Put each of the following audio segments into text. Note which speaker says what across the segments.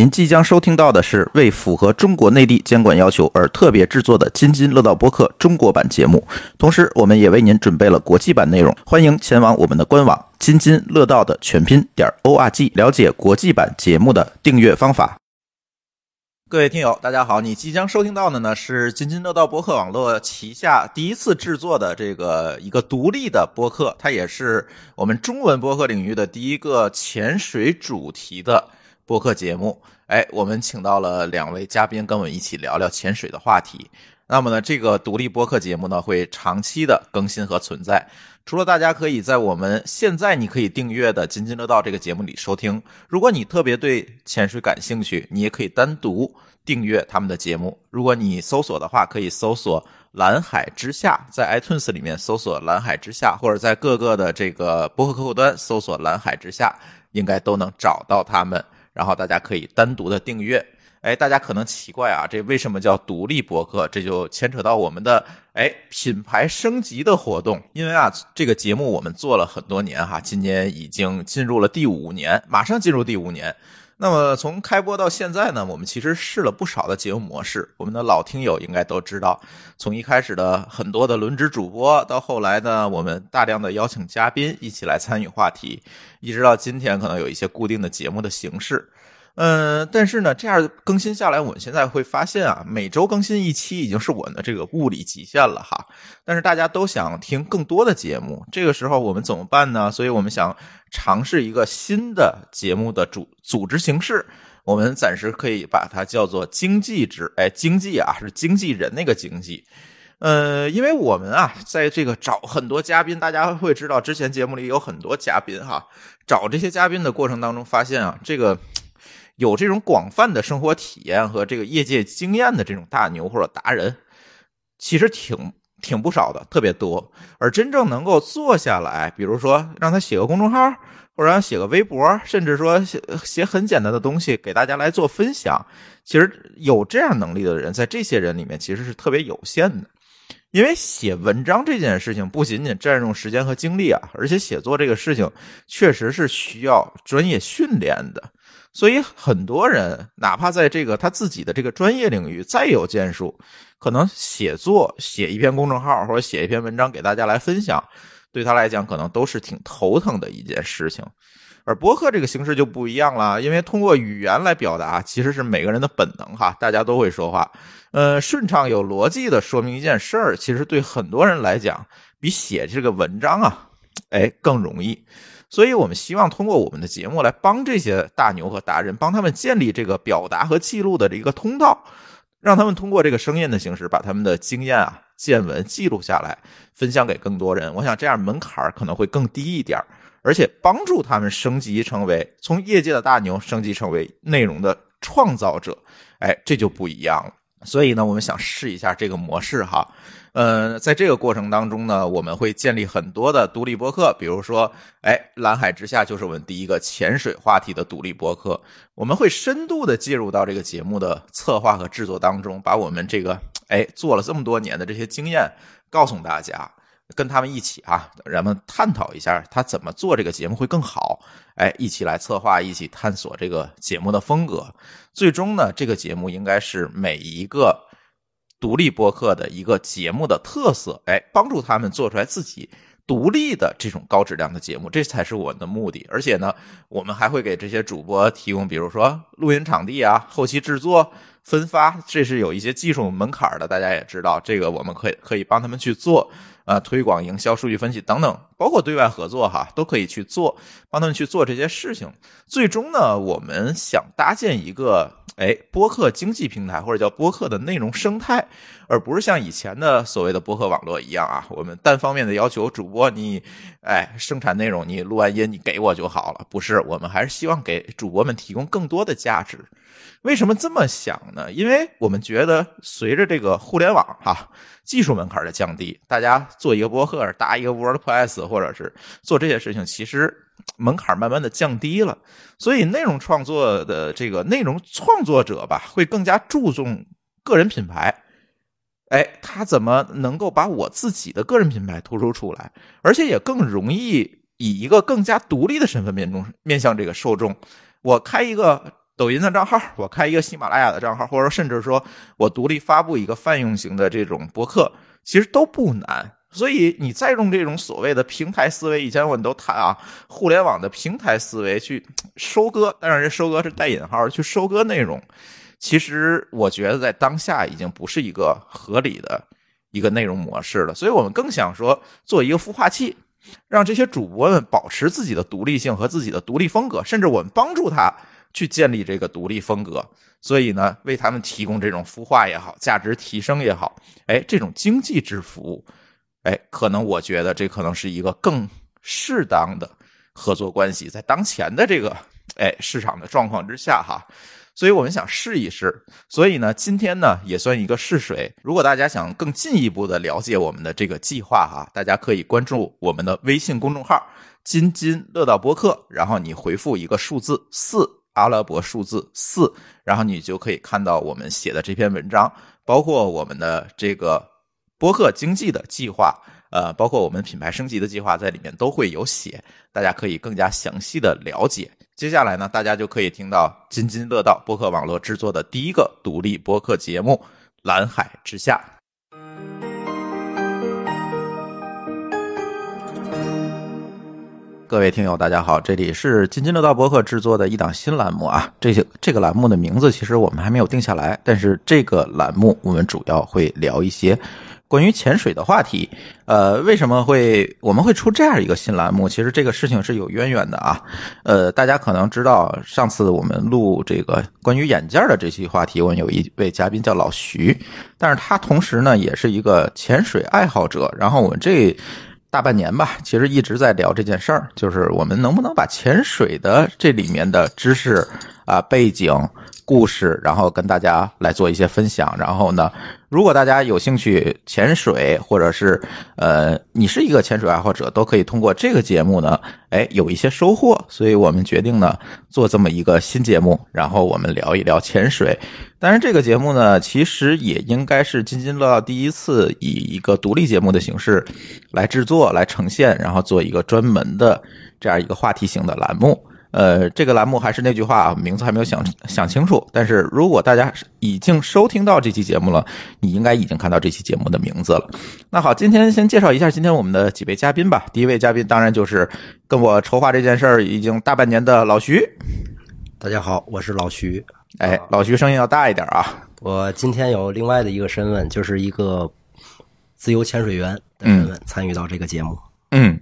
Speaker 1: 您即将收听到的是为符合中国内地监管要求而特别制作的《津津乐道》播客中国版节目，同时我们也为您准备了国际版内容，欢迎前往我们的官网津津乐道的全拼点儿 o r g 了解国际版节目的订阅方法。各位听友，大家好！你即将收听到的呢是津津乐道播客网络旗下第一次制作的这个一个独立的播客，它也是我们中文播客领域的第一个潜水主题的播客节目。哎，我们请到了两位嘉宾跟我们一起聊聊潜水的话题。那么呢，这个独立播客节目呢会长期的更新和存在。除了大家可以在我们现在你可以订阅的《津津乐道》这个节目里收听，如果你特别对潜水感兴趣，你也可以单独订阅他们的节目。如果你搜索的话，可以搜索“蓝海之下”，在 iTunes 里面搜索“蓝海之下”，或者在各个的这个播客客户端搜索“蓝海之下”，应该都能找到他们。然后大家可以单独的订阅。哎，大家可能奇怪啊，这为什么叫独立博客？这就牵扯到我们的哎品牌升级的活动。因为啊，这个节目我们做了很多年哈，今年已经进入了第五年，马上进入第五年。那么从开播到现在呢，我们其实试了不少的节目模式。我们的老听友应该都知道，从一开始的很多的轮值主播，到后来呢，我们大量的邀请嘉宾一起来参与话题，一直到今天，可能有一些固定的节目的形式。嗯，但是呢，这样更新下来，我们现在会发现啊，每周更新一期已经是我们的这个物理极限了哈。但是大家都想听更多的节目，这个时候我们怎么办呢？所以我们想尝试一个新的节目的组组织形式，我们暂时可以把它叫做经济制，哎，经济啊是经纪人那个经济。呃，因为我们啊，在这个找很多嘉宾，大家会知道之前节目里有很多嘉宾哈，找这些嘉宾的过程当中，发现啊，这个有这种广泛的生活体验和这个业界经验的这种大牛或者达人，其实挺挺不少的，特别多。而真正能够坐下来，比如说让他写个公众号，或者让他写个微博，甚至说写写很简单的东西给大家来做分享，其实有这样能力的人，在这些人里面其实是特别有限的。因为写文章这件事情不仅仅占用时间和精力啊，而且写作这个事情确实是需要专业训练的。所以很多人哪怕在这个他自己的这个专业领域再有建树，可能写作写一篇公众号或者写一篇文章给大家来分享，对他来讲可能都是挺头疼的一件事情。而博客这个形式就不一样了，因为通过语言来表达其实是每个人的本能哈，大家都会说话。呃，顺畅有逻辑的说明一件事儿，其实对很多人来讲，比写这个文章啊，哎更容易。所以我们希望通过我们的节目来帮这些大牛和达人，帮他们建立这个表达和记录的一个通道，让他们通过这个声音的形式，把他们的经验啊、见闻记录下来，分享给更多人。我想这样门槛儿可能会更低一点儿，而且帮助他们升级成为从业界的大牛，升级成为内容的创造者。哎，这就不一样了。所以呢，我们想试一下这个模式哈。呃，在这个过程当中呢，我们会建立很多的独立博客，比如说，哎，蓝海之下就是我们第一个潜水话题的独立博客。我们会深度的介入到这个节目的策划和制作当中，把我们这个哎做了这么多年的这些经验告诉大家，跟他们一起啊，咱们探讨一下他怎么做这个节目会更好。哎，一起来策划，一起探索这个节目的风格。最终呢，这个节目应该是每一个。独立播客的一个节目的特色，哎，帮助他们做出来自己独立的这种高质量的节目，这才是我们的目的。而且呢，我们还会给这些主播提供，比如说录音场地啊、后期制作、分发，这是有一些技术门槛的，大家也知道，这个我们可以可以帮他们去做。啊，推广、营销、数据分析等等，包括对外合作哈，都可以去做，帮他们去做这些事情。最终呢，我们想搭建一个哎播客经济平台，或者叫播客的内容生态，而不是像以前的所谓的播客网络一样啊，我们单方面的要求主播你哎生产内容，你录完音你给我就好了。不是，我们还是希望给主播们提供更多的价值。为什么这么想呢？因为我们觉得随着这个互联网哈、技术门槛的降低，大家做一个博客、搭一个 WordPress 或者是做这些事情，其实门槛慢慢的降低了，所以内容创作的这个内容创作者吧，会更加注重个人品牌。哎，他怎么能够把我自己的个人品牌突出出来，而且也更容易以一个更加独立的身份面中面向这个受众。我开一个抖音的账号，我开一个喜马拉雅的账号，或者甚至说我独立发布一个泛用型的这种博客，其实都不难。所以你再用这种所谓的平台思维，以前我们都谈啊，互联网的平台思维去收割，当然这收割是带引号，去收割内容。其实我觉得在当下已经不是一个合理的一个内容模式了，所以我们更想说做一个孵化器，让这些主播们保持自己的独立性和自己的独立风格，甚至我们帮助他去建立这个独立风格。所以呢，为他们提供这种孵化也好，价值提升也好，哎，这种经济制服务。哎，可能我觉得这可能是一个更适当的合作关系，在当前的这个哎市场的状况之下哈，所以我们想试一试。所以呢，今天呢也算一个试水。如果大家想更进一步的了解我们的这个计划哈，大家可以关注我们的微信公众号“津津乐道播客”，然后你回复一个数字四。阿拉伯数字四，然后你就可以看到我们写的这篇文章，包括我们的这个播客经济的计划，呃，包括我们品牌升级的计划在里面都会有写，大家可以更加详细的了解。接下来呢，大家就可以听到津津乐道播客网络制作的第一个独立播客节目《蓝海之下》。各位听友，大家好，这里是津津乐道播客制作的一档新栏目啊。这些这个栏目的名字其实我们还没有定下来，但是这个栏目我们主要会聊一些关于潜水的话题。呃，为什么会我们会出这样一个新栏目？其实这个事情是有渊源的啊。呃，大家可能知道，上次我们录这个关于眼镜的这期话题，我们有一位嘉宾叫老徐，但是他同时呢也是一个潜水爱好者。然后我们这。大半年吧，其实一直在聊这件事儿，就是我们能不能把潜水的这里面的知识啊、背景、故事，然后跟大家来做一些分享。然后呢，如果大家有兴趣潜水，或者是呃，你是一个潜水爱好者，都可以通过这个节目呢，哎，有一些收获。所以我们决定呢，做这么一个新节目，然后我们聊一聊潜水。当然，这个节目呢，其实也应该是津津乐道第一次以一个独立节目的形式来制作、来呈现，然后做一个专门的这样一个话题型的栏目。呃，这个栏目还是那句话啊，名字还没有想想清楚。但是如果大家已经收听到这期节目了，你应该已经看到这期节目的名字了。那好，今天先介绍一下今天我们的几位嘉宾吧。第一位嘉宾当然就是跟我筹划这件事儿已经大半年的老徐。
Speaker 2: 大家好，我是老徐。
Speaker 1: 哎，老徐声音要大一点啊。
Speaker 2: 我今天有另外的一个身份，就是一个自由潜水员的身份，参与到这个节目。
Speaker 1: 嗯，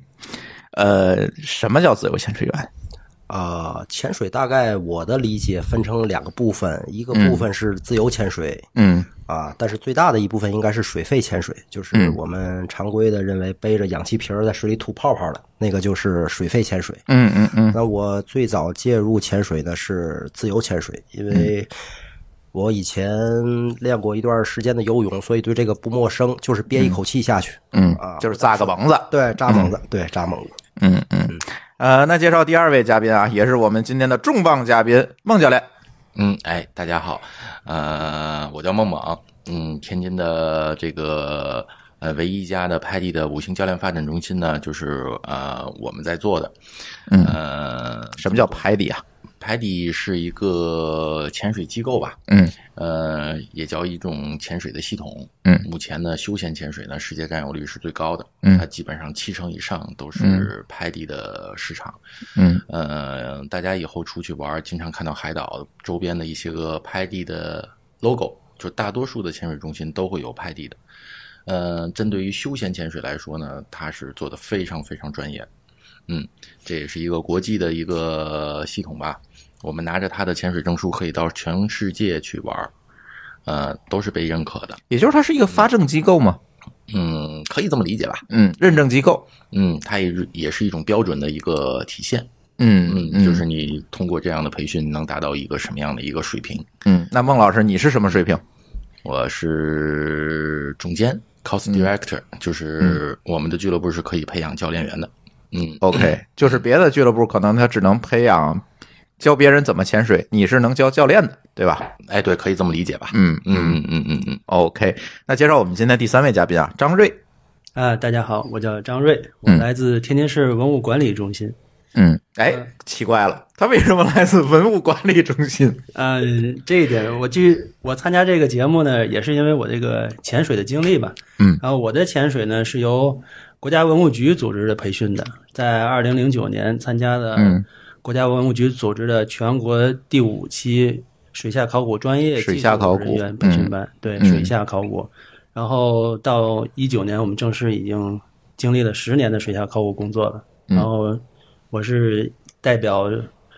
Speaker 1: 呃，什么叫自由潜水员？
Speaker 2: 啊、潜水大概我的理解分成两个部分，一个部分是自由潜水
Speaker 1: 嗯
Speaker 2: 啊，但是最大的一部分应该是水肺潜水，就是
Speaker 1: 嗯
Speaker 2: 我们常规的认为背着氧气瓶儿在水里吐泡泡的那个，就是水肺潜水。
Speaker 1: 嗯嗯嗯
Speaker 2: 那我最早介入潜水呢是自由潜水，因为我以前练过一段时间的游泳，所以对这个不陌生，就是憋一口气下去。
Speaker 1: 嗯，
Speaker 2: 啊
Speaker 1: 就是扎个膀子。
Speaker 2: 对，扎猛子，对，扎猛子。
Speaker 1: 嗯嗯，呃，那介绍第二位嘉宾啊，也是我们今天的重磅嘉宾孟教练。
Speaker 3: 嗯，哎，大家好，呃，我叫孟猛，嗯，天津的这个呃唯一一家的拍地的五星教练发展中心呢，就是呃我们在做的，
Speaker 1: 嗯
Speaker 3: 呃，
Speaker 1: 什么叫排底啊？
Speaker 3: 拍地是一个潜水机构吧，
Speaker 1: 嗯
Speaker 3: 呃，也叫一种潜水的系统。
Speaker 1: 嗯
Speaker 3: 目前呢，休闲潜水呢，世界占有率是最高的，
Speaker 1: 嗯
Speaker 3: 它基本上七成以上都是拍地的市场。
Speaker 1: 嗯
Speaker 3: 呃，大家以后出去玩儿，经常看到海岛周边的一些个拍地的 logo，就大多数的潜水中心都会有拍地的。呃，针对于休闲潜水来说呢，它是做的非常非常专业。嗯，这也是一个国际的一个系统吧。我们拿着它的潜水证书，可以到全世界去玩儿，呃，都是被认可的。
Speaker 1: 也就是它是一个发证机构嘛。
Speaker 3: 嗯，可以这么理解吧？
Speaker 1: 嗯，认证机构。
Speaker 3: 嗯，它也是也是一种标准的一个体现。
Speaker 1: 嗯
Speaker 3: 嗯，就是你通过这样的培训能达到一个什么样的一个水平？
Speaker 1: 嗯，那孟老师你是什么水平？
Speaker 3: 我是中间
Speaker 1: 嗯
Speaker 3: cost director，、就是我们的俱乐部是可以培养教练员的。嗯，
Speaker 1: OK，就是别的俱乐部可能他只能培养教别人怎么潜水，你是能教教练的，对吧？
Speaker 3: 哎，对，可以这么理解吧？
Speaker 1: 嗯
Speaker 3: 嗯嗯嗯嗯
Speaker 1: ，OK。那介绍我们今天第三位嘉宾啊，张瑞。
Speaker 4: 啊，大家好，我叫张瑞，我
Speaker 1: 嗯
Speaker 4: 来自天津市文物管理中心。
Speaker 1: 嗯，哎，奇怪了，它为什么来自文物管理中心？
Speaker 4: 嗯，这一点我继续，我参加这个节目呢，也是因为我这个潜水的经历吧。
Speaker 1: 嗯，
Speaker 4: 然后我的潜水呢是由国家文物局组织的培训的，在二零零九年参加的
Speaker 1: 嗯
Speaker 4: 国家文物局组织的全国第五期水下考古专业技术
Speaker 1: 水下考古
Speaker 4: 人员培训班，对
Speaker 1: 嗯
Speaker 4: 水下考古。然后到一九年，我们正式已经经历了十年的水下考古工作了。
Speaker 1: 嗯
Speaker 4: 然后我是代表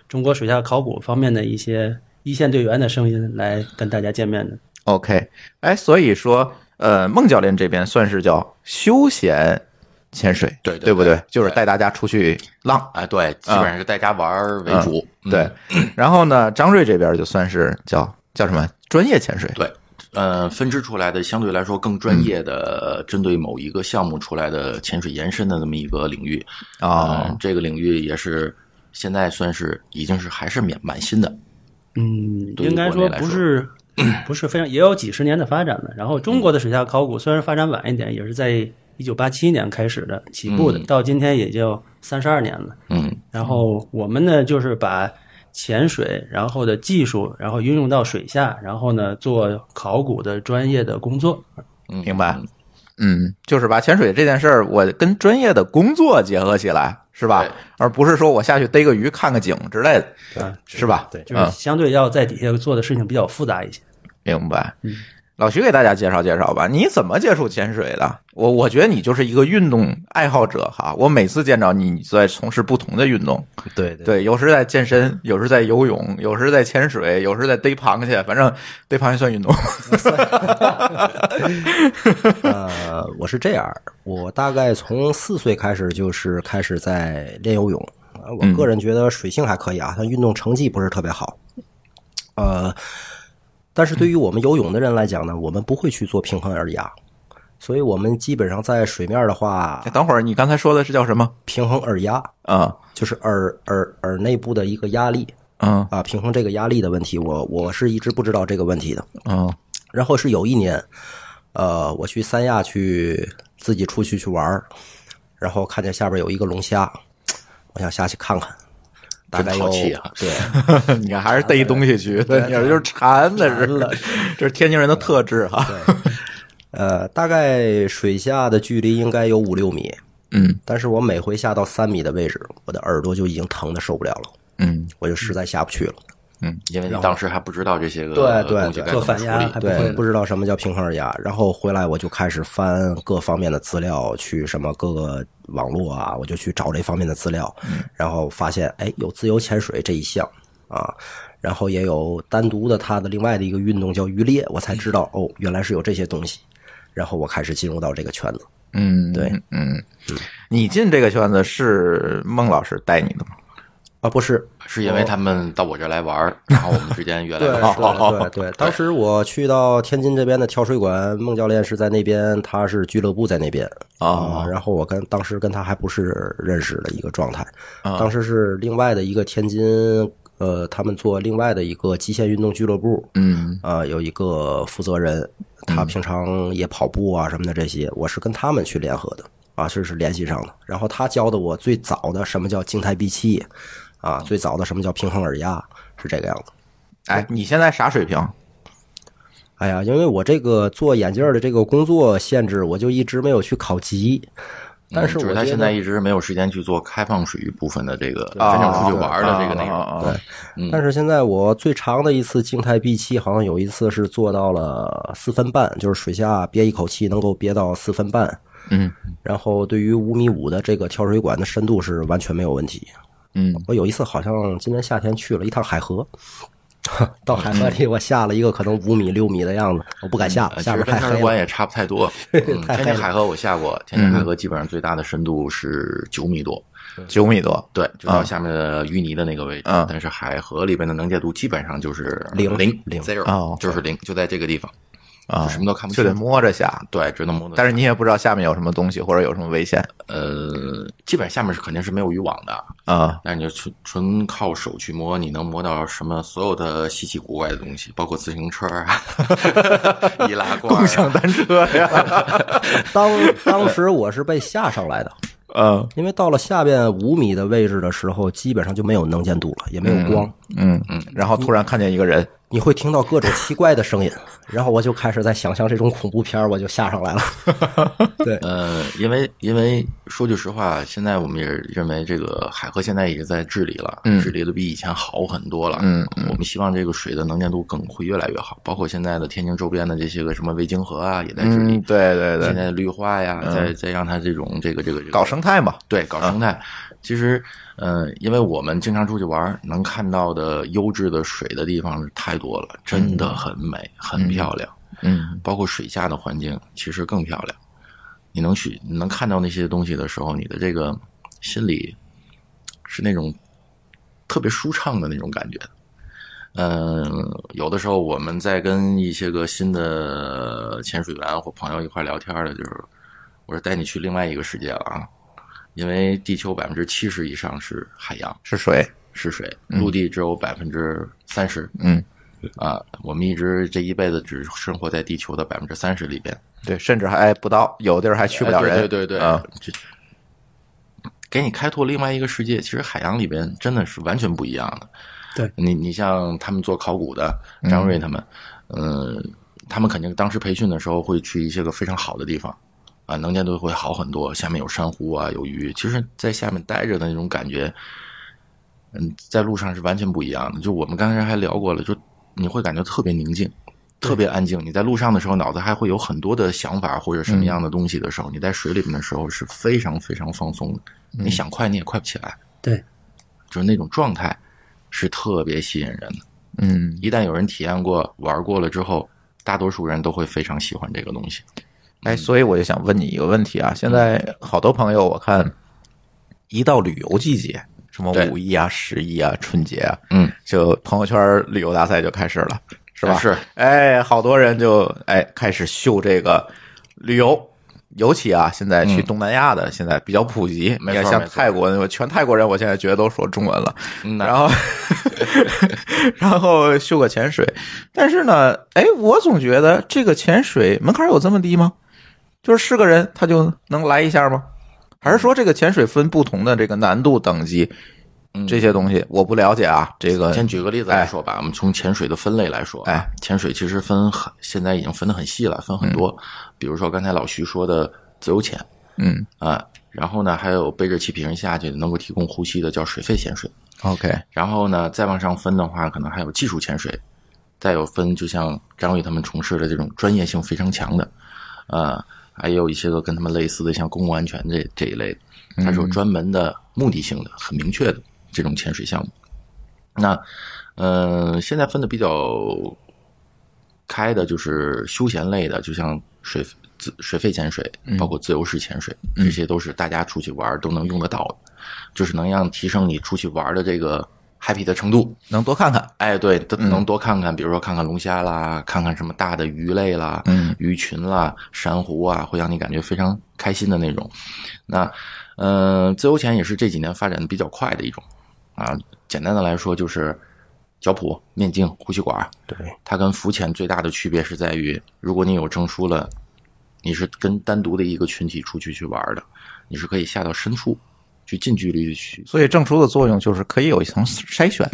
Speaker 4: 中国水下考古方面的一些一线队员的声音来跟大家见面的。
Speaker 1: OK，哎，所以说，呃，孟教练这边算是叫休闲潜水，
Speaker 3: 对对
Speaker 1: 对不对
Speaker 3: 对？
Speaker 1: 就是带大家出去浪，
Speaker 3: 啊，对，基本上是带家玩儿为主，嗯
Speaker 1: 对。然后呢，张瑞这边就算是叫叫什么专业潜水，
Speaker 3: 对，呃，分支出来的相对来说更
Speaker 1: 嗯
Speaker 3: 专业的，呃针对某一个项目出来的潜水延伸的这么一个领域
Speaker 1: 哦
Speaker 3: 呃这个领域也是现在算是已经是还是满满新的，
Speaker 4: 嗯，
Speaker 3: 对于
Speaker 4: 应该
Speaker 3: 国内
Speaker 4: 说
Speaker 3: 来
Speaker 4: 不
Speaker 3: 说
Speaker 4: 是不是非常，也有几十年的发展了。然后中国的水下考古虽然发展晚一点，也是在一九八七年开始的起步的，
Speaker 3: 嗯
Speaker 4: 到今天也就三十二年了。
Speaker 3: 嗯
Speaker 4: 然后我们呢，就是把潜水然后的技术，然后运用到水下，然后呢做考古的专业的工作。
Speaker 3: 嗯，
Speaker 1: 明白？嗯，就是把潜水这件事儿，我跟专业的工作结合起来，是吧
Speaker 3: 对？
Speaker 1: 而不是说我下去逮个鱼、看个景之类的，
Speaker 4: 啊，
Speaker 1: 是吧？
Speaker 2: 对
Speaker 4: 就是相对要在底下做的事情比较复杂一些。
Speaker 1: 明白。
Speaker 2: 嗯
Speaker 1: 老徐给大家介绍介绍吧，你怎么接触潜水的？我我觉得你就是一个运动爱好者哈。我每次见着你，你在从事不同的运动，
Speaker 2: 对对
Speaker 1: 对，有时在健身，有时在游泳，有时在潜水，有时在逮螃蟹，反正逮螃蟹算运动。
Speaker 2: 呃，我是这样儿，我大概从四岁开始就是开始在练游泳。呃我个人觉得水性还可以啊，但运动成绩不是特别好。呃，但是对于我们游泳的人来讲呢，我们不会去做平衡耳压，所以我们基本上在水面的话
Speaker 1: 哎，等会儿你刚才说的是叫什么？
Speaker 2: 平衡耳压
Speaker 1: 啊
Speaker 2: 就是耳耳耳内部的一个压力
Speaker 1: 嗯
Speaker 2: 啊，平衡这个压力的问题，我我是一直不知道这个问题的。
Speaker 1: 嗯
Speaker 2: 然后是有一年，呃，我去三亚去自己出去去玩儿，然后看见下边有一个龙虾，我想下去看看，大概有、
Speaker 3: 真淘气啊
Speaker 2: 对，
Speaker 1: 嗯，你看还是逮东西去的，你这就是馋的是， 这是天津人的特质哈。
Speaker 2: 呃，大概水下的距离应该有五六米，
Speaker 1: 嗯
Speaker 2: 但是我每回下到三米的位置，我的耳朵就已经疼的受不了了，
Speaker 1: 嗯
Speaker 2: 我就实在下不去了。
Speaker 3: 因为你当时还不知道这些个
Speaker 2: 对对
Speaker 3: 东西
Speaker 2: 对
Speaker 3: 该怎
Speaker 4: 做
Speaker 3: 么
Speaker 4: 反
Speaker 3: 处
Speaker 4: 压
Speaker 3: 理
Speaker 4: 啊还，不会
Speaker 2: 对，
Speaker 4: 的
Speaker 2: 不知道什么叫平衡耳压，然后回来我就开始翻各方面的资料，去什么各个网络啊，我就去找这方面的资料，
Speaker 4: 嗯
Speaker 2: 然后发现哎有自由潜水这一项啊，然后也有单独的它的另外的一个运动叫渔猎，我才知道
Speaker 4: 嗯
Speaker 2: 哦原来是有这些东西，然后我开始进入到这个圈子。
Speaker 1: 嗯，
Speaker 2: 对，
Speaker 1: 嗯，你进这个圈子是孟老师带你的吗？
Speaker 2: 啊，不是，
Speaker 3: 是因为他们到我这儿来 玩儿，然后我们之间越来
Speaker 2: 对
Speaker 3: 越
Speaker 2: 对
Speaker 3: 好，
Speaker 2: 对哦 对，当时我去到天津这边的跳水馆，孟教练是在那边，他是俱乐部在那边
Speaker 1: 哦
Speaker 2: 啊。然后我跟当时跟他还不是认识的一个状态，
Speaker 3: 啊
Speaker 2: 当时是另外的一个天津，呃，他们做另外的一个极限运动俱乐部，
Speaker 1: 嗯
Speaker 2: 啊，有一个负责人，
Speaker 3: 嗯
Speaker 2: 他平常也跑步啊什么的这些，我是跟他们去联合的啊，这是联系上的。然后他教的我最早的什么叫静态闭气，啊，最早的什么叫平衡耳压，是这个样子。
Speaker 1: 哎，你现在啥水平？
Speaker 2: 哎呀，因为我这个做眼镜儿的这个工作限制，我就一直没有去考级。但是我
Speaker 3: 嗯就
Speaker 2: 觉得
Speaker 3: 是他现在一直没有时间去做开放水域部分的这个真
Speaker 1: 啊
Speaker 3: 正出去玩儿的这个内
Speaker 1: 啊
Speaker 3: 容，
Speaker 1: 啊啊
Speaker 2: 对但是现在我最长的一次静态闭气，好像有一次是做到了四分半，就是水下憋一口气能够憋到四分半。
Speaker 1: 嗯
Speaker 2: 然后对于五米五的这个跳水管的深度是完全没有问题。
Speaker 1: 嗯
Speaker 2: 我有一次好像今年夏天去了一趟海河， 到海河里我下了一个可能五米六米的样子，我不敢下，
Speaker 1: 嗯
Speaker 3: 呃其
Speaker 2: 下
Speaker 3: 实
Speaker 2: 边
Speaker 3: 跟
Speaker 2: 太
Speaker 3: 天文
Speaker 2: 黑
Speaker 3: 馆
Speaker 2: 了。
Speaker 3: 也差不太多。嗯
Speaker 2: 太黑嗯
Speaker 3: 天津海河我下过，天津海河基本上最大的深度是九米多，
Speaker 1: 九米多，
Speaker 3: 对，就
Speaker 2: 啊
Speaker 3: 到下面的淤泥的那个位置。
Speaker 1: 嗯
Speaker 3: 但是海河里边的能见度基本上就是
Speaker 2: 零
Speaker 3: 零
Speaker 2: 零
Speaker 3: zero，、
Speaker 1: 哦
Speaker 3: 就是零，就在这个地方，
Speaker 1: 啊，
Speaker 3: 就什么都看不
Speaker 1: 就
Speaker 3: 清，
Speaker 1: 得摸着下。
Speaker 3: 对，只能摸得
Speaker 1: 但是你也不知道下面有什么东西或者有什么危险
Speaker 3: 呃，基本下面是肯定是没有渔网的，
Speaker 1: 啊
Speaker 3: 但是你就纯纯靠手去摸，你能摸到什么所有的稀奇古怪的东西，包括自行车啊、 易 拉罐、啊、共享单车呀、
Speaker 2: 当当时我是被吓上来的，
Speaker 1: 呃，
Speaker 2: 因为到了下边五米的位置的时候，基本上就没有能见度了，也没有光，
Speaker 1: 嗯嗯，然后突然看见一个人，
Speaker 2: 你会听到各种奇怪的声音， 然后我就开始在想象这种恐怖片儿，我就下上来了。对，
Speaker 3: 呃，因为因为说句实话，现在我们也认为这个海河现在已经在治理了，
Speaker 1: 嗯
Speaker 3: 治理的比以前好很多了。
Speaker 1: 嗯
Speaker 3: 我们希望这个水的能见度更会越来越好，包括现在的天津周边的这些个什么卫京河啊，也在治理。
Speaker 1: 嗯，对对对，
Speaker 3: 现在绿化呀，再再让它这种这个这个这个
Speaker 1: 搞生态嘛，
Speaker 3: 对，搞生态。其实，呃，因为我们经常出去玩儿，能看到的优质的水的地方太多了，真的很美，很漂亮。
Speaker 1: 嗯
Speaker 3: 包括水下的环境，其实更漂亮。你能去，你能看到那些东西的时候，你的这个心里是那种特别舒畅的那种感觉。嗯，有的时候我们在跟一些个新的潜水员或朋友一块聊天的，就是我说带你去另外一个世界了啊，因为地球百分之七十以上是海洋，
Speaker 1: 是水，
Speaker 3: 是水，陆地只有百分之三十。
Speaker 1: 嗯，
Speaker 3: 啊，我们一直这一辈子只生活在地球的百分之三十里边，
Speaker 1: 对，甚至还哎不到有地儿还去不了人，
Speaker 3: 哎对对对对，
Speaker 1: 啊，
Speaker 3: 这给你开拓另外一个世界。其实海洋里边真的是完全不一样的。
Speaker 4: 对
Speaker 3: 你，你像他们做考古的张瑞他们，嗯、他们肯定当时培训的时候会去一些个非常好的地方，啊，能见度会好很多。下面有珊瑚啊，有鱼，其实在下面待着的那种感觉，嗯，在路上是完全不一样的。就我们刚才还聊过了，就你会感觉特别宁静。特别安静，你在路上的时候，脑子还会有很多的想法或者什么样的东西的
Speaker 1: 嗯
Speaker 3: 时候，你在水里面的时候是非常非常放松的。你想快你也快不起来，
Speaker 4: 对，
Speaker 3: 就是那种状态是特别吸引人的。
Speaker 1: 嗯，
Speaker 3: 一旦有人体验过、玩过了之后，大多数人都会非常喜欢这个东西。
Speaker 1: 哎，所以我就想问你一个问题啊，现在好多朋友我看，一到旅游季节，什么
Speaker 3: 对
Speaker 1: 五一啊、十一啊、春节啊，
Speaker 3: 嗯，
Speaker 1: 就朋友圈旅游大赛就开始了，是吧？
Speaker 3: 是，
Speaker 1: 哎，好多人就哎开始秀这个旅游。尤其啊，现在去东南亚的、现在比较普及。
Speaker 3: 嗯没错
Speaker 1: 你看，像
Speaker 3: 没错
Speaker 1: 泰国，我全泰国人，我现在觉得都说中文了。
Speaker 3: 嗯
Speaker 1: 然 后，然后秀个潜水，但是呢，哎，我总觉得这个潜水门槛有这么低吗？就是是个人他就能来一下吗？还是说这个潜水分不同的这个难度等级，
Speaker 3: 嗯
Speaker 1: 这些东西我不了解啊。这个
Speaker 3: 先举个例子来说吧，我们从潜水的分类来说，啊
Speaker 1: 哎，
Speaker 3: 潜水其实分很，现在已经分得很细了，分很多。比如说刚才老徐说的自由潜
Speaker 1: 嗯
Speaker 3: 啊，然后呢，还有背着气瓶下去能够提供呼吸的叫水肺潜水，
Speaker 1: ，OK，
Speaker 3: 然后呢，再往上分的话，可能还有技术潜水，再有分，就像张宇他们从事的这种专业性非常强的，呃，还有一些个跟他们类似的，像公共安全这这一类的，它是有专门的目的性的、很明确的这种潜水项目。那，呃，现在分的比较开的就是休闲类的，就像水自水肺潜水，包括自由式潜水，这些都是大家出去玩儿都能用得到的，就是能让提升你出去玩儿的这个 happy 的程度。
Speaker 1: 能多看看。
Speaker 3: 哎，对，都能多看看，比如说看看龙虾啦，看看什么大的鱼类啦，
Speaker 1: 嗯，
Speaker 3: 鱼群啦，珊瑚啊，会让你感觉非常开心的那种。那，呃，自由潜也是这几年发展的比较快的一种啊。简单的来说就是脚蹼、面镜、呼吸管，
Speaker 2: 对，
Speaker 3: 它跟浮潜最大的区别是在于，如果你有证书了，你是跟单独的一个群体出去去玩的，你是可以下到深处去近距离去。
Speaker 1: 所以证书的作用就是可以有一层筛选。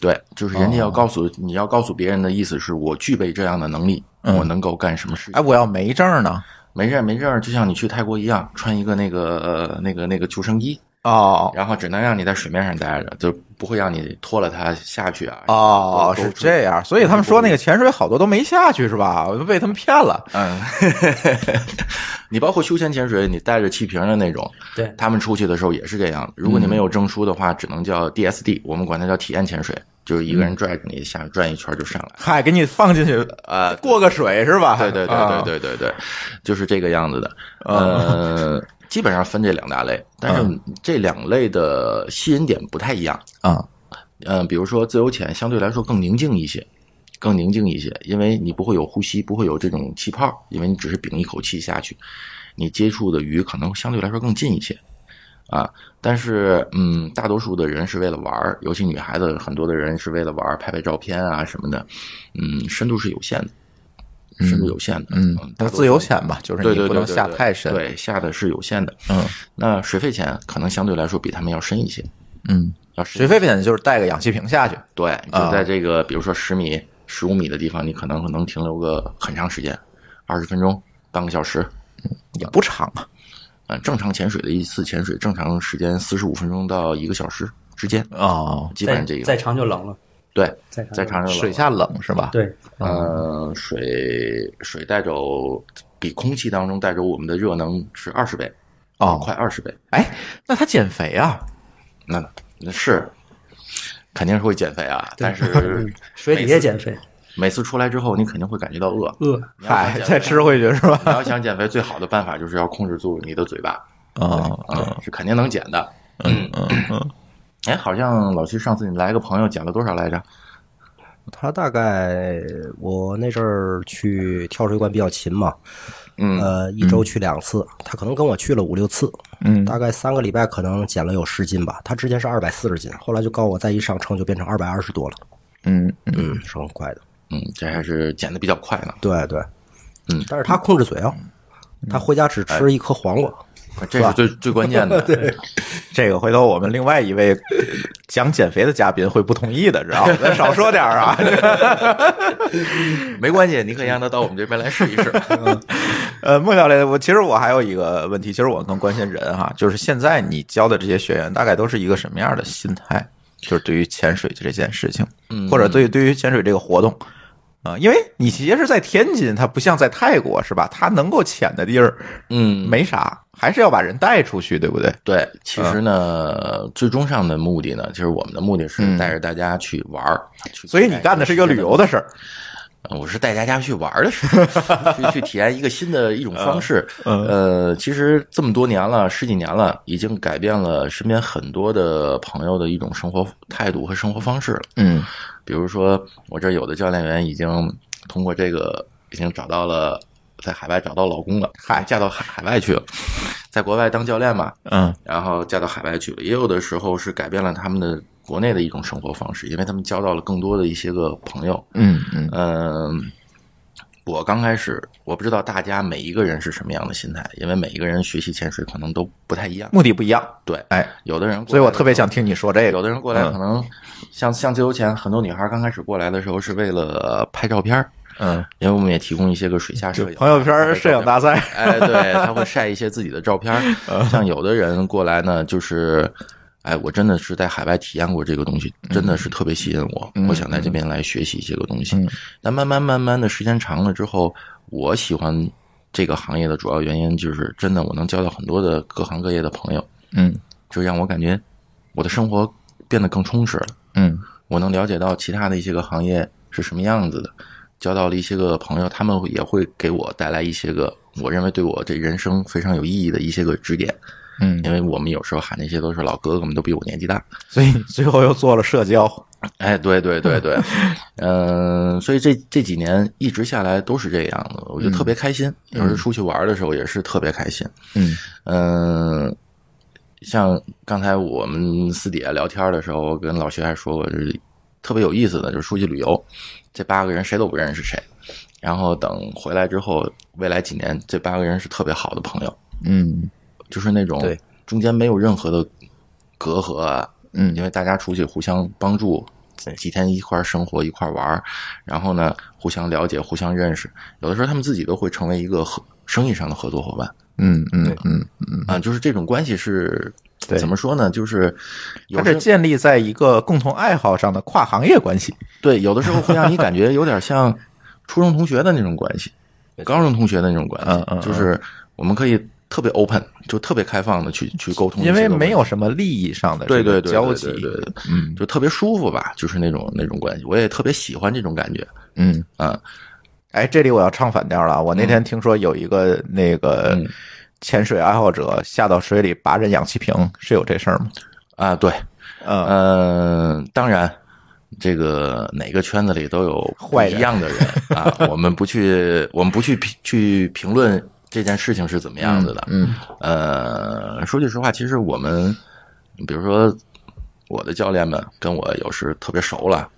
Speaker 3: 对，就是人家
Speaker 1: 哦
Speaker 3: 要告诉、你要告诉别人的意思是我具备这样的能力，
Speaker 1: 嗯
Speaker 3: 我能够干什么事
Speaker 1: 哎，
Speaker 3: 情。
Speaker 1: 我要没证呢？
Speaker 3: 没事儿没事儿，就像你去泰国一样，穿一个那个、呃、那个那个救生衣，
Speaker 1: 哦
Speaker 3: 然后只能让你在水面上待着，就不会让你脱了它下去啊。
Speaker 1: 哦，
Speaker 3: 都
Speaker 1: 是这样。所以他们说那个潜水好多都没下去是吧？我就被他们骗了。
Speaker 3: 嗯，你包括休闲潜水，你带着气瓶的那种，
Speaker 4: 对
Speaker 3: 他们出去的时候也是这样。如果你没
Speaker 1: 嗯
Speaker 3: 有证书的话，只能叫 DSD，我们管它叫体验潜水，就是一个人拽着你下去转一圈就上来。
Speaker 1: 嗨，给你放进去，
Speaker 3: 呃
Speaker 1: 过个水是吧？啊
Speaker 3: 对对对对对对对，就是这个样子的。呃，基本上分这两大类，但是这两类的吸引点不太一样。
Speaker 1: 啊啊
Speaker 3: 嗯，比如说自由潜相对来说更宁静一些，更宁静一些，因为你不会有呼吸，不会有这种气泡，因为你只是屏一口气下去，你接触的鱼可能相对来说更近一些。啊，但是嗯，大多数的人是为了玩儿，尤其女孩子，很多的人是为了玩儿，拍拍照片啊什么的，嗯，深度是有限的。是有限的。
Speaker 1: 嗯，
Speaker 3: 大
Speaker 1: 那
Speaker 3: 多数
Speaker 1: 自由潜吧，就是
Speaker 3: 对
Speaker 1: 你
Speaker 3: 对
Speaker 1: 不
Speaker 3: 对，
Speaker 1: 能
Speaker 3: 对
Speaker 1: 下
Speaker 3: 对
Speaker 1: 太深。
Speaker 3: 对下的是有限的。
Speaker 1: 嗯，
Speaker 3: 那水肺潜可能相对来说比他们要深一些，
Speaker 1: 嗯，
Speaker 3: 要深
Speaker 1: 水啊肺潜就是带个氧气瓶下去，
Speaker 3: 对，你就在这个比如说十米、十五米的地方，你可能能停留个很长时间，二十分钟、半个小时。
Speaker 1: 也不长啊。
Speaker 3: 嗯，正常潜水的一次潜水，正常时间四十五分钟到一个小时之间，
Speaker 1: 哦，
Speaker 3: 基本上这个
Speaker 4: 再长就冷了，
Speaker 3: 对，
Speaker 4: 再
Speaker 3: 在
Speaker 4: 长
Speaker 3: 长热
Speaker 1: 水下冷是吧？，
Speaker 4: 对，
Speaker 3: 呃，水水带走比空气当中带走我们的热能是二十倍，
Speaker 1: 哦
Speaker 3: 快二十倍，
Speaker 1: 哎，那他减肥啊？
Speaker 3: 那那是肯定是会减肥啊，但是
Speaker 4: 水底也减肥，
Speaker 3: 每次出来之后，你肯定会感觉到饿。
Speaker 4: 饿，
Speaker 3: 你要想
Speaker 1: 嗨，
Speaker 3: 减
Speaker 1: 再
Speaker 3: 肥
Speaker 1: 吃回去是吧？
Speaker 3: 你要想减肥，最好的办法就是要控制住你的嘴巴
Speaker 1: 哦，
Speaker 3: 啊，是肯定能减的。嗯嗯哎，好像老七上次你来个朋友减了多少来着？
Speaker 2: 他大概我那阵儿去跳水馆比较勤嘛，
Speaker 3: 嗯
Speaker 2: 呃，一周去两次，他可能跟我去了五六次，
Speaker 1: 嗯
Speaker 2: 大概三个礼拜可能减了有十斤吧。他之前是二百四十斤，后来就告我再一上称就变成二百二十多了，
Speaker 1: 嗯嗯
Speaker 2: 嗯，是很快的。
Speaker 3: 嗯，这还是减的比较快呢。
Speaker 2: 对对，
Speaker 3: 嗯
Speaker 2: 但是他控制嘴啊，他回家只吃一颗黄瓜，
Speaker 3: 这是最最关 键的。对，
Speaker 1: 这个回头我们另外一位 讲减肥的嘉宾会不同意的，知道吗？ 咱少说点儿啊。
Speaker 3: 没关系，你可以让他到我们这边来试 一试。嗯
Speaker 1: 呃，孟教练，我其实我还有一个问题，其实我更关心人哈，就是现在你教的这些学员大概都是一个什么样的心态？就是对于潜水这件事情，
Speaker 3: 嗯
Speaker 1: 或者对于对于潜水这个活动啊、因为你其实，在天津，它不像在泰国是吧？它能够潜的地儿
Speaker 3: 嗯，
Speaker 1: 没啥，还是要把人带出去，对不对？
Speaker 3: 对，其实呢，最终上的目的呢，其实我们的目的
Speaker 1: 嗯
Speaker 3: 是带着大家去玩儿。去嗯
Speaker 1: 所以你干的是一个旅游的事儿，
Speaker 3: 我是带大家去玩儿的事 情，去去体验一个新的一种方式。
Speaker 1: 嗯
Speaker 3: 呃，其实这么多年了，十几年了，已经改变了身边很多的朋友的一种生活态度和生活方式了。
Speaker 1: 嗯
Speaker 3: 比如说，我这有的教练员已经通过这个已经找到了在海外找到老公了，嗨，嫁到海海外去了，在国外当教练嘛，
Speaker 1: 嗯
Speaker 3: 然后嫁到海外去了。也有的时候是改变了他们的国内的一种生活方式，因为他们交到了更多的一些个朋友，
Speaker 1: 嗯嗯
Speaker 3: 嗯，我刚开始我不知道大家每一个人是什么样的心态，因为每一个人学习潜水可能都不太一样。
Speaker 1: 目的不一样，
Speaker 3: 对，
Speaker 1: 哎，
Speaker 3: 有的人过来，
Speaker 1: 所以我特别想听你说这
Speaker 3: 有
Speaker 1: 个，
Speaker 3: 的人过来
Speaker 1: 嗯
Speaker 3: 可能像像自由潜，很多女孩刚开始过来的时候是为了拍照片儿，
Speaker 1: 嗯，
Speaker 3: 因为我们也提供一些个水下摄影啊
Speaker 1: 朋友圈儿
Speaker 3: 拍
Speaker 1: 摄
Speaker 3: 照
Speaker 1: 影
Speaker 3: 片
Speaker 1: 大赛，
Speaker 3: 哎，对，他会晒一些自己的照片儿。像有的人过来呢，就是，哎，我真的是在海外体验过这个东西，真的是特别吸引我，我想在这边来学习一些个东西。那慢慢慢慢的时间长了之后，我喜欢这个行业的主要原因就是，真的我能交到很多的各行各业的朋友，
Speaker 1: 嗯
Speaker 3: 就让我感觉我的生活变得更充实了。
Speaker 1: 嗯
Speaker 3: 我能了解到其他的一些个行业是什么样子的，交到了一些个朋友，他们也会给我带来一些个我认为对我这人生非常有意义的一些个指点。
Speaker 1: 嗯
Speaker 3: 因为我们有时候喊那些都是老哥哥们，都比我年纪大。
Speaker 1: 所以你最后又做了社交，
Speaker 3: 哎，对对对对， 嗯、所以这这几年一直下来都是这样的，我就特别开心。有时候出去玩的时候也是特别开心。
Speaker 1: 嗯
Speaker 3: 嗯，像刚才我们私底下聊天的时候，我跟老徐还说过，就是特别有意思的，就是出去旅游，这八个人谁都不认识谁，然后等回来之后，未来几年这八个人是特别好的朋友，
Speaker 1: 嗯
Speaker 3: 就是那种
Speaker 2: 对
Speaker 3: 中间没有任何的隔阂啊，
Speaker 1: 嗯
Speaker 3: 因为大家出去互相帮助，几天一块儿生活一块儿玩儿，然后呢互相了解、互相认识，有的时候他们自己都会成为一个合生意上的合作伙伴。
Speaker 1: 嗯嗯嗯，
Speaker 3: 啊，就是这种关系是
Speaker 1: 对
Speaker 3: 怎么说呢？就是
Speaker 1: 它
Speaker 3: 有
Speaker 1: 是
Speaker 3: 时
Speaker 1: 建立在一个共同爱好上的跨行业关系。
Speaker 3: 对有的时候会让你感觉有点像初中同学的那种关 系，高中同学的那种关系，
Speaker 1: 嗯嗯嗯
Speaker 3: 就是我们可以特别 open，就特别开放的去去沟通一些
Speaker 1: 因
Speaker 3: 个问题，
Speaker 1: 为没有什么利益上的
Speaker 3: 对
Speaker 1: 这个
Speaker 3: 对对
Speaker 1: 交集，
Speaker 3: 对对对对
Speaker 1: 嗯
Speaker 3: 就特别舒服吧，就是那种那种关系，我也特别喜欢这种感觉。
Speaker 1: 嗯
Speaker 3: 啊，
Speaker 1: 哎，这里我要唱反调了啊。我那天听说有一个那个
Speaker 3: 嗯
Speaker 1: 潜水爱好者下到水里拔人氧气瓶，是有这事儿吗？
Speaker 3: 啊，对，
Speaker 1: 嗯，
Speaker 3: 嗯，当然，这个哪个圈子里都有不一样的人啊。我们不去，我们不去评去评论这件事情是怎么样子的。
Speaker 1: 嗯
Speaker 3: 呃，说句实话，其实我们，比如说我的教练们跟我有时特别熟了，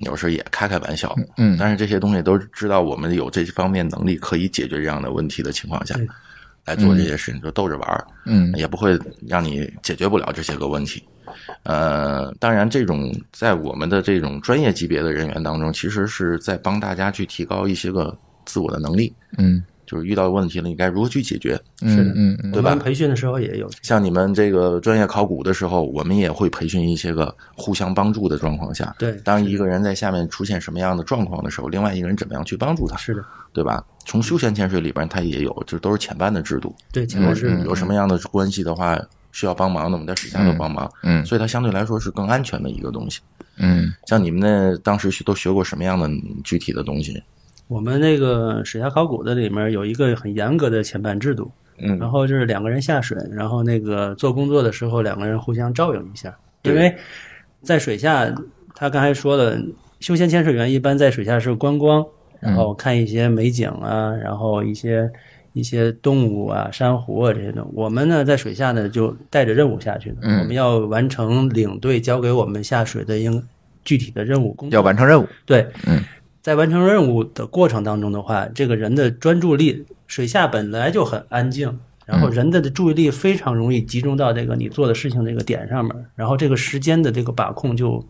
Speaker 3: 有时候也开开玩笑。
Speaker 1: 嗯
Speaker 3: 但是这些东西都是知道我们有这方面能力可以解决这样的问题的情况下
Speaker 4: 对，
Speaker 3: 来做这些事情，就逗着玩儿。
Speaker 1: 嗯
Speaker 3: 也不会让你解决不了这些个问题。呃，当然，这种在我们的这种专业级别的人员当中，其实是在帮大家去提高一些个自我的能力，
Speaker 1: 嗯，
Speaker 3: 就是遇到问题了，你该如何去解决。
Speaker 1: 是的，嗯嗯
Speaker 4: 我们培训的时候也有，
Speaker 3: 像你们这个专业考古的时候，我们也会培训一些个互相帮助的状况下，
Speaker 4: 对
Speaker 3: 当一个人在下面出现什么样的状况的时候，另外一个人怎么样去帮助他，
Speaker 4: 是的，
Speaker 3: 对吧？从休闲潜水里边，它也有，就都是潜伴的制度，
Speaker 4: 对，前
Speaker 3: 有
Speaker 4: 面
Speaker 3: 是
Speaker 4: 是
Speaker 3: 有什么样的关系的话需要帮忙的，我们在水下都帮忙，
Speaker 1: 嗯
Speaker 3: 所以它相对来说是更安全的一个东西。
Speaker 1: 嗯
Speaker 3: 像你们那当时学都学过什么样的具体的东西？
Speaker 4: 我们那个水下考古的里面有一个很严格的前半制度，
Speaker 3: 嗯
Speaker 4: 然后就是两个人下水，然后那个做工作的时候两个人互相照应一下，
Speaker 3: 对
Speaker 4: 因为在水下，他刚才说的休闲潜水员一般在水下是观光，
Speaker 3: 嗯
Speaker 4: 然后看一些美景啊，然后一些一些动物啊、珊瑚啊这些东西。我们呢在水下呢就带着任务下去的，
Speaker 3: 嗯
Speaker 4: 我们要完成领队交给我们下水的应具体的任务工作，
Speaker 1: 要完成任务，
Speaker 4: 对，
Speaker 1: 嗯，
Speaker 4: 在完成任务的过程当中的话，这个人的专注力，水下本来就很安静，然后人的注意力非常容易集中到这个你做的事情这个点上面，然后这个时间的这个把控就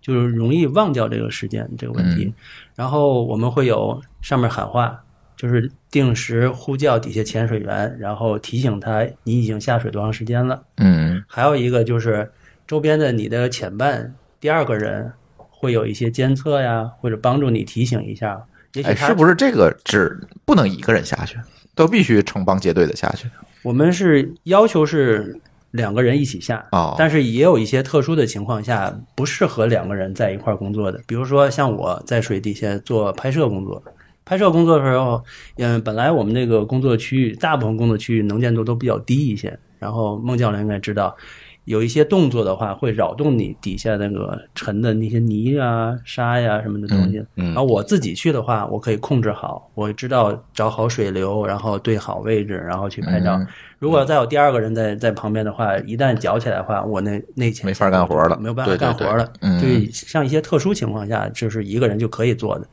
Speaker 4: 就是容易忘掉这个时间这个问题。然后我们会有上面喊话，就是定时呼叫底下潜水员，然后提醒他你已经下水多长时间了。
Speaker 1: 嗯
Speaker 4: 还有一个就是周边的你的潜伴第二个人会有一些监测呀，或者帮助你提醒一下。也许
Speaker 1: 哎，
Speaker 4: 他
Speaker 1: 是不是这个只不能一个人下去，都必须成帮结队的下去？
Speaker 4: 我们是要求是两个人一起下，
Speaker 1: 哦
Speaker 4: 但是也有一些特殊的情况下不适合两个人在一块儿工作的，比如说像我在水底下做拍摄工作。拍摄工作的时候，嗯，本来我们那个工作区域，大部分工作区域能见度都比较低一些。然后孟教练应该知道，有一些动作的话会扰动你底下那个沉的那些泥啊、沙呀、什么的东西。
Speaker 3: 嗯
Speaker 4: 然后我自己去的话，我可以控制好，我知道找好水流，然后对好位置，然后去拍照。如果再有第二个人在在旁边的话，一旦搅起来的话，我那那前
Speaker 1: 没法干活了
Speaker 4: 没有办法
Speaker 3: 对对
Speaker 4: 干活了。
Speaker 1: 对嗯
Speaker 4: 就是像一些特殊情况下，就是一个人就可以做的。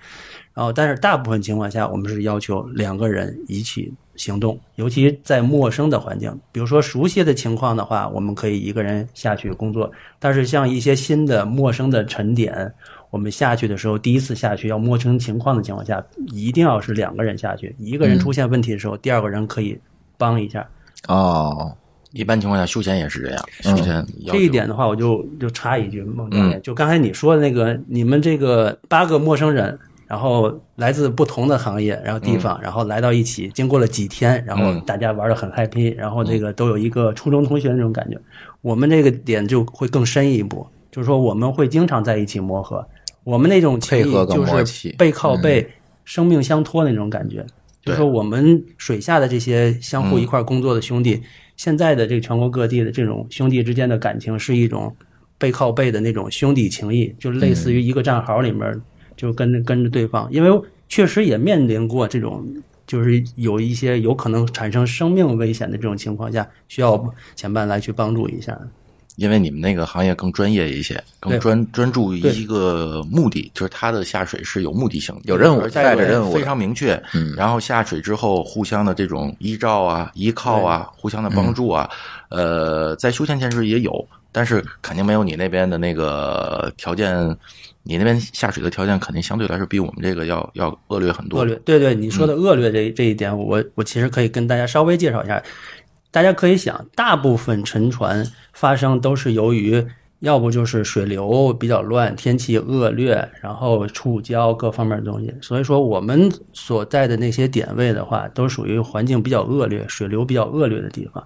Speaker 4: 然后，但是大部分情况下，我们是要求两个人一起行动，尤其在陌生的环境，比如说熟悉的情况的话，我们可以一个人下去工作。但是像一些新的陌生的沉点，我们下去的时候，第一次下去要陌生情况的情况下，一定要是两个人下去，一
Speaker 1: 嗯
Speaker 4: 个人出现问题的时候，第二个人可以帮一下。
Speaker 1: 哦，嗯
Speaker 3: 一般情况下，休闲也是这样，休闲要求
Speaker 4: 这
Speaker 3: 嗯
Speaker 4: 一点的话，我就就插一句，孟教练，就刚才你说的那个，你们这个八个陌生人，然后来自不同的行业，然后地方，然后来到一起，经过了几天，然后
Speaker 3: 嗯
Speaker 4: 大家玩的很 happy，然后这个都有一个初中同学那种感觉。我们这个点就会更深一步，就是说我们会经常在一起磨合，我们那种情谊
Speaker 1: 配合更
Speaker 4: 就
Speaker 1: 默
Speaker 4: 是
Speaker 1: 契嗯
Speaker 4: 背靠背、生命相托那种感觉。就是说我们水下的这些相互一块儿工作的兄弟，
Speaker 1: 嗯
Speaker 4: 现在的这个全国各地的这种兄弟之间的感情是一种背靠背的那种兄弟情谊，就类似
Speaker 1: 嗯
Speaker 4: 于一个战壕里面就跟着跟着对方，因为确实也面临过这种。就是有一些有可能产生生命危险的这种情况下，需要前伴来去帮助一下。
Speaker 3: 因为你们那个行业更专业一些，更
Speaker 4: 对
Speaker 3: 专专注于
Speaker 4: 对
Speaker 3: 一个目的，就是它的下水是有目的性的，
Speaker 1: 有任务
Speaker 3: 而且
Speaker 1: 带着任务的
Speaker 3: 非常明确。嗯，然后下水之后，互相的这种依照啊、依靠啊、互相的
Speaker 1: 嗯
Speaker 3: 帮助啊，呃，在休闲潜水也有，但是肯定没有你那边的那个条件，你那边下水的条件肯定相对来说比我们这个要要恶劣很多。嗯
Speaker 4: 恶劣，对对，你说的恶劣这这一点，我我其实可以跟大家稍微介绍一下。大家可以想，大部分沉船发生都是由于，要不就是水流比较乱，天气恶劣，然后触礁各方面的东西。所以说，我们所在的那些点位的话，都属于环境比较恶劣、水流比较恶劣的地方，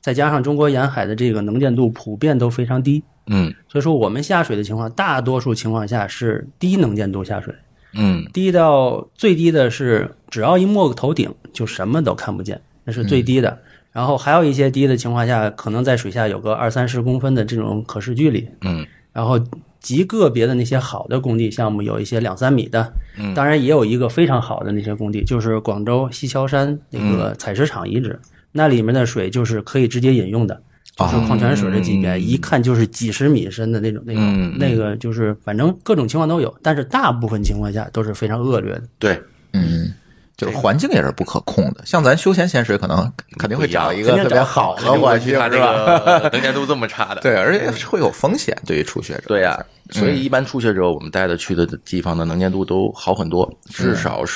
Speaker 4: 再加上中国沿海的这个能见度普遍都非常低，
Speaker 3: 嗯
Speaker 4: 所以说我们下水的情况，大多数情况下是低能见度下水。
Speaker 3: 嗯
Speaker 4: 低到最低的是，只要一没过头顶，就什么都看不见，那是最低
Speaker 3: 嗯
Speaker 4: 的。然后还有一些低的情况下，可能在水下有个二三十公分的这种可视距离。
Speaker 3: 嗯
Speaker 4: 然后极个别的那些好的工地项目，有一些两三米的，
Speaker 3: 嗯
Speaker 4: 当然也有一个非常好的那些工地，就是
Speaker 3: 嗯
Speaker 4: 广州西樵山那个采石场遗址，那里面的水就是可以直接饮用的。就是矿泉水的级别，一看就是几十米深的那种，那
Speaker 3: 嗯
Speaker 4: 种那个就是反正各种情况都有，但是大部分情况下都是非常恶劣的。
Speaker 3: 对，
Speaker 1: 嗯，就是环境也是不可控的。像咱休闲潜水，可能肯定会找一个
Speaker 4: 肯定
Speaker 1: 特别
Speaker 4: 找
Speaker 1: 好
Speaker 3: 肯
Speaker 1: 的
Speaker 3: 定不会
Speaker 1: 环
Speaker 3: 去
Speaker 1: 境，
Speaker 3: 他
Speaker 1: 是
Speaker 3: 这
Speaker 1: 吧？
Speaker 3: 个 能见度这 么差的。
Speaker 1: 对，而且会有风险对于初学者。
Speaker 3: 对呀、所以一般初学者我们带的去的地方的能见度都好很多，至少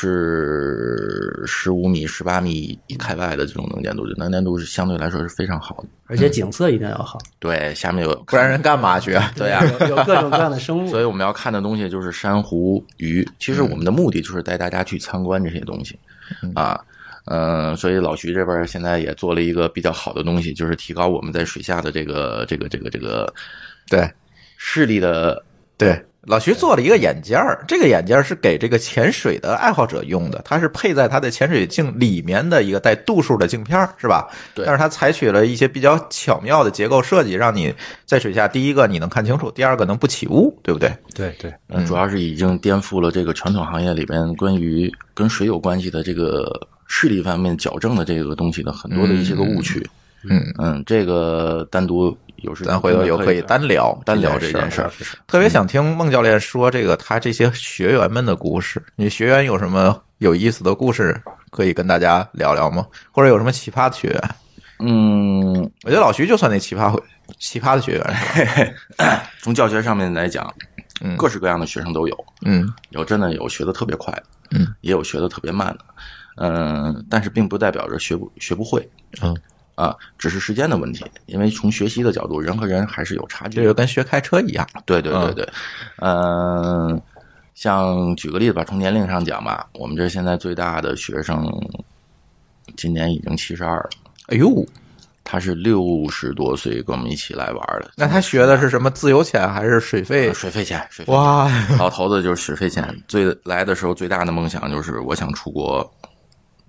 Speaker 3: 是十五米、十八米以开外的这种能见度，能见度是相对来说是非常好的。
Speaker 4: 而且景色一定要 好，
Speaker 3: 对，下面有
Speaker 1: 不然人干嘛去啊？
Speaker 3: 对哎呀、
Speaker 4: 有有各种各样的生物
Speaker 3: 所。以我们要看的东西就是珊瑚、鱼。其实我们的目的就是带大家去参观这些东西，啊，嗯、所以老徐这边现在也做了一个比较好的东西，就是提高我们在水下的这个这个这个这个
Speaker 1: 对
Speaker 3: 视力的
Speaker 1: 对，老徐做了一个眼镜儿，这个眼镜儿是给这个潜水的爱好者用的，它是配在它的潜水镜里面的一个带度数的镜片儿，是吧？
Speaker 3: 对
Speaker 1: 但是它采取了一些比较巧妙的结构设计，让你在水下，第一个你能看清楚，第二个能不起雾，对不对？
Speaker 2: 对对，
Speaker 3: 嗯，主要是已经颠覆了这个传统行业里边关于跟水有关系的这个视力方面矫正的这个东西的很多的一些个误区。
Speaker 1: 嗯
Speaker 3: 嗯，这个单独有时
Speaker 1: 咱回头有可以单聊
Speaker 3: 单聊这
Speaker 1: 这
Speaker 3: 件
Speaker 1: 件
Speaker 3: 事
Speaker 1: 事
Speaker 3: 儿
Speaker 1: 儿。。特别想听孟教练说这个他这些学员们的故事。你学员有什么有意思的故事可以跟大家聊聊吗？或者有什么奇葩的学员？
Speaker 3: 嗯，
Speaker 1: 我觉得老徐就算那奇葩会奇葩的学员是吧？
Speaker 3: 从教学上面来讲，
Speaker 1: 嗯
Speaker 3: 各式各样的学生都有。
Speaker 1: 嗯
Speaker 3: 有真的有学的特别快的，
Speaker 1: 嗯，
Speaker 3: 也有学的特别慢的，嗯、但是并不代表着学不学不会，
Speaker 1: 嗯
Speaker 3: 啊，只是时间的问题，因为从学习的角度，人和人还是有差距
Speaker 1: 这
Speaker 3: 的。
Speaker 1: 就跟学开车一样。
Speaker 3: 对对对
Speaker 1: 嗯
Speaker 3: 对，嗯、像举个例子吧，从年龄上讲吧，我们这现在最大的学生今年已经七十二了，
Speaker 1: 哎呦，
Speaker 3: 他是六十多岁跟我们一起来玩的，
Speaker 1: 那他学的是什么自由潜还是水肺？
Speaker 3: 水费钱，水费钱
Speaker 1: 哎哇，
Speaker 3: 老头子就是水费钱。最来的时候最大的梦想就是我想出国，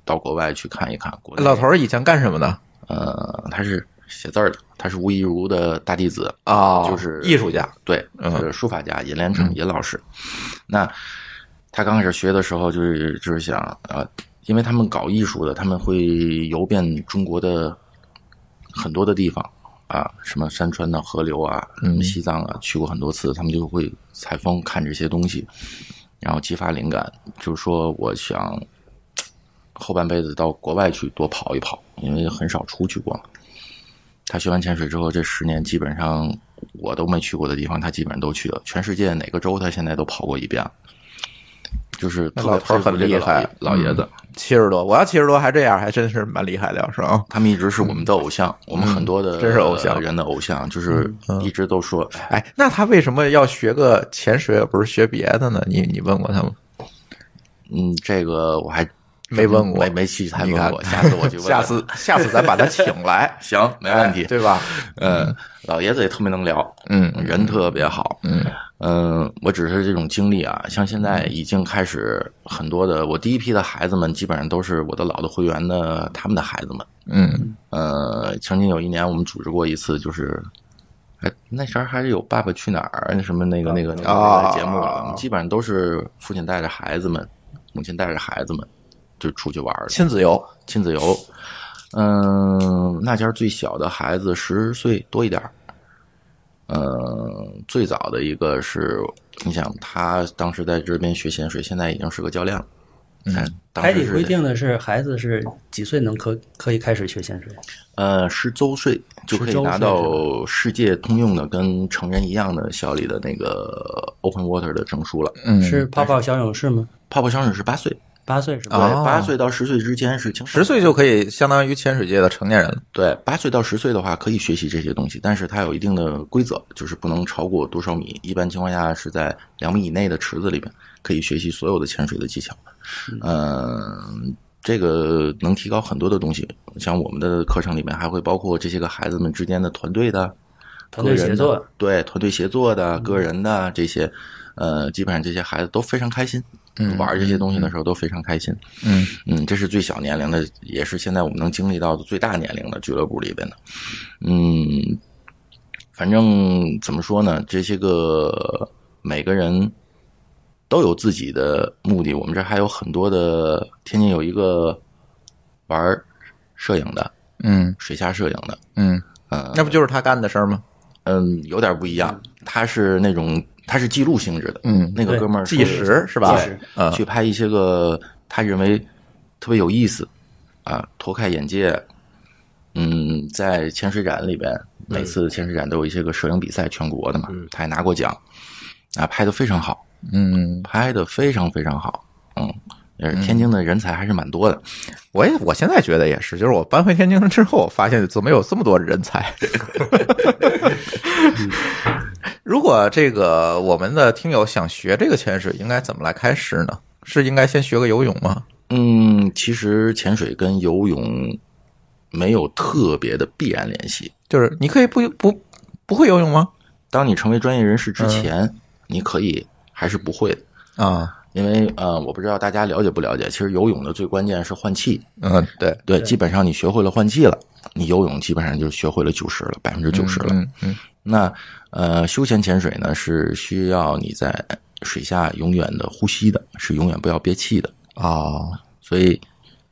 Speaker 3: 到国外去看一看。国内
Speaker 1: 老头儿以前干什么的？
Speaker 3: 呃，他是写字儿的，他是吴亦如的大弟子，
Speaker 1: 啊
Speaker 3: 就是
Speaker 1: 艺术家。
Speaker 3: 对，
Speaker 1: 嗯
Speaker 3: 就是书法家尹连成尹老师。那他刚开始学的时候，就是就是想呃，因为他们搞艺术的，他们会游遍中国的很多的地方。啊，什么山川呐、河流啊，
Speaker 1: 嗯
Speaker 3: 什么西藏啊，去过很多次，他们就会采风看这些东西，然后激发灵感，就是说我想后半辈子到国外去多跑一跑，因为很少出去过嘛。他学完潜水之后，这十年基本上我都没去过的地方，他基本上都去了。全世界哪个州，他现在都跑过一遍了。就是
Speaker 1: 那
Speaker 3: 特别
Speaker 1: 老头儿
Speaker 3: 佩服
Speaker 1: 很
Speaker 3: 这
Speaker 1: 厉
Speaker 3: 个老
Speaker 1: 害
Speaker 3: 爷老爷子。
Speaker 1: 七十多，我要七十多还这样，还真是蛮厉害的，要是啊，
Speaker 3: 他们一直是我们的偶像，我们很多的
Speaker 1: 嗯真是偶像嗯
Speaker 3: 人的偶像，就是一直都说，哎
Speaker 1: 哎，那他为什么要学个潜水，而不是学别的呢？你你问过他吗？
Speaker 3: 嗯，这个我还
Speaker 1: 没问过
Speaker 3: 没没去采
Speaker 1: 你
Speaker 3: 问
Speaker 1: 看
Speaker 3: 过，下次我去 问问。，
Speaker 1: 下次下次咱把他请来
Speaker 3: 行，没问 题
Speaker 1: 哎。对吧？
Speaker 3: 嗯，老爷子也特别能聊，
Speaker 1: 嗯
Speaker 3: 人特别好，
Speaker 1: 嗯
Speaker 3: 嗯，我只是这种经历啊，像现在已经开始很多的，我第一批的孩子们基本上都是我的老的会员的他们的孩子们，
Speaker 1: 嗯
Speaker 3: 呃，曾经有一年我们组织过一次，就是，哎，那时候还是有《爸爸去哪儿》那什么那个那个那个那个
Speaker 1: 啊
Speaker 3: 节目了，我们基本上都是父亲带着孩子们，母亲带着孩子们就出去玩儿了，
Speaker 1: 亲子游，
Speaker 3: 亲子游。嗯，那家最小的孩子十岁多一点儿。嗯，最早的一个是，你想他当时在这边学潜水，现在已经是个教练了。嗯， 当
Speaker 4: 海
Speaker 3: 时
Speaker 4: 底
Speaker 3: 是
Speaker 4: 规定的是，孩子是几岁能可可以开始学潜水？
Speaker 3: 呃，十周岁就可以
Speaker 4: 10周岁
Speaker 3: 拿到世界通用的跟成人一样的校里的那个 Open Water 的证书了。
Speaker 1: 嗯
Speaker 4: 是泡泡小勇士吗？
Speaker 3: 泡泡香水是八岁，
Speaker 4: 八岁是吧？
Speaker 3: 对，
Speaker 1: 哦
Speaker 3: 八岁到十岁之间是青少
Speaker 1: 十
Speaker 3: 年
Speaker 1: 岁就可以相当于潜水界的成年人了。
Speaker 3: 对，八岁到十岁的话可以学习这些东西，但是它有一定的规则，就是不能超过多少米。一般情况下是在两米以内的池子里边可以学习所有的潜水的技巧。嗯，这个能提高很多的东西。像我们的课程里面还会包括这些个孩子们之间的团队的、
Speaker 4: 团队
Speaker 3: 个人
Speaker 4: 协
Speaker 3: 的
Speaker 4: 作，
Speaker 3: 对团队协作的、个人的这些，呃，基本上这些孩子都非常开心，玩这些东西的时候都非常开心。
Speaker 1: 嗯
Speaker 3: 嗯，这是最小年龄的，也是现在我们能经历到的最大年龄的俱乐部里边的。嗯，反正怎么说呢，这些个每个人都有自己的目的。我们这还有很多的，天津有一个玩儿摄影的，
Speaker 1: 嗯
Speaker 3: 水下摄影的，
Speaker 1: 嗯
Speaker 3: 呃，
Speaker 1: 那不就是他干的事儿吗？
Speaker 3: 嗯，有点不一样。他是那种，他是记录性质的。
Speaker 1: 嗯
Speaker 3: 那个
Speaker 4: 对
Speaker 3: 哥们儿
Speaker 1: 计时是吧
Speaker 4: 计时？
Speaker 1: 嗯
Speaker 3: 去拍一些个他认为特别有意思啊，拓开眼界。嗯，在潜水展里边，
Speaker 1: 嗯
Speaker 3: 每次潜水展都有一些个摄影比赛，全国的嘛，他还拿过奖啊，拍的非常好，
Speaker 1: 嗯，
Speaker 3: 拍的非常非常好。嗯，也是天津的人才还是蛮多的。
Speaker 1: 我也我现在觉得也是，就是我搬回天津之后，我发现怎么有这么多人 才。如果这个我们的听友想学这个潜水，应该怎么来开始呢？是应该先学个游泳吗？
Speaker 3: 嗯，其实潜水跟游泳没有特别的必然联系。
Speaker 1: 就是你可以不不不会游泳吗？
Speaker 3: 当你成为专业人士
Speaker 1: 嗯
Speaker 3: 之前，你可以还是不会的，
Speaker 1: 啊，
Speaker 3: 因为呃，我不知道大家了解不了解，其实游泳的最关键是换气，
Speaker 1: 嗯，对，
Speaker 3: 对，基本上你学会了换气了，你游泳基本上就学会了九十了，百分之九十了。
Speaker 1: 嗯嗯
Speaker 3: 那呃，休闲潜水呢是需要你在水下永远的呼吸的，是永远不要憋气的，
Speaker 1: 哦
Speaker 3: 所以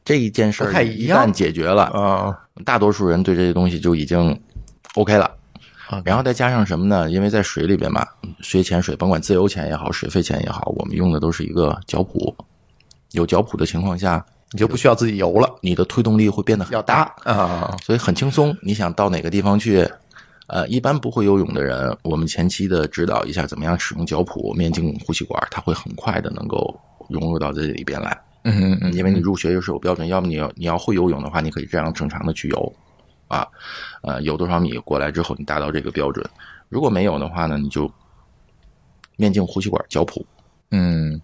Speaker 3: 这一件事
Speaker 1: 不
Speaker 3: 儿
Speaker 1: 太一
Speaker 3: 一
Speaker 1: 样
Speaker 3: 旦解决了，
Speaker 1: 哦，
Speaker 3: 大多数人对这些东西就已经 OK 了
Speaker 1: OK。
Speaker 3: 然后再加上什么呢？因为在水里边嘛，学潜水，甭管自由潜也好，水肺潜也好，我们用的都是一个脚蹼。有脚蹼的情况下，
Speaker 1: 你就不需要自己游了
Speaker 3: 你的推动力会变得很
Speaker 1: 要
Speaker 3: 大，
Speaker 1: 啊，
Speaker 3: 所以很轻松。你想到哪个地方去？呃，一般不会游泳的人，我们前期的指导一下怎么样使用脚蹼、面镜、呼吸管，他会很快的能够融入到这里边来。
Speaker 1: 嗯嗯嗯
Speaker 3: 因为你入学又是有标准，要么你要你要会游泳的话，你可以这样正常的去游，啊，呃，游多少米过来之后，你达到这个标准。如果没有的话呢，你就面镜、呼吸管、脚蹼，
Speaker 1: 嗯，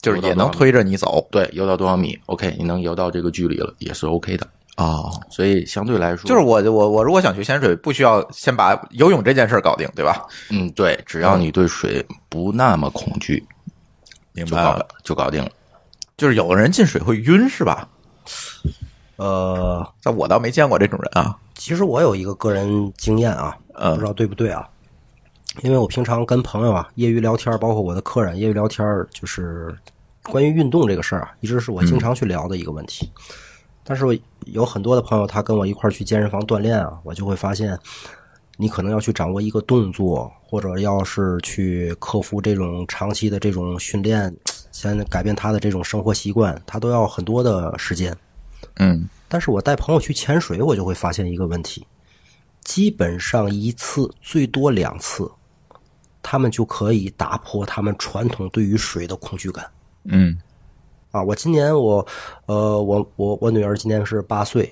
Speaker 1: 就是也能推着你走
Speaker 3: 对，游到多少米，OK，你能游到这个距离了，也是 OK 的。
Speaker 1: 哦。
Speaker 3: 所以相对来说，
Speaker 1: 就是我我我如果想学潜水，不需要先把游泳这件事儿搞定，对吧？
Speaker 3: 嗯，对，只要你对水不那么恐惧，
Speaker 1: 明
Speaker 3: 就搞了，就搞定了。
Speaker 1: 就是有人进水会晕是吧？
Speaker 2: 呃，
Speaker 1: 但我倒没见过这种人啊。
Speaker 2: 其实我有一个个人经验啊，
Speaker 1: 嗯
Speaker 2: 不知道对不对啊？因为我平常跟朋友啊业余聊天儿，包括我的客人业余聊天儿，就是关于运动这个事儿啊，一直是我经常去聊的一个问题。但是我有很多的朋友，他跟我一块儿去健身房锻炼啊，我就会发现，你可能要去掌握一个动作，或者要是去克服这种长期的这种训练，先改变他的这种生活习惯，他都要很多的时间。
Speaker 1: 嗯
Speaker 2: 但是我带朋友去潜水，我就会发现一个问题：基本上一次最多两次，他们就可以打破他们传统对于水的恐惧感
Speaker 1: 嗯
Speaker 2: 啊！我今年我，呃，我我我女儿今年是八岁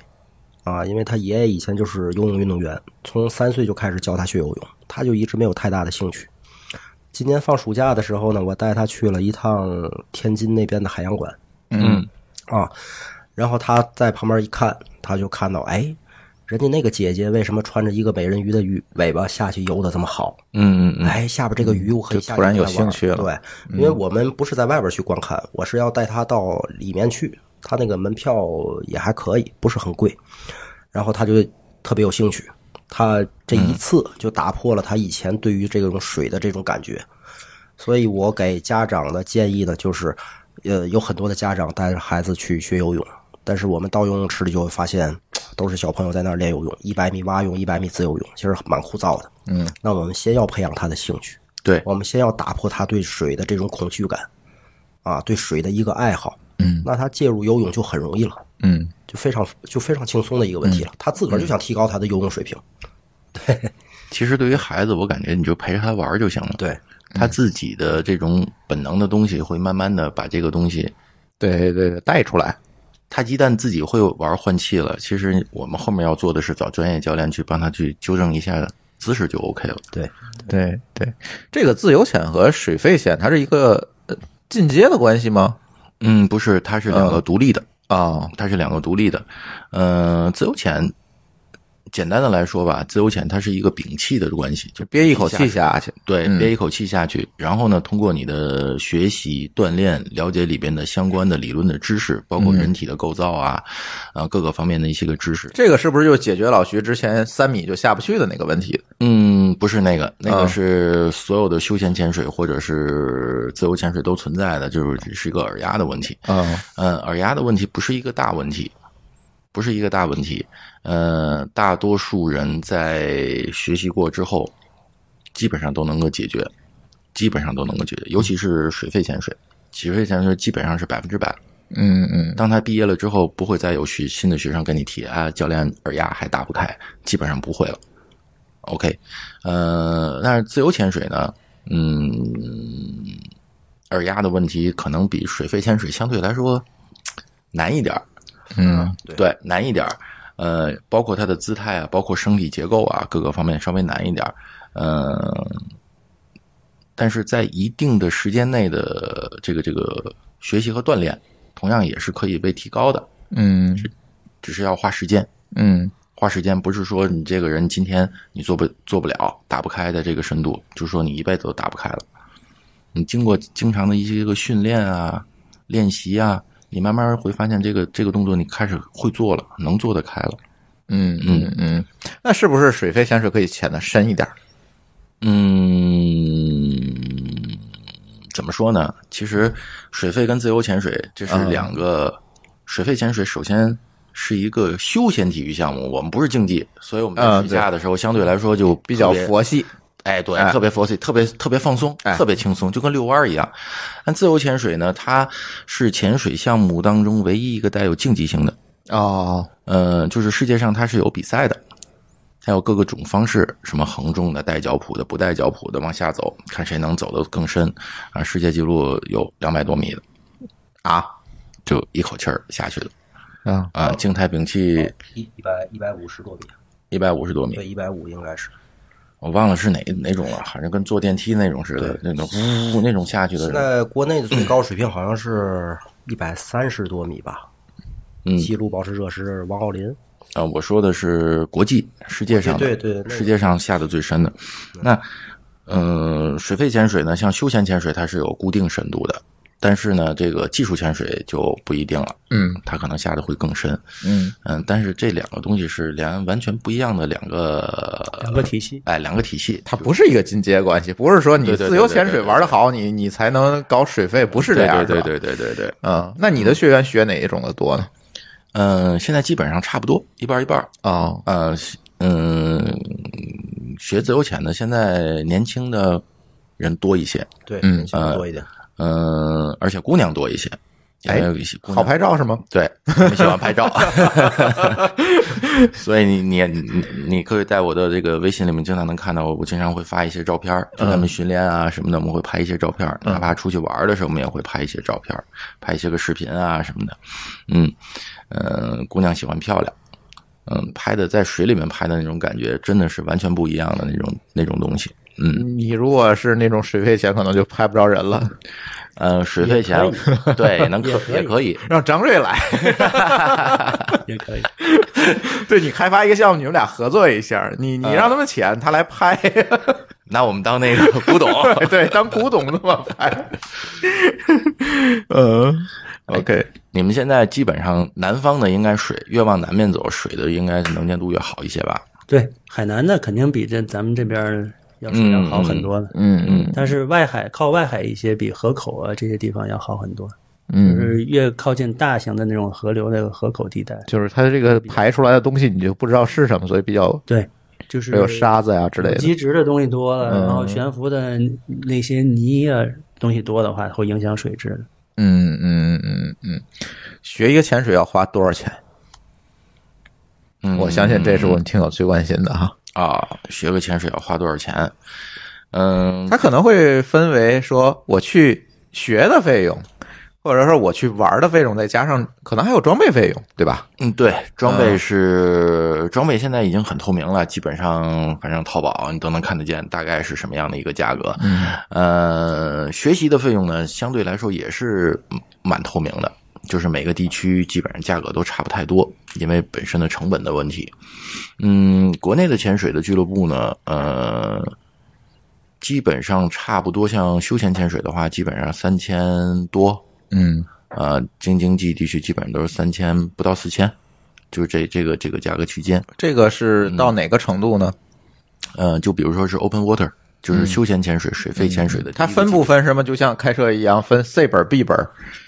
Speaker 2: 啊，因为她爷爷以前就是游泳运动员，从三岁就开始教她学游泳，她就一直没有太大的兴趣。今年放暑假的时候呢，我带她去了一趟天津那边的海洋馆，
Speaker 1: 嗯
Speaker 2: 啊，然后他在旁边一看，他就看到，哎，人家那个姐姐为什么穿着一个美人鱼的鱼尾巴下去游的这么好？
Speaker 3: 嗯嗯嗯，
Speaker 2: 哎，下边这个鱼我可以
Speaker 1: 就
Speaker 2: 下去
Speaker 1: 突然有
Speaker 2: 再玩
Speaker 1: 兴趣了嗯
Speaker 2: 对，因为我们不是在外边去观看，我是要带他到里面去，他那个门票也还可以，不是很贵，然后他就特别有兴趣，他这一次就打破了他以前对于这种水的这种感觉，所以我给家长的建议呢，就是，呃，有很多的家长带着孩子去学游泳，但是我们到游泳池里就会发现，都是小朋友在那儿练游泳，一百米蛙泳、一百米自由泳，其实蛮枯燥的。
Speaker 1: 嗯，
Speaker 2: 那我们先要培养他的兴趣，
Speaker 3: 对，
Speaker 2: 我们先要打破他对水的这种恐惧感，啊，对水的一个爱好。
Speaker 1: 嗯，
Speaker 2: 那他介入游泳就很容易了。
Speaker 1: 嗯，
Speaker 2: 就非常就非常轻松的一个问题了。他自个儿就想提高他的游泳水平，
Speaker 3: 其实对于孩子，我感觉你就陪着他玩儿就行了。
Speaker 2: 对，
Speaker 3: 他自己的这种本能的东西会慢慢的把这个东西，
Speaker 1: 对对对，带出来。
Speaker 3: 他一旦自己会玩换气了，其实我们后面要做的是找专业教练去帮他去纠正一下姿势就 OK 了。
Speaker 2: 对，
Speaker 1: 对对，这个自由潜和水肺潜，它是一个呃进阶的关系吗？
Speaker 3: 嗯，不是，它是两个独立的，啊
Speaker 1: 哦，
Speaker 3: 它是两个独立的。呃，自由潜，简单的来说吧，自由潜它是一个屏气的关系，就
Speaker 1: 憋一口气下去。
Speaker 3: 对，
Speaker 1: 嗯
Speaker 3: 憋一口气下去，然后呢，通过你的学习、锻炼，了解里边的相关的理论的知识，包
Speaker 1: 嗯
Speaker 3: 括人体的构造啊，呃，各个方面的一些个知识。
Speaker 1: 这个是不是就解决老徐之前三米就下不去的那个问题？
Speaker 3: 嗯，不是那个，那
Speaker 1: 啊
Speaker 3: 个是所有的休闲潜水或者是自由潜水都存呃在的，就是只是一个耳压的问题。
Speaker 1: 嗯
Speaker 3: 嗯，耳压的问题不是一个大问题，不是一个大问题。呃，大多数人在学习过之后，基本上都能够解决，基本上都能够解决，尤其是水肺潜水，水肺潜水基本上是百分之百。
Speaker 1: 嗯嗯
Speaker 3: 当他毕业了之后，不会再有学新的学生跟你提啊，教练耳压还打不开，基本上不会了。OK，呃，但是自由潜水呢，嗯，耳压的问题可能比水肺潜水相对来说难一点儿，
Speaker 1: 嗯
Speaker 3: 对，难一点儿。呃，包括它的姿态啊，包括生理结构啊，各个方面稍微难一点儿。呃，但是在一定的时间内的这个这个学习和锻炼，同样也是可以被提高的，
Speaker 1: 嗯
Speaker 3: 只是要花时间。
Speaker 1: 嗯
Speaker 3: 花时间不是说你这个人今天你做不做不了、打不开的这个深度，就是说你一辈子都打不开了。你经过经常的一些个训练啊、练习啊，你慢慢会发现这个这个动作你开始会做了，能做得开了。
Speaker 1: 嗯嗯嗯，那是不是水肺潜水可以潜的深一点儿？
Speaker 3: 嗯，怎么说呢？其实水肺跟自由潜水这是
Speaker 1: 嗯
Speaker 3: 两个。水肺潜水首先是一个休闲体育项目，我们不是竞技，所以我们在
Speaker 1: 嗯
Speaker 3: 水下的时候相对来说就
Speaker 1: 比较
Speaker 3: 特别
Speaker 1: 佛系，
Speaker 3: 哎，对，
Speaker 1: 哎
Speaker 3: 特别佛系，特别特别放松，
Speaker 1: 哎
Speaker 3: 特别轻松，就跟遛弯儿一样。但自由潜水呢，它是潜水项目当中唯一一个带有竞技性的，
Speaker 1: 哦，
Speaker 3: 呃，就是世界上它是有比赛的，它有各个种方式，什么横中的、带脚蹼的、不带脚蹼的，往下走，看谁能走得更深啊！世界纪录有两百多米的啊，就一口气儿下去的
Speaker 1: 啊，
Speaker 3: 啊，静态屏气
Speaker 2: 一一百一百五十多米，啊
Speaker 3: 一百五十多米，
Speaker 2: 对，一百五应该是。
Speaker 3: 我忘了是哪哪种了，反正跟坐电梯那种似的，那种呜呜那种下去的
Speaker 2: 现
Speaker 3: 人，
Speaker 2: 在国内的最高水平好像是一百三十多米吧，
Speaker 3: 嗯，
Speaker 2: 记录保持者是王浩林，
Speaker 3: 啊，我说的是国际世界上的，
Speaker 2: 对对对那个
Speaker 3: 世界上下的最深的。那，呃，水肺潜水呢，像休闲潜水它是有固定深度的，但是呢，这个技术潜水就不一定了，
Speaker 1: 嗯
Speaker 3: 它可能下的会更深。
Speaker 1: 嗯
Speaker 3: 嗯，但是这两个东西是连完全不一样的两个
Speaker 4: 两个 体系。
Speaker 3: 哎两个体系，
Speaker 1: 它不是一个进阶关系，不是说你
Speaker 3: 对对对
Speaker 1: 自由潜水
Speaker 3: 对对对
Speaker 1: 玩的好，你你才能搞水费，不是这样，
Speaker 3: 对
Speaker 1: 是吧
Speaker 3: 对对对对对。
Speaker 1: 嗯，那你的学员学哪一种的多呢？
Speaker 3: 嗯，现在基本上差不多一半儿一半儿。
Speaker 1: 哦，
Speaker 3: 呃，嗯，学自由潜的现在年轻的人多一些，
Speaker 2: 对，
Speaker 1: 嗯
Speaker 2: 年轻人多一点。
Speaker 3: 嗯，而且姑娘多一些，因为
Speaker 1: 哎
Speaker 3: 有一些姑
Speaker 1: 好
Speaker 3: 娘
Speaker 1: 拍照是吗？
Speaker 3: 对，我喜 欢拍照，所以你你你你可以在我的这个微信里面经常能看到我，我经常会发一些照片儿，就他们训练啊什么的，我们会拍一些照片儿，哪怕出去玩儿的时候，我们也会拍一些照片儿，拍一些个视频啊什么的，嗯，呃，姑娘喜欢漂亮。嗯，拍的在水里面拍的那种感觉，真的是完全不一样的那种那种东西。嗯，
Speaker 1: 你如果是那种水费潜，可能就拍不着人了，
Speaker 3: 呃，水费钱
Speaker 4: 也可
Speaker 3: 对也能可也
Speaker 4: 也
Speaker 3: 可以，
Speaker 1: 让张瑞来，
Speaker 4: 也可以，
Speaker 1: 对你开发一个项目，你们俩合作一下，你
Speaker 3: 嗯
Speaker 1: 你让他们潜，他来 拍，
Speaker 3: 那我们当那个古董。
Speaker 1: 对，当古董那么拍，嗯，OK，
Speaker 3: 哎你们现在基本上南方的应该水越往南面走，水的应该是能见度越好一些吧？
Speaker 4: 对海南呢，肯定比这咱们这边儿要水要好很多的。
Speaker 1: 嗯嗯
Speaker 4: 但是外海靠外海一些，比河口啊这些地方要好很多，就
Speaker 1: 嗯，
Speaker 4: 是越靠近大型的那种河流的河口地带，
Speaker 1: 就是它这个排出来的东西，你就不知道是什么，所以比较
Speaker 4: 对，就是
Speaker 1: 还有沙子呀、之类
Speaker 4: 有
Speaker 1: 的。
Speaker 4: 基质的东西多了，
Speaker 1: 嗯
Speaker 4: 然后悬浮的那些泥啊东西多的话，会影响水质的。
Speaker 1: 嗯嗯嗯嗯，学一个潜水要花多少钱？
Speaker 3: 嗯，
Speaker 1: 我相信这是我们听友最关心的哈。
Speaker 3: 啊，学个潜水要花多少钱？嗯，
Speaker 1: 它可能会分为说我去学的费用，或者说我去玩的费用，再加上可能还有装备费用，对吧？
Speaker 3: 嗯，对，装备是、装备，现在已经很透明了，基本上反正淘宝你都能看得见，大概是什么样的一个价格。嗯，呃，学习的费用呢，相对来说也是嗯蛮透明的，就是每个地区基本上价格都差不太多，因为本身的成本的问题。嗯，国内的潜水的俱乐部呢，呃，基本上差不多，像休闲潜水的话，基本上三千多，
Speaker 1: 嗯
Speaker 3: 呃，京津冀地区基本上都是三千不到四千，就是这这个这个价格区间。
Speaker 1: 这个是到哪个程度呢？
Speaker 3: 呃，就比如说是 open water，就是休闲潜水、水肺潜水的，
Speaker 1: 嗯它分不？分什么？就像开车一样，分 C 本、B 本。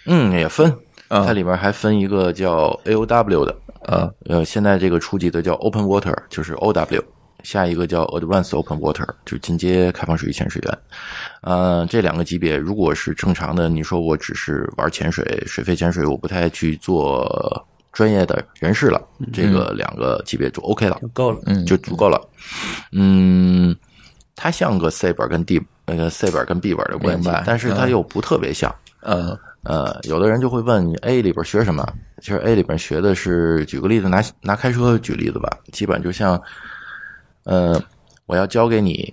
Speaker 3: 嗯，也分。
Speaker 1: 嗯
Speaker 3: 它里面还分一个叫 AOW 的，
Speaker 1: 呃，
Speaker 3: 呃，现在这个初级的叫 Open Water，就是 OW，下一个叫 Advanced Open Water，就是进阶开放水域潜水员。呃，这两个级别，如果是正常的，你说我只是玩潜水、水肺潜水，我不太去做专业的人士了，这个两个级别就 OK 了，
Speaker 4: 就够了。
Speaker 1: 嗯，
Speaker 3: 就足够了。嗯，它像个 C 本跟 D 那个 C 本跟 B 本的关系
Speaker 1: 明白，
Speaker 3: 但是它
Speaker 1: 嗯
Speaker 3: 又不特别像。
Speaker 1: 呃，
Speaker 3: 呃，有的人就会问你 A 里边学什么？其实 A 里边学的是，举个例子，拿拿开车举例子吧，基本就像，呃，我要教给你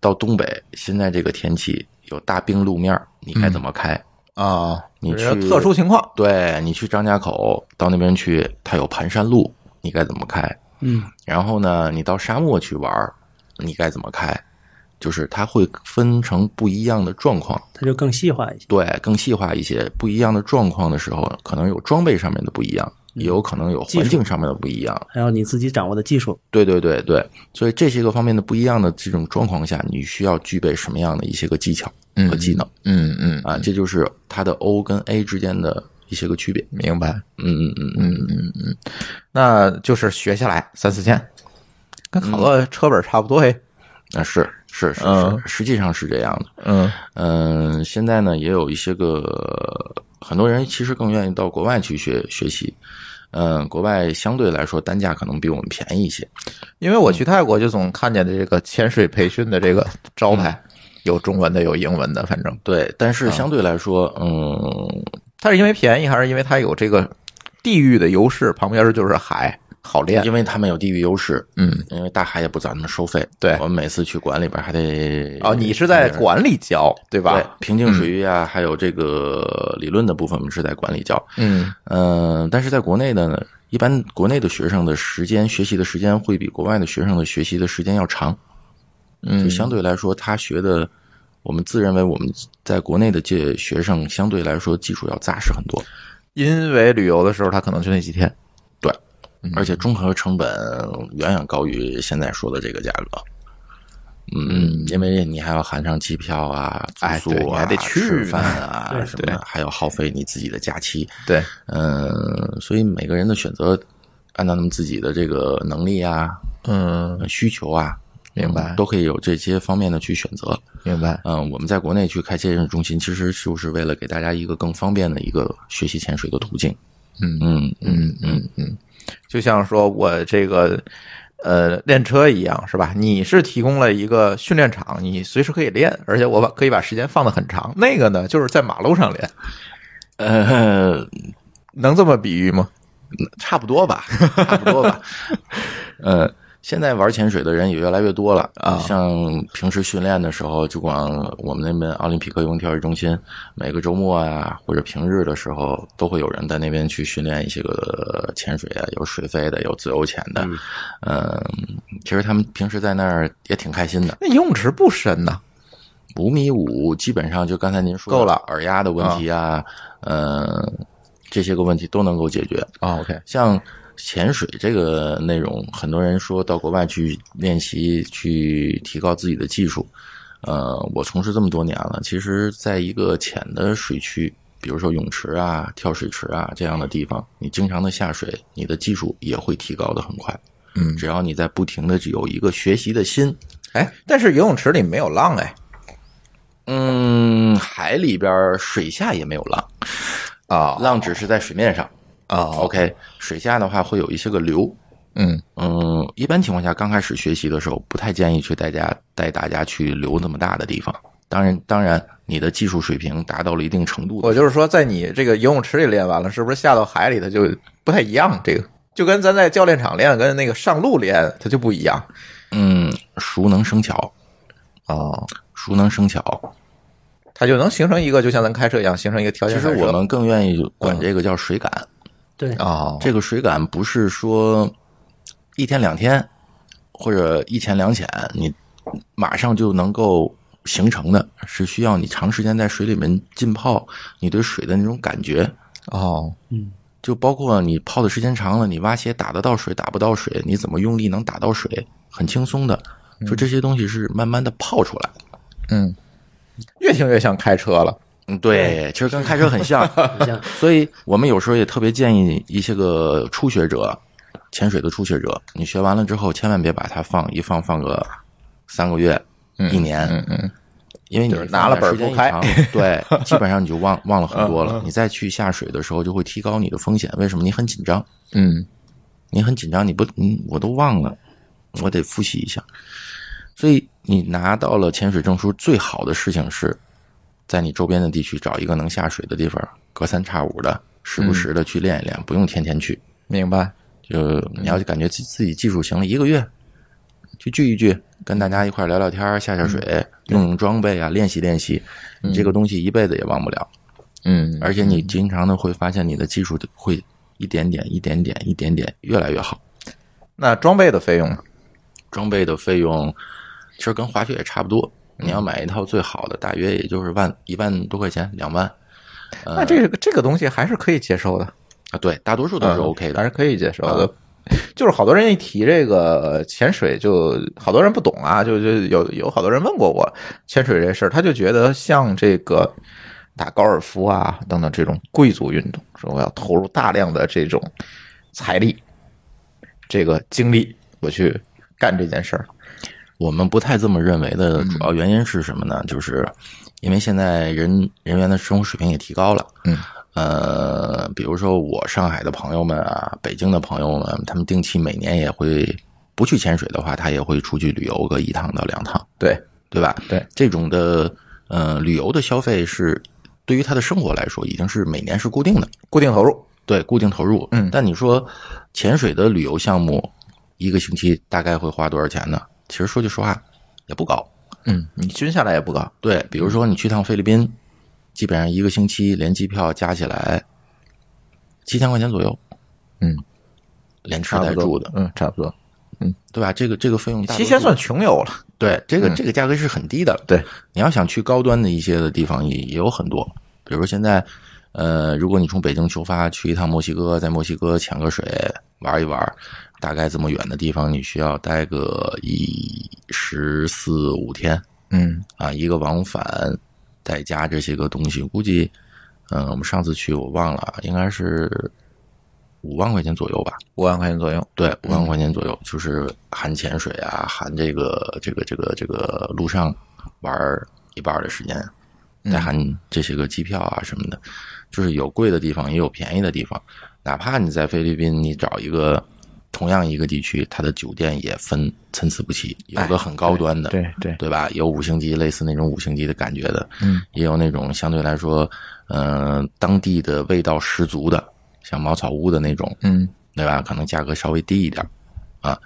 Speaker 3: 到东北，现在这个天气有大冰路面儿，你该怎么开？
Speaker 1: 啊，
Speaker 3: 你去
Speaker 1: 这特殊情况，
Speaker 3: 对你去张家口到那边去，它有盘山路，你该怎么开？
Speaker 4: 嗯，
Speaker 3: 然后呢，你到沙漠去玩儿，你该怎么开？就是它会分成不一样的状况。
Speaker 4: 它就更细化一些。
Speaker 3: 对，更细化一些不一样的状况的时候，可能有装备上面的不一样，
Speaker 1: 嗯
Speaker 3: 也有可能有环境上面的不一样。
Speaker 4: 还有你自己掌握的技术，
Speaker 3: 对对对对，所以这些个方面的不一样的这种状况下，你需要具备什么样的一些个技巧和技能、
Speaker 1: 嗯嗯，
Speaker 3: 啊？这就是它的 O 跟 A 之间的一些个区别。
Speaker 1: 明白，
Speaker 3: 嗯嗯嗯嗯，
Speaker 1: 那就是学下来三四千，跟好多车本差不多哎，
Speaker 3: 那啊是是是是，
Speaker 1: 嗯
Speaker 3: 实际上是这样的。
Speaker 1: 嗯
Speaker 3: 嗯，现在呢也有一些个很多人其实更愿意到国外去学学习。嗯，国外相对来说单价可能比我们便宜一些，
Speaker 1: 因为我去泰国就总看见这个潜水培训的这个招牌，有中文的，有英文的，反正。
Speaker 3: 对，但是相对来说，嗯，
Speaker 1: 它是因为便宜，还是因为它有这个地域的优势？旁边就是海，好练。
Speaker 3: 因为他们有地域优势，
Speaker 1: 嗯，
Speaker 3: 因为大海也不咱们收费，
Speaker 1: 对
Speaker 3: 我们每次去馆里边还得
Speaker 1: 哦，你是在馆里教对
Speaker 3: 对
Speaker 1: 吧？嗯
Speaker 3: 平静水域啊，还有这个理论的部分，我们是在馆里教，
Speaker 1: 嗯
Speaker 3: 嗯，但是在国内的呢，一般国内的学生的时间学习的时间会比国外的学生的学习的时间要长，
Speaker 1: 嗯
Speaker 3: 就相对来说，他学的。我们自认为我们在国内的这学生相对来说技术要扎实很多，
Speaker 1: 因为旅游的时候他可能就那几天。
Speaker 3: 对，而且综合成本远远高于现在说的这个价格。嗯，因为你还要含上机票啊、住
Speaker 1: 哎对
Speaker 3: 宿
Speaker 1: 你
Speaker 3: 啊、
Speaker 1: 还得去
Speaker 3: 吃
Speaker 1: 呢
Speaker 3: 饭啊
Speaker 4: 对
Speaker 3: 什么的，还要耗费你自己的假期。
Speaker 1: 对，
Speaker 3: 嗯，所以每个人的选择，按照他们自己的这个能力啊、
Speaker 1: 嗯，
Speaker 3: 需求啊，
Speaker 1: 明白
Speaker 3: 嗯都可以有这些方面的去选择。
Speaker 1: 明白。
Speaker 3: 嗯，我们在国内去开健身中心，其实就是为了给大家一个更方便的一个学习潜水的途径。
Speaker 1: 嗯
Speaker 3: 嗯嗯嗯，
Speaker 1: 就像说我这个呃练车一样，是吧？你是提供了一个训练场，你随时可以练，而且我把可以把时间放得很长。那个呢，就是在马路上练，
Speaker 3: 呃，
Speaker 1: 能这么比喻吗？
Speaker 3: 差不多吧，差不多吧。呃，现在玩潜水的人也越来越多了
Speaker 1: 啊
Speaker 3: 像平时训练的时候，就光我们那边奥林匹克游泳跳水中心，每个周末啊或者平日的时候，都会有人在那边去训练一些个潜水啊，有水肺的，有自由潜的。嗯、其实他们平时在那儿也挺开心的。
Speaker 1: 那游泳池不深呐，
Speaker 3: 五米五，基本上就刚才您说的
Speaker 1: 够了
Speaker 3: 耳压的问题啊，呃，这些个问题都能够解决。
Speaker 1: 啊，OK，
Speaker 3: 像潜水这个内容，很多人说到国外去练习，去提高自己的技术。呃，我从事这么多年了，其实在一个浅的水区，比如说泳池啊、跳水池啊这样的地方，你经常的下水，你的技术也会提高的很快。
Speaker 1: 嗯
Speaker 3: 只要你在不停的有一个学习的心，
Speaker 1: 哎，但是游泳池里没有浪哎，
Speaker 3: 嗯，海里边儿水下也没有浪，
Speaker 1: 啊
Speaker 3: 浪只是在水面上。
Speaker 1: 啊，
Speaker 3: OK，水下的话会有一些个流，
Speaker 1: 嗯
Speaker 3: 嗯，一般情况下，刚开始学习的时候，不太建议去带家带大家去留那么大的地方。当然，当然，你的技术水平达到了一定程度的
Speaker 1: 我就是说，在你这个游泳池里练完了，是不是下到海里它就不太一样？这个就跟咱在教练场练，跟那个上路练它就不一样。
Speaker 3: 嗯，熟能生巧，
Speaker 1: 哦，
Speaker 3: 熟能生巧。
Speaker 1: 它就能形成一个，就像咱开车一样，形成一个条
Speaker 3: 其
Speaker 1: 件
Speaker 3: 实
Speaker 1: 反射。
Speaker 3: 我们更愿意管这个叫水感。
Speaker 4: 对，
Speaker 1: 哦，
Speaker 3: 这个水感不是说一天两天或者一潜两潜，你马上就能够形成的，是需要你长时间在水里面浸泡，你对水的那种感觉，
Speaker 1: 哦，
Speaker 3: 就包括你泡的时间长了，你蛙鞋打得到水，打不到水，你怎么用力能打到水，很轻松的。就这些东西是慢慢的泡出来的。
Speaker 1: 嗯，越听越像开车了。
Speaker 3: 嗯，对，其实跟开车很像，
Speaker 4: 很 像
Speaker 3: 所以我们有时候也特别建议一些个初学者，潜水的初学者，你学完了之后，千万别把它放一放放个三个月、一年，
Speaker 1: 嗯嗯，
Speaker 3: 因为你
Speaker 1: 就是拿了本儿不开嗯
Speaker 3: 放的时间一长 对，基本上你就忘忘了很多了。你再去下水的时候，就会提高你的风险。为什么？你很紧张，
Speaker 1: 嗯，
Speaker 3: 你很紧张，你不，嗯，我都忘了，我得复习一下。所以你拿到了潜水证书，最好的事情是，在你周边的地区找一个能下水的地方，隔三差五的，时
Speaker 1: 嗯
Speaker 3: 不时的去练一练，不用天天去。
Speaker 1: 明白。
Speaker 3: 就你
Speaker 1: 嗯
Speaker 3: 要感觉自自己技术行了，一个月去聚一聚，跟大家一块儿聊聊天儿、下
Speaker 1: 嗯
Speaker 3: 下水、用用装备啊，练习练习。你这个东西一辈子也忘不了，
Speaker 1: 嗯，
Speaker 3: 而且你经常的会发现你的技术会一点点、一点点、一点点越来越好。
Speaker 1: 那装备的费用呢，
Speaker 3: 装备的费用其实跟滑雪也差不多，
Speaker 1: 嗯
Speaker 3: 你要买一套最好的，大约也就是万一万多块钱，两万呃
Speaker 1: 那这个这个东西还是可以接受的，
Speaker 3: 啊。对，大多数都是 OK
Speaker 1: 还
Speaker 3: 的。
Speaker 1: 是嗯可以接受的。 就是好多人一提这个潜水就，好多人不懂啊，就就有有好多人问过我潜水这事儿，他就觉得像这个打高尔夫啊等等这种贵族运动，说我要投入大量的这种财力、这个精力，我去干这件事儿。
Speaker 3: 我们不太这么认为
Speaker 1: 嗯
Speaker 3: 的主要原因是什么呢？就是因为现在人人员的生活水平也提高了，
Speaker 1: 嗯，
Speaker 3: 呃，比如说我上海的朋友们啊，北京的朋友们，他们定期每年也会不去潜水的话，他也会出去旅游个一趟到两趟。
Speaker 1: 对，
Speaker 3: 对吧？
Speaker 1: 对，
Speaker 3: 这种的呃旅游的消费是对于他的生活来说，已经是每年是固定的，
Speaker 1: 固定投入，
Speaker 3: 对，固定投入。
Speaker 1: 嗯
Speaker 3: 但你说潜水的旅游项目，一个星期大概会花多少钱呢？其实说句实话，也不高。
Speaker 1: 嗯，你均下来也不高，
Speaker 3: 对，比如说你去趟菲律宾，基本上一个星期连机票加起来七千块钱左右，
Speaker 1: 嗯，
Speaker 3: 连吃
Speaker 1: 差
Speaker 3: 带
Speaker 1: 不
Speaker 3: 住
Speaker 1: 多
Speaker 3: 的，，
Speaker 1: 嗯，差不多，
Speaker 3: 对吧？这个这个费用大多数，
Speaker 1: 提前算穷游了，
Speaker 3: 对，这个
Speaker 1: 嗯
Speaker 3: 这个价格是很低的了。
Speaker 1: 对，
Speaker 3: 你要想去高端的一些的地方也也有很多，比如说现在，呃，如果你从北京出发去一趟墨西哥，在墨西哥潜个水玩一玩，大概这么远的地方，你需要待个一十四五天
Speaker 1: 嗯，
Speaker 3: 啊，一个往返，再加这些个东西，估计，嗯、我们上次去我忘了，应该是五万块钱左右吧。
Speaker 1: 五万块钱左右，
Speaker 3: 对，五万块钱左右，就是含潜水啊，含这个这个这个这个路上玩儿一半儿的时间，
Speaker 1: 嗯
Speaker 3: 再含这些个机票啊什么的，就是有贵的地方，也有便宜的地方。哪怕你在菲律宾，你找一个同样一个地区，它的酒店也分参差不齐，有的很高端的，
Speaker 1: 哎对对，
Speaker 3: 对吧？有五星级，类似那种五星级的感觉的，
Speaker 1: 嗯，
Speaker 3: 也有那种相对来说，嗯，当地的味道十足的，像茅草屋的那种，
Speaker 1: 嗯，
Speaker 3: 对吧？可能价格稍微低一点，啊，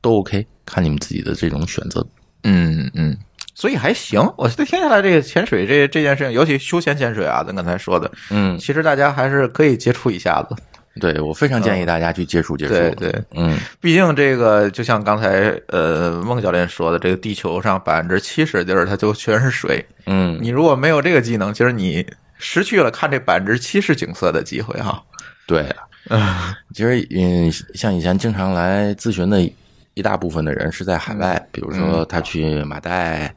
Speaker 3: 都 OK，看你们自己的这种选择。
Speaker 1: 嗯，嗯，所以还行。我觉得听下来，这个潜水这这件事情，尤其休闲潜水啊，咱刚才说的，
Speaker 3: 嗯，
Speaker 1: 其实大家还是可以接触一下子。
Speaker 3: 对我非常建议大家去接触接触。
Speaker 1: 嗯对对，
Speaker 3: 嗯，
Speaker 1: 毕竟这个就像刚才呃孟教练说的，这个地球上百分之七十地儿它就全是水，
Speaker 3: 嗯，
Speaker 1: 你如果没有这个技能，其实你失去了看这百分之七十景色的机会哈。
Speaker 3: 对。其实，嗯，像以前经常来咨询的一大部分的人是在海
Speaker 1: 嗯
Speaker 3: 外，比如说他去马代、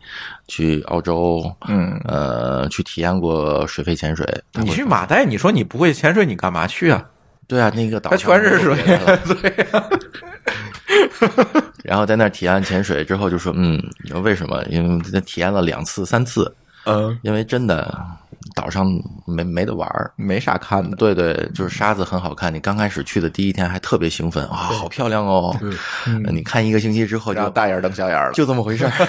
Speaker 3: 去澳洲，
Speaker 1: 嗯，
Speaker 3: 呃，去体验过水肺潜水。他
Speaker 1: 你
Speaker 3: 会
Speaker 1: 去马代，你说你不会潜水，你干嘛去啊？
Speaker 3: 对啊，那个岛
Speaker 1: 它全是水啊
Speaker 3: 上没有别的了，
Speaker 1: 对，
Speaker 3: 然后在那儿体验潜水之后就说，嗯，你说为什么？因为体验了两次、三次，
Speaker 1: 嗯，
Speaker 3: 因为真的岛上没没得玩儿。
Speaker 1: 没啥看的。
Speaker 3: 对对，就是沙子很好看。你刚开始去的第一天还特别兴奋啊、好漂亮哦！呃
Speaker 4: 嗯
Speaker 3: 你看一个星期之后
Speaker 1: 然后
Speaker 3: 就
Speaker 1: 大眼瞪小眼了，
Speaker 3: 就这么回事儿。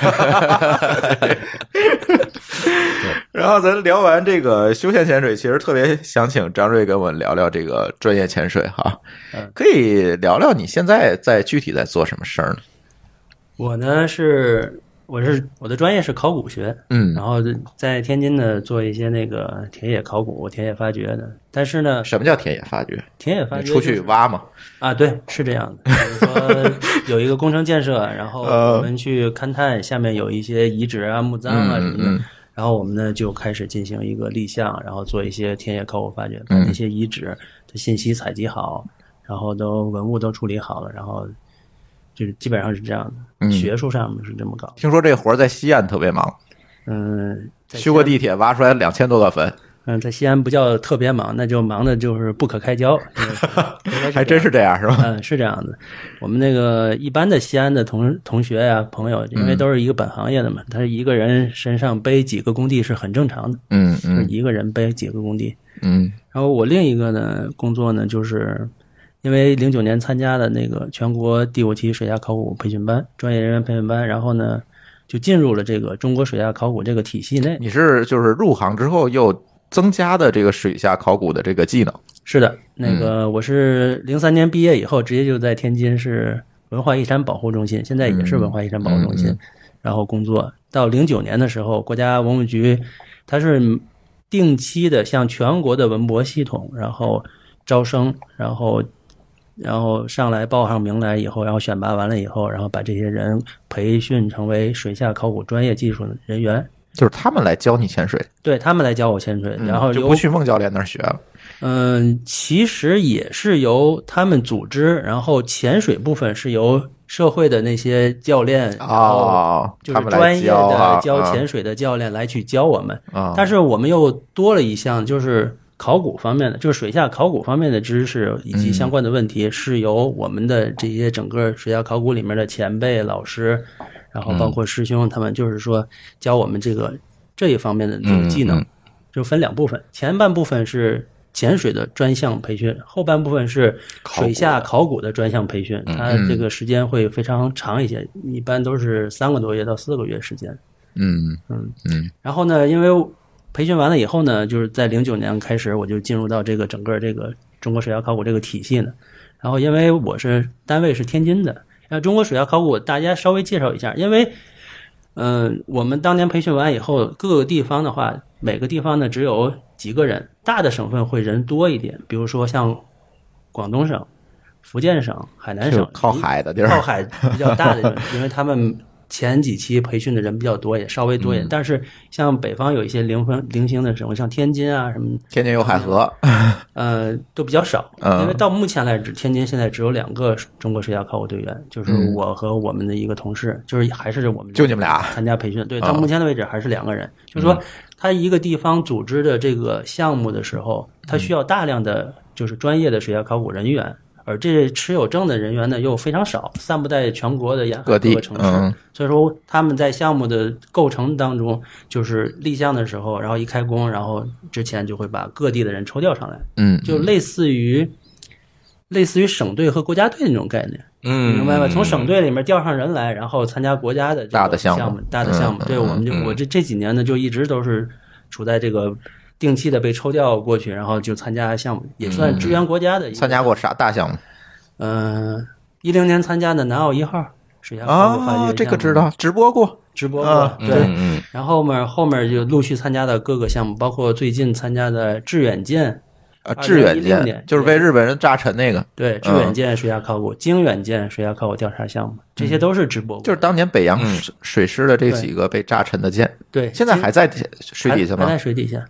Speaker 1: 然后咱聊完这个休闲潜水，其实特别想请张瑞跟我们聊聊这个专业潜水哈
Speaker 4: 嗯，
Speaker 1: 可以聊聊你现在在具体在做什么事儿呢？
Speaker 4: 我呢是我是我的专业是考古学，
Speaker 1: 嗯
Speaker 4: 然后在天津呢做一些那个田野考古、田野发掘的。但是呢，
Speaker 1: 什么叫田野发掘？
Speaker 4: 田野发
Speaker 1: 你
Speaker 4: 掘
Speaker 1: 出
Speaker 4: 就是
Speaker 1: 去挖嘛？
Speaker 4: 啊，对，是这样的。比如说 有一个工程建设，然后
Speaker 1: 呃
Speaker 4: 我们去勘探下面有一些遗址啊、墓葬啊什么的，
Speaker 1: 嗯嗯
Speaker 4: 然后我们呢就开始进行一个立项，然后做一些田野考古发掘，
Speaker 1: 嗯
Speaker 4: 把那些遗址的信息采集好，然后都文物都处理好了，然后
Speaker 1: 嗯
Speaker 4: 就是基本上是这样的。学术上面是这么搞。
Speaker 1: 听说这活儿在西岸特别忙，
Speaker 4: 嗯，在
Speaker 1: 去过
Speaker 4: 西安
Speaker 1: 地铁，挖出来两千多个坟，
Speaker 4: 嗯，在西安不叫特别忙，那就忙的就是不可开交， 应该
Speaker 1: 还真是这样，是 吧？
Speaker 4: 嗯，是这样的。我们那个一般的西安的同同学呀、朋友，因为都是一个本行业的嘛，他一个人身上背几个工地是很正常的，
Speaker 1: 嗯
Speaker 4: 就是
Speaker 1: 嗯
Speaker 4: 一个人背几个工地。
Speaker 1: 嗯
Speaker 4: 然后我另一个呢工作呢，就是因为零九年参加的那个全国第五期水下考古培训班，专业人员培训班，然后呢就进入了这个中国水下考古这个体系内。
Speaker 1: 你是就是入行之后又增加的这个水下考古的这个技能，
Speaker 4: 是的，
Speaker 1: 嗯
Speaker 4: 那个我是零三年毕业以后，直接就在天津市文化遗产保护中心，现在也是文化遗产保护中心，
Speaker 1: 嗯嗯
Speaker 4: 然后工作到零九年的时候，国家文物局它是定期的向全国的文博系统，然后招生，然后然后上来报上名来以后，然后选拔完了以后，然后把这些人培训成为水下考古专业技术人员，
Speaker 1: 就是他们来教你潜水，
Speaker 4: 对他们来教我潜水，
Speaker 1: 嗯
Speaker 4: 然后
Speaker 1: 就
Speaker 4: 由
Speaker 1: 不去孟教练那儿学了。
Speaker 4: 嗯，其实也是由他们组织，然后潜水部分是由社会的那些教练，然后
Speaker 1: 哦，
Speaker 4: 就
Speaker 1: 他
Speaker 4: 是
Speaker 1: 们
Speaker 4: 专
Speaker 1: 来
Speaker 4: 业
Speaker 1: 教
Speaker 4: 的
Speaker 1: 啊，
Speaker 4: 教
Speaker 1: 啊
Speaker 4: 潜水的教练来去教我们。
Speaker 1: 啊，
Speaker 4: 但是我们又多了一项，就是考古方面的，就是水下考古方面的知识以及相关的问
Speaker 1: 嗯
Speaker 4: 题，是由我们的这些整个水下考古里面的前辈老师，
Speaker 1: 嗯
Speaker 4: 然后包括师兄他们，就是说教我们这个这一方面的这个技能，
Speaker 1: 嗯嗯
Speaker 4: 就分两部分，前半部分是。潜水的专项培训，后半部分是水下考古的专项培训，
Speaker 1: 嗯
Speaker 4: 它这个时间会非常长一些，一般都是三个多月到四个月时间。
Speaker 1: 嗯
Speaker 4: 然后呢，因为培训完了以后呢，就是在零九年开始，我就进入到这个整个这个中国水下考古这个体系呢。然后因为我是单位是天津的，那中国水下考古大家稍微介绍一下，因为嗯、我们当年培训完以后，各个地方的话，每个地方呢只有几个人，大的省份会人多一点，比如说像广东省、福建省、海南
Speaker 1: 就
Speaker 4: 省，
Speaker 1: 靠海的地儿，
Speaker 4: 靠海比较大的地方，因为他
Speaker 1: 嗯
Speaker 4: 们前几期培训的人比较多，也稍微多一点。但是像北方有一些零分零星的省，像天津啊什么，
Speaker 1: 天津有海河，
Speaker 4: 呃，都比较少。
Speaker 1: 嗯
Speaker 4: 因为到目前来止，天津现在只有两个中国水下考古队员，就是
Speaker 1: 嗯
Speaker 4: 我和我们的一个同事，就是还是我们
Speaker 1: 就你们俩
Speaker 4: 参加培训。对，
Speaker 1: 啊嗯
Speaker 4: 到目前的为止还是两个人。就是说，他一个地方组织的这个项目的时候，他需要大量的就是专业的水下考古人员，而这持有证的人员呢又非常少，散布在全国的沿海
Speaker 1: 各
Speaker 4: 各
Speaker 1: 地
Speaker 4: 个城市。
Speaker 1: 嗯
Speaker 4: 所以说他们在项目的构成当中，就是立项的时候，然后一开工，然后之前就会把各地的人抽调上来，
Speaker 1: 嗯，
Speaker 4: 就类似于。类似于省队和国家队那种概念，
Speaker 3: 嗯
Speaker 4: 明白吧？从省队里面调上人来，然后参加国家的这个
Speaker 1: 大的项
Speaker 4: 项
Speaker 1: 目
Speaker 4: 目，大的项目。
Speaker 1: 嗯
Speaker 4: 对，
Speaker 1: 嗯
Speaker 4: 我们就
Speaker 1: 嗯
Speaker 4: 我这这几年呢，就一直都是处在这个定期的被抽调过去，然后就参加项目，也算支援国家的一个。
Speaker 1: 嗯参加过啥大项目
Speaker 4: 嗯，一零年参加的南澳一号水下考古发掘项
Speaker 1: 啊？
Speaker 4: 目
Speaker 1: 这个知道，直播过
Speaker 4: 直播
Speaker 1: 啊
Speaker 4: 过，
Speaker 3: 嗯
Speaker 4: 对，
Speaker 3: 嗯
Speaker 4: 然后后面后面就陆续参加的各个项目，包括最近参加的致远舰，
Speaker 1: 啊，致远
Speaker 4: 2016
Speaker 1: 舰
Speaker 4: 年
Speaker 1: 就是被日本人炸沉那个，
Speaker 4: 对，致
Speaker 1: 嗯
Speaker 4: 远舰水下考古、经远舰水下考古调查项目，这些都是直播过，
Speaker 1: 嗯就是当年北洋水水师的这
Speaker 4: 对
Speaker 1: 几个被炸沉的舰，
Speaker 4: 对，
Speaker 1: 现在
Speaker 4: 今
Speaker 1: 还在水底下
Speaker 4: 还还在
Speaker 1: 吗？
Speaker 4: 水底下。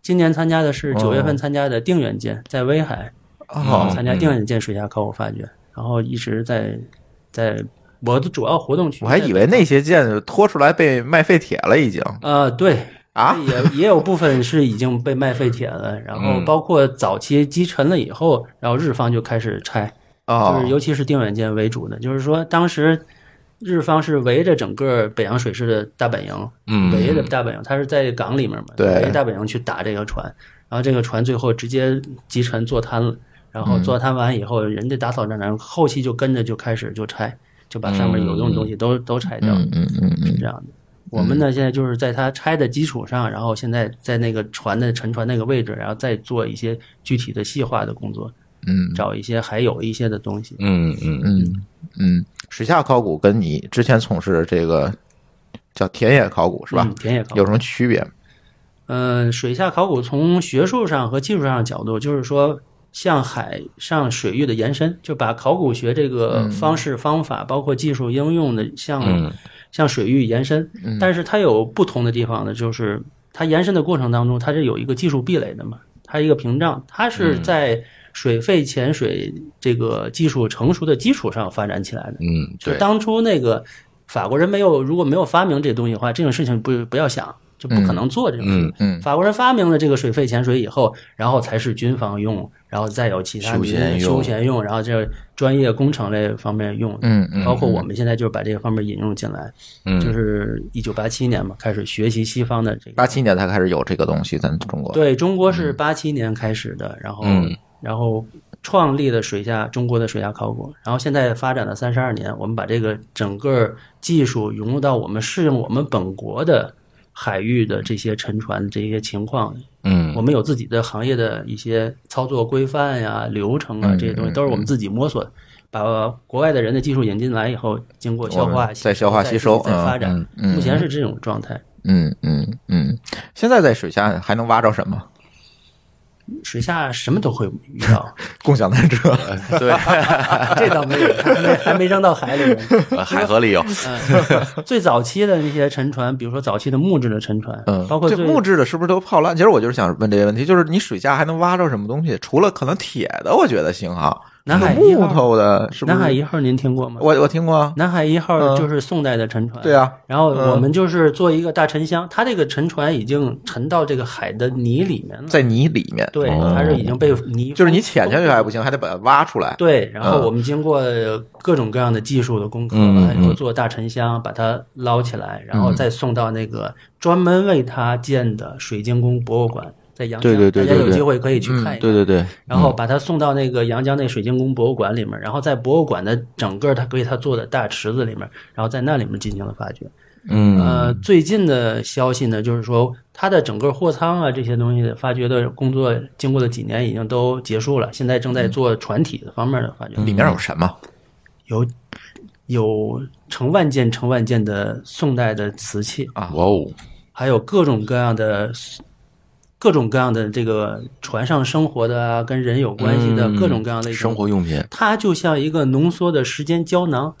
Speaker 4: 今年参加的是
Speaker 1: 哦
Speaker 4: 九月份参加的定远舰，在威海啊
Speaker 1: 哦，
Speaker 4: 参加定远舰水下考古发掘，然后一直在在我的主要活动区。
Speaker 1: 我还以为那些舰拖出来被卖废铁了，已经
Speaker 4: 呃，对，
Speaker 1: 啊，
Speaker 4: 也也有部分是已经被卖废铁了，然后
Speaker 1: 嗯
Speaker 4: 包括早期击沉了以后，然后日方就开始拆，
Speaker 1: 哦
Speaker 4: 就是，尤其是定远舰为主的，就是说当时日方是围着整个北洋水师的大本营，
Speaker 3: 嗯
Speaker 4: 围着大本营，它是在港里面嘛，
Speaker 1: 对
Speaker 4: 围着大本营去打这个船，然后这个船最后直接击沉坐滩了，然
Speaker 1: 嗯
Speaker 4: 后坐滩完以后，人家打扫战场，后期就跟着就开始就拆，就把上面有用的东西都、都拆掉了。
Speaker 1: 嗯嗯嗯嗯，
Speaker 4: 是这样的。我们呢，现在就是在它拆的基础上，然后现在在那个船的沉船那个位置，然后再做一些具体的细化的工作，
Speaker 1: 嗯，
Speaker 4: 找一些还有一些的东西。
Speaker 3: 嗯嗯嗯，
Speaker 1: 嗯嗯，水下考古跟你之前从事的这个叫田野考古是吧？
Speaker 4: 嗯田野考古
Speaker 1: 有什么区别？
Speaker 4: 嗯，水下考古从学术上和技术上的角度，就是说向海上水域的延伸，就把考古学这个方式、方法，包括技术应用的向、
Speaker 3: 嗯
Speaker 4: 向水域延伸。但是它有不同的地方呢，就是它延伸的过程当中，它是有一个技术壁垒的嘛，它一个屏障，它是在水肺潜水这个技术成熟的基础上发展起来的。
Speaker 3: 嗯，
Speaker 4: 就
Speaker 3: 对，
Speaker 4: 当初那个法国人没有如果没有发明这东西的话，这种事情不不要想，就不可能做这种事情。
Speaker 1: 嗯嗯
Speaker 4: 法国人发明了这个水肺潜水以后，然后才是军方用，然后再有其他
Speaker 3: 休闲用
Speaker 4: 民休闲用，然后这专业工程类方面用。
Speaker 1: 嗯嗯
Speaker 4: 包括我们现在就是把这个方面引入进来，
Speaker 3: 嗯
Speaker 4: 就是一九八七年嘛，开始学习西方的这个。
Speaker 1: 八七年才开始有这个东西，咱中国。
Speaker 4: 对中国
Speaker 1: 嗯
Speaker 4: 是八七年开始的，然后、
Speaker 3: 嗯
Speaker 4: 然后创立了水下中国的水下考古，然后现在发展了三十二年，我们把这个整个技术融入到我们适应我们本国的海域的这些沉船这些情况，
Speaker 3: 嗯
Speaker 4: 我们有自己的行业的一些操作规范呀、流程啊
Speaker 1: 嗯
Speaker 4: 这些东西，
Speaker 1: 嗯
Speaker 4: 都是我们自己摸索的。把国外的人的技术引进来以后，经过
Speaker 1: 我
Speaker 4: 消化
Speaker 1: 们、再消化吸收
Speaker 4: 再发展
Speaker 1: 嗯，嗯嗯
Speaker 4: 目前是这种状态。
Speaker 1: 嗯嗯嗯，现在在水下还能挖着什么？
Speaker 4: 水下什么都会遇到，
Speaker 1: 共享单车。
Speaker 3: 对，
Speaker 4: 这倒没有，还没还没扔到海里呢。
Speaker 3: 呃海河里有，
Speaker 4: 嗯，最早期的那些沉船，比如说早期的木质的沉船，
Speaker 1: 嗯，
Speaker 4: 包括
Speaker 1: 这
Speaker 4: 最
Speaker 1: 木质的是不是都泡烂？其实我就是想问这个问题，就是你水下还能挖着什么东西？除了可能铁的，我觉得行哈。
Speaker 4: 南海一
Speaker 1: 木
Speaker 4: 号
Speaker 1: 头的，是不是？
Speaker 4: 南海一号，您听过吗？
Speaker 1: 我我听过啊。
Speaker 4: 南海一号
Speaker 1: 嗯
Speaker 4: 就是宋代的沉船，
Speaker 1: 对啊。
Speaker 4: 然后
Speaker 1: 嗯
Speaker 4: 我们就是做一个大沉箱，它这个沉船已经沉到这个海的泥里面了，
Speaker 1: 在泥里面，
Speaker 4: 对，
Speaker 3: 哦
Speaker 4: 它是已经被泥
Speaker 1: 就是你潜下去还不行，还得把它挖出来。
Speaker 4: 对，然后
Speaker 1: 嗯
Speaker 4: 我们经过各种各样的技术的攻克，
Speaker 3: 嗯
Speaker 4: 然后做大沉箱把它捞起来，然后再送到那个专门为它建的水晶宫博物馆，在阳江，
Speaker 3: 对对对
Speaker 4: 大家
Speaker 3: 对
Speaker 4: 有
Speaker 3: 对
Speaker 4: 机会可以去看一看。
Speaker 3: 对对对，
Speaker 4: 然后把它送到那个阳江那水晶宫博物馆里面，然后在博物馆的整个它给它做的大池子里面，然后在那里面进行了发掘。
Speaker 3: 嗯
Speaker 4: 呃，最近的消息呢，就是说它的整个货仓啊这些东西的发掘的工作，经过了几年已经都结束了，现在正
Speaker 3: 嗯
Speaker 4: 在做船体的方面的发掘，
Speaker 1: 里面有什么？
Speaker 4: 有有成万件成万件的宋代的瓷器，
Speaker 3: 哇哦，
Speaker 4: 还有各种各样的。各种各样的这个船上生活的啊，跟人有关系的、
Speaker 3: 嗯
Speaker 4: 各种各样的一种
Speaker 3: 生活用品，
Speaker 4: 它就像一个浓缩的时间胶囊，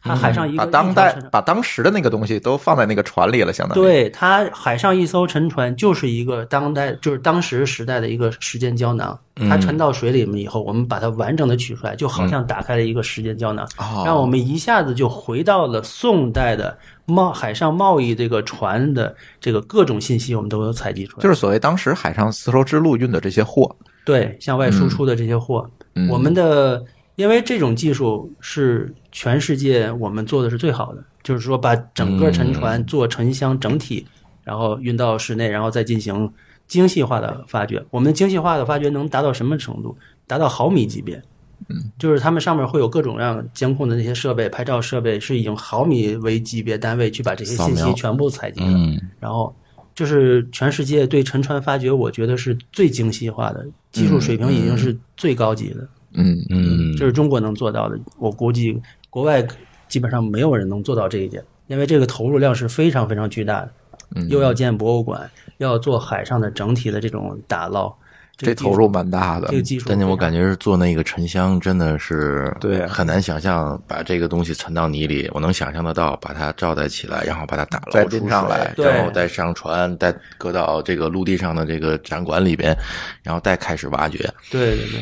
Speaker 4: 它海上一个、
Speaker 1: 把
Speaker 4: 一
Speaker 1: 嗯当
Speaker 4: 条
Speaker 1: 代嗯
Speaker 4: 沉船
Speaker 1: 把当时的那个东西都放在那个船里了，相当于。
Speaker 4: 对它海上一艘沉船就是一个当代就是当时时代的一个时间胶囊，
Speaker 1: 嗯
Speaker 4: 它沉到水里面以后，我们把它完整的取出来，就好像打开了一个时间胶囊，
Speaker 1: 哦
Speaker 4: 让我们一下子就回到了宋代的贸海上贸易这个船的这个各种信息，我们都有采集出来，
Speaker 1: 就是所谓当时海上丝绸之路运的这些货，
Speaker 4: 对，向外输出的这些货，
Speaker 1: 嗯
Speaker 4: 我们的因为这种技术是全世界我们做的是最好的，就是说把整个沉船做沉箱整体，然后运到室内，然后再进行精细化的发掘。我们精细化的发掘能达到什么程度？达到毫米级别。嗯，就是他们上面会有各种各样监控的那些设备、拍照设备，是以毫米为级别单位去把这些
Speaker 3: 扫
Speaker 4: 信息
Speaker 3: 描
Speaker 4: 全部采集了。
Speaker 3: 嗯
Speaker 4: 然后就是全世界对沉船发掘，我觉得是最精细化的，技术水平已经是最高级的，
Speaker 1: 嗯，
Speaker 3: 嗯，
Speaker 4: 这是中国能做到的。我估计国外基本上没有人能做到这一点，因为这个投入量是非常非常巨大的，
Speaker 3: 嗯
Speaker 4: 又要建博物馆，又要做海上的整体的这种打捞，
Speaker 1: 这
Speaker 4: 个技术
Speaker 1: 投入蛮大的
Speaker 4: 这。啊个技术非常，
Speaker 3: 但是我感觉是做那个沉香真的是
Speaker 1: 对
Speaker 3: 很难想象把这个东西沉到泥里。我能想象得到，把它罩带起来，然后把它打
Speaker 1: 再
Speaker 3: 捞出
Speaker 1: 拎
Speaker 3: 水，
Speaker 1: 上来
Speaker 4: 对
Speaker 3: 然后再上船，再搁到这个陆地上的这个展馆里边，然后再开始挖掘。
Speaker 4: 对对对，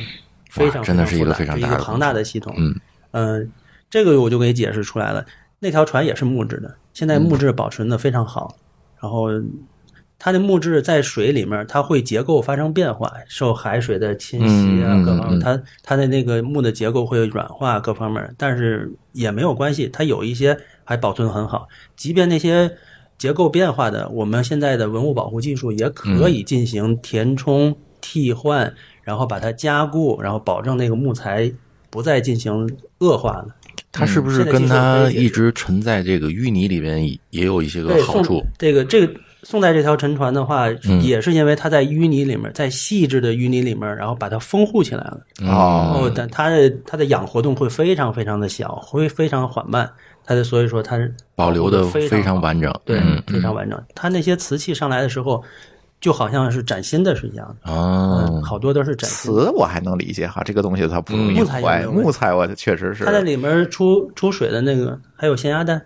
Speaker 4: 非常
Speaker 3: 真的是一个
Speaker 4: 复杂
Speaker 3: 非常
Speaker 4: 是
Speaker 3: 大
Speaker 4: 一
Speaker 3: 的
Speaker 4: 个庞大的系统。
Speaker 3: 嗯
Speaker 4: 呃这个我就给解释出来了。那条船也是木质的，现在
Speaker 3: 嗯
Speaker 4: 木质保存的非常好，然后它的木质在水里面，它会结构发生变化，受海水的侵袭啊，
Speaker 3: 嗯嗯
Speaker 4: 各方
Speaker 3: 嗯
Speaker 4: 面，
Speaker 3: 嗯
Speaker 4: 它它的那个木的结构会软化各方面，但是也没有关系，它有一些还保存得很好，即便那些。结构变化的，我们现在的文物保护技术也
Speaker 3: 嗯
Speaker 4: 可以进行填充、替换，然后把它加固，然后保证那个木材不再进行恶化了。
Speaker 3: 它是不
Speaker 4: 嗯现
Speaker 3: 是
Speaker 4: 在技
Speaker 3: 跟
Speaker 4: 术可以
Speaker 3: 它
Speaker 4: 解决
Speaker 3: 一直沉在这个淤泥里边也有一些个
Speaker 4: 对，
Speaker 3: 好处嗯
Speaker 4: 宋？这个这个宋代这条沉船的话，也是因为它在淤泥里面，在细致的淤泥里面，然后把它封护起来了。然后
Speaker 1: 哦，
Speaker 4: 但它的它的氧活动会非常非常的小，会非常缓慢。它的所以说它是
Speaker 3: 保留的
Speaker 4: 保护得
Speaker 3: 非
Speaker 4: 非
Speaker 3: 常
Speaker 4: 好
Speaker 3: 完整。
Speaker 4: 对
Speaker 3: 嗯，
Speaker 4: 非常完整。它那些瓷器上来的时候，就好像是崭新的是一样的，
Speaker 3: 啊
Speaker 4: 嗯，，好多都是崭新的。
Speaker 1: 瓷我还能理解哈，这个东西它不容易
Speaker 4: 嗯木材也没
Speaker 1: 坏，
Speaker 4: 有
Speaker 1: 木材我确实是
Speaker 4: 它在里面出出水的那个，还有咸鸭蛋。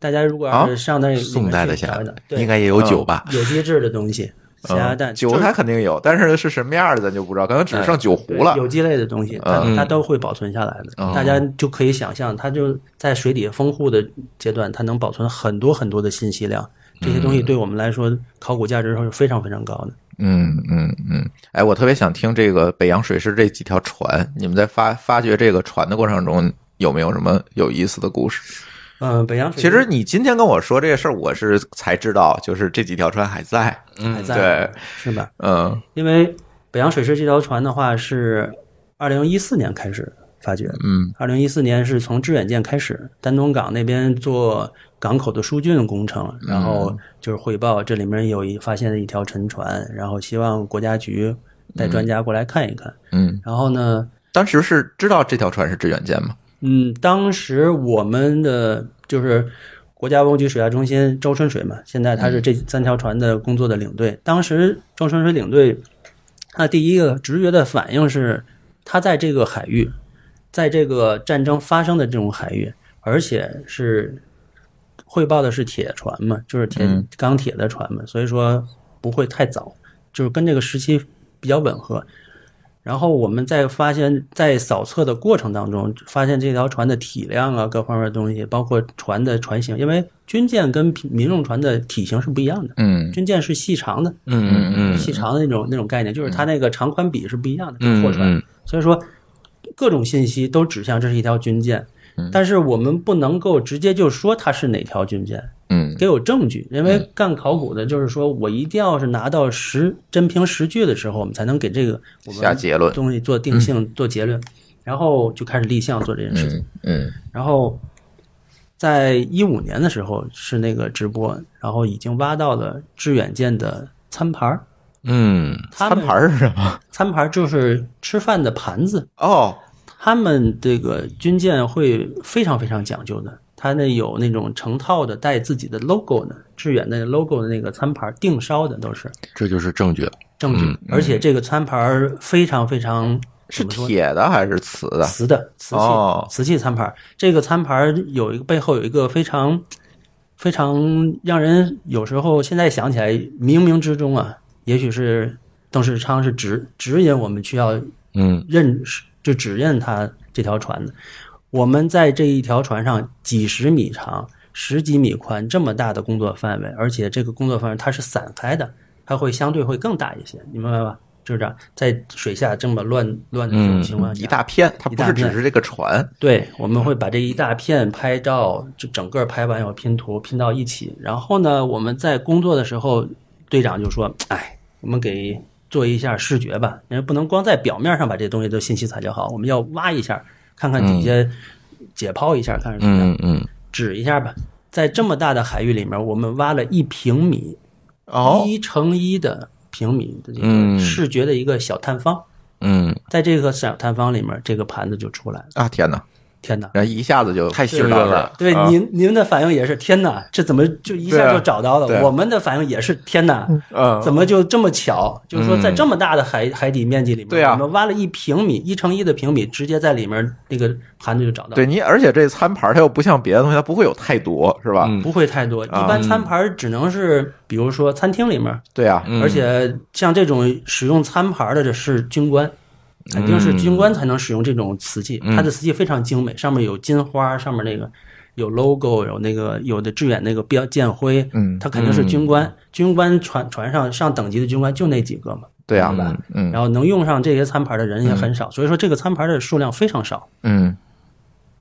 Speaker 4: 大家如果要
Speaker 1: 啊
Speaker 4: 是上那里面
Speaker 3: 宋代的
Speaker 4: 去
Speaker 3: 下
Speaker 4: 找一找对
Speaker 3: 应该也有酒吧？
Speaker 4: 有机质的东西，咸鸭
Speaker 3: 啊
Speaker 4: 蛋、
Speaker 1: 嗯酒
Speaker 4: 啊就是哎
Speaker 1: 它肯定有，但是是什么样的咱就不知道，可能只剩酒壶
Speaker 4: 对
Speaker 1: 了。
Speaker 4: 有机类的东西，它
Speaker 3: 嗯
Speaker 4: 它都会保存下来的。
Speaker 3: 哦
Speaker 4: 大家就可以想象，它就在水底下丰护的阶段，它能保存很多很多的信息量。这些东
Speaker 3: 嗯
Speaker 4: 西对我们来说，考古价值是非常非常高的。
Speaker 1: 嗯嗯嗯，哎，我特别想听这个北洋水师这几条船，你们在发发掘这个船的过程中有没有什么有意思的故事？
Speaker 4: 嗯、北洋水
Speaker 1: 其实你今天跟我说这个事儿，我是才知道，就是这几条船还在。
Speaker 4: 还在，
Speaker 1: 对，
Speaker 4: 是吧？
Speaker 1: 嗯
Speaker 4: 因为北洋水师这条船的话是二零一四年开始发掘，
Speaker 1: 嗯
Speaker 4: 二零一四年是从致远舰开始，丹东港那边做港口的疏浚工程，
Speaker 1: 嗯
Speaker 4: 然后就是汇报这里面有一发现了一条沉船，然后希望国家局带专家过来看一看。
Speaker 1: 嗯，
Speaker 4: 然后呢，
Speaker 1: 当时是知道这条船是致远舰吗？
Speaker 4: 嗯，当时我们的就是国家文物局水下中心周春水嘛，现在他是这三条船的工作的领队。当时周春水领队，他第一个直觉的反应是，他在这个海域，在这个战争发生的这种海域，而且是汇报的是铁船嘛，就是铁
Speaker 1: 嗯
Speaker 4: 钢铁的船嘛，所以说不会太早，就是跟这个时期比较吻合。然后我们在发现，在扫测的过程当中，发现这条船的体量啊，各方面的东西，包括船的船型，因为军舰跟平民用船的体型是不一样的。
Speaker 1: 嗯
Speaker 4: 军舰是细长的，
Speaker 3: 嗯嗯
Speaker 4: 细长的那种那种概念，就是它那个长宽比是不一样的，就是
Speaker 3: 嗯
Speaker 4: 货船。
Speaker 3: 嗯
Speaker 4: 所以说，各种信息都指向这是一条军舰，
Speaker 3: 嗯
Speaker 4: 但是我们不能够直接就说它是哪条军舰，
Speaker 1: 嗯
Speaker 4: 得有证据，因
Speaker 3: 嗯
Speaker 4: 为干考古的就是说我一定要是拿到实真凭实据的时候，我们才能给这个我们
Speaker 1: 下结论
Speaker 4: 东西做定性、做结论，然后就开始立项做这件事情。
Speaker 1: 嗯
Speaker 4: 然后在一五年的时候是那个直播，然后已经挖到了致远舰的餐盘儿，
Speaker 3: 嗯
Speaker 4: 他
Speaker 1: 餐
Speaker 4: 们
Speaker 1: 盘儿是什 么？
Speaker 4: 餐盘儿就是吃饭的盘子，
Speaker 1: 哦，
Speaker 4: 他们这个军舰会非常非常讲究的，它那有那种成套的带自己的 logo 的，致远的 logo 的那个餐盘，定烧的都是
Speaker 3: 这就是证据。
Speaker 4: 证据，
Speaker 1: 嗯
Speaker 4: 而且这个餐盘非常非常
Speaker 1: 是
Speaker 4: 怎么说
Speaker 1: 铁的还是瓷的？
Speaker 4: 瓷的瓷器、
Speaker 1: 哦
Speaker 4: 瓷器餐盘，这个餐盘有一个背后有一个非常非常让人有时候现在想起来冥冥之中啊，也许是邓世昌是指指引我们需要
Speaker 3: 嗯
Speaker 4: 认识，就指认他这条船的。我们在这一条船上几十米长、十几米宽这么大的工作范围，而且这个工作范围它是散开的，它会相对会更大一些，你明白吧？就是这样，在水下这么乱乱的这种情况
Speaker 1: 嗯
Speaker 4: 下，
Speaker 1: 一大片，它不
Speaker 4: 一
Speaker 1: 是
Speaker 4: 大片
Speaker 1: 只是这个船。
Speaker 4: 对，我
Speaker 3: 嗯
Speaker 4: 们会把这一大片拍照，就整个拍完以后拼图拼到一起。然后呢，我们在工作的时候，队长就说：“哎，我们给做一下视觉吧，因为不能光在表面上把这东西都信息采集好，我们要挖一下，看看底下，解剖一下，看是怎么样，
Speaker 3: 嗯嗯
Speaker 4: 指一下吧。”在这么大的海域里面，我们挖了一平米，
Speaker 1: 哦，
Speaker 4: 一乘一的平米的这个
Speaker 3: 嗯
Speaker 4: 视觉的一个小探方，
Speaker 3: 嗯，
Speaker 4: 在这个小探方里面，这个盘子就出来了。
Speaker 1: 啊天哪！
Speaker 4: 天哪！
Speaker 1: 然后一下子就
Speaker 3: 太幸运了。
Speaker 4: 对，
Speaker 1: 啊
Speaker 4: 您您的反应也是天哪，这怎么就一
Speaker 1: 对
Speaker 4: 下
Speaker 1: 啊
Speaker 4: 就找到
Speaker 1: 对
Speaker 4: 了？
Speaker 1: 啊
Speaker 4: 我们的反应也是天哪，
Speaker 1: 嗯
Speaker 4: 怎么就这么巧？就是说，在这么大的海海底面积里面，
Speaker 1: 对啊
Speaker 4: 我们挖了一平米，一乘一的平米，直接在里面那个盘子就找到了。
Speaker 1: 对你，而且这餐盘它又不像别的东西，它不会有太多，是吧？
Speaker 3: 嗯
Speaker 4: 不会太多，一般餐盘只能是，比如说餐厅里面，
Speaker 1: 对啊，
Speaker 3: 嗯
Speaker 4: 而且像这种使用餐盘的，这是军官，
Speaker 1: 嗯
Speaker 4: 肯定是军官才能使用这种瓷器。它的瓷器非常精美，上面有金花，上面那个有 logo，有那个有的致远那个标剑徽，
Speaker 1: 嗯
Speaker 4: 它肯定是军官。军官船船上上等级的军官就那几个嘛，
Speaker 1: 对啊，
Speaker 3: 嗯
Speaker 1: 嗯
Speaker 4: 然后能用上这些餐盘的人也很少，所以说这个餐盘的数量非常少。
Speaker 1: 嗯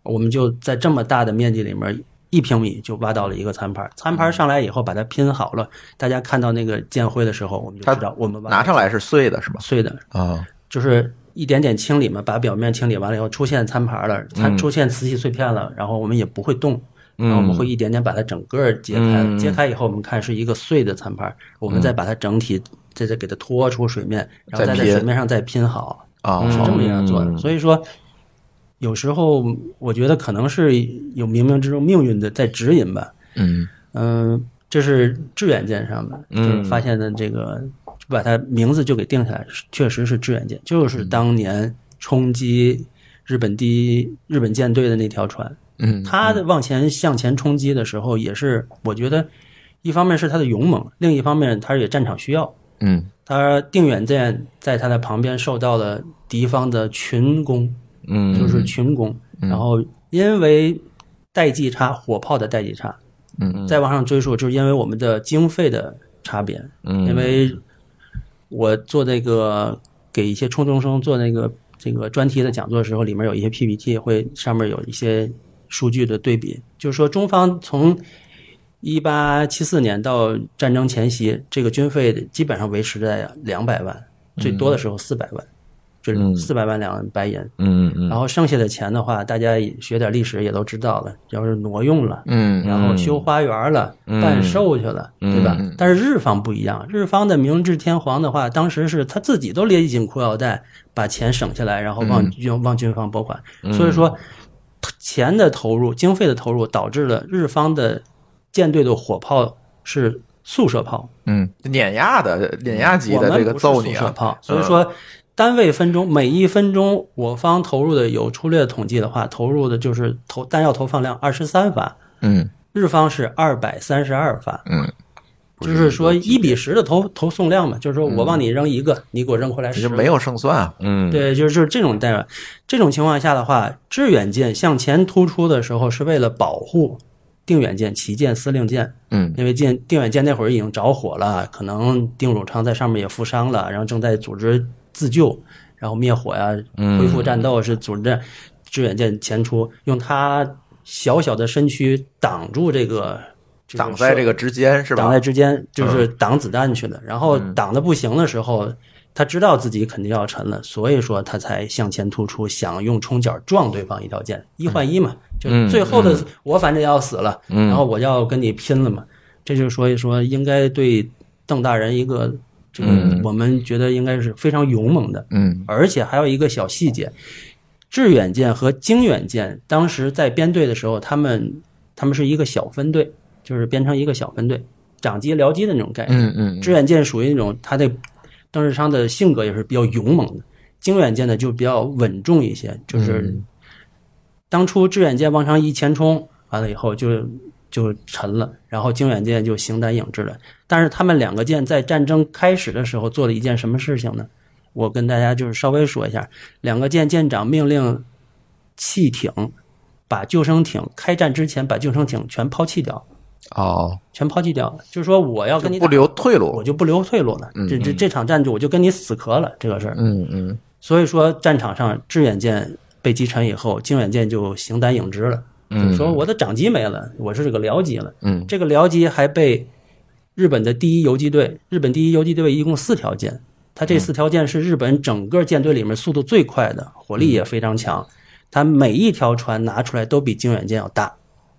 Speaker 4: 我们就在这么大的面积里面，一平米就挖到了一个餐盘。餐盘上来以后，把它拼好了，大家看到那个剑徽的时候，我们就知道我们挖
Speaker 1: 拿上来是碎的，是吗？
Speaker 4: 碎的，
Speaker 1: 啊，
Speaker 4: 就是一点点清理嘛，把表面清理完了以后，出现餐盘了，它出现瓷器碎片了，然后我们也不会动。然后我们会一点点把它整个揭开，
Speaker 3: 嗯
Speaker 4: 揭开以后我们看是一个碎的餐盘，我们再把它整体再再给它拖出水面，然后
Speaker 1: 再
Speaker 4: 再在
Speaker 1: 拼
Speaker 4: 水面上再拼好，
Speaker 1: 啊，
Speaker 4: 是这么样做的。
Speaker 3: 嗯
Speaker 4: 所以说，有时候我觉得可能是有冥冥之中命运的在指引吧。
Speaker 1: 嗯
Speaker 4: 嗯、这是致远舰上的，就是发现的这个，就把它名字就给定下来，是确实是致远舰，就是
Speaker 1: 嗯
Speaker 4: 当年冲击日本第一日本舰队的那条船。
Speaker 1: 嗯
Speaker 4: 他的往前向前冲击的时候，也是我觉得，一方面是他的勇猛，另一方面他也战场需要。
Speaker 3: 嗯
Speaker 4: 它定远舰在它的旁边受到了敌方的群攻，
Speaker 3: 嗯，
Speaker 4: 就是群攻，然后因为代际差，火炮的代际差，
Speaker 1: 嗯，
Speaker 4: 再往上追溯，就是因为我们的经费的差别，
Speaker 3: 嗯
Speaker 4: 因为我做那个给一些初中生做那个这个专题的讲座的时候，里面有一些 PPT 会上面有一些数据的对比，就是说中方从一八七四年到战争前夕，这个军费基本上维持在两百万，最多的时候四百万，就是四百万两白银。
Speaker 3: 嗯嗯
Speaker 4: 然后剩下的钱的话，大家也学点历史也都知道了，要是挪用了，
Speaker 1: 嗯嗯
Speaker 4: 然后修花园了，办寿去了，对吧？但是日方不一样，日方的明治天皇的话，当时是他自己都勒紧裤腰带把钱省下来，然后
Speaker 1: 嗯
Speaker 4: 往军、往军方拨款，所以说钱的投入、经费的投入，导致了日方的舰队的火炮是速射炮，
Speaker 1: 嗯，碾压的碾压级
Speaker 4: 我
Speaker 1: 的
Speaker 4: 们
Speaker 1: 这个
Speaker 4: 不是
Speaker 1: 揍
Speaker 4: 速
Speaker 1: 你
Speaker 4: 射
Speaker 1: 啊，
Speaker 4: 炮，所以说单位分钟，每一分钟我方投入的有粗略的统计的话，投入的就是投弹药投放量二十三发，
Speaker 1: 嗯
Speaker 4: 日方是二百三十二发，
Speaker 1: 嗯，
Speaker 4: 就是说一比十的投投送量嘛，就是说我往你扔一个，你给我扔回来
Speaker 1: 嗯你
Speaker 4: 十
Speaker 1: 就
Speaker 4: 个，
Speaker 1: 没有胜算啊，
Speaker 3: 嗯，
Speaker 4: 对，就是就是这种代表。这种情况下的话，致远舰向前突出的时候是为了保护定远舰、旗舰、司令舰，
Speaker 1: 嗯，
Speaker 4: 因为舰定远舰那会儿已经着火了，可能丁汝昌在上面也负伤了，然后正在组织自救，然后灭火呀、恢复战斗是组织战致远舰前出，用它小小的身躯挡住这个。就是
Speaker 1: 挡在
Speaker 4: 射
Speaker 1: 这个之间是
Speaker 4: 挡
Speaker 1: 吧
Speaker 4: 在？之间，就是挡子弹去的。然后挡的不行的时候，他知道自己肯定要沉了，所以说他才向前突出，想用冲脚撞对方一条剑，一换一嘛。就是最后的我反正要死了，然后我要跟你拼了嘛。这就是说一说应该对邓大人一个这个我们觉得应该是非常勇猛的，
Speaker 1: 嗯，
Speaker 4: 而且还有一个小细节，致远舰和经远舰当时在编队的时候，他们他们是一个小分队，就是编成一个小分队，长机僚机的那种概念。
Speaker 1: 嗯嗯
Speaker 4: 致远舰属于那种他的邓世昌的性格也是比较勇猛的，经远舰呢就比较稳重一些，就是
Speaker 1: 嗯
Speaker 4: 当初致远舰往上一前冲，完了以后就就沉了，然后经远舰就形单影只了。但是他们两个舰在战争开始的时候做了一件什么事情呢？我跟大家就是稍微说一下，两个舰舰长命令弃艇，把救生艇开战之前把救生艇全抛弃掉，
Speaker 1: 哦，
Speaker 4: 全抛弃掉，就是说我要
Speaker 1: 就
Speaker 4: 跟你
Speaker 1: 不
Speaker 4: 打
Speaker 1: 留退路
Speaker 4: 我，就不留退路了。这这这场战就我就跟你死磕了这个事儿。
Speaker 1: 嗯嗯
Speaker 4: 所以说战场上致远舰被击沉以后，经远舰就形单影只了。就是说我的长机没了，我是这个僚机了。
Speaker 1: 嗯，
Speaker 4: 这个僚机还被日本的第一游击队，日本第一游击队一共四条舰，它
Speaker 1: 嗯
Speaker 4: 这四条舰是日本整个舰队里面速度最快的，火力也
Speaker 1: 嗯
Speaker 4: 非常强。它每一条船拿出来都比经远舰要大。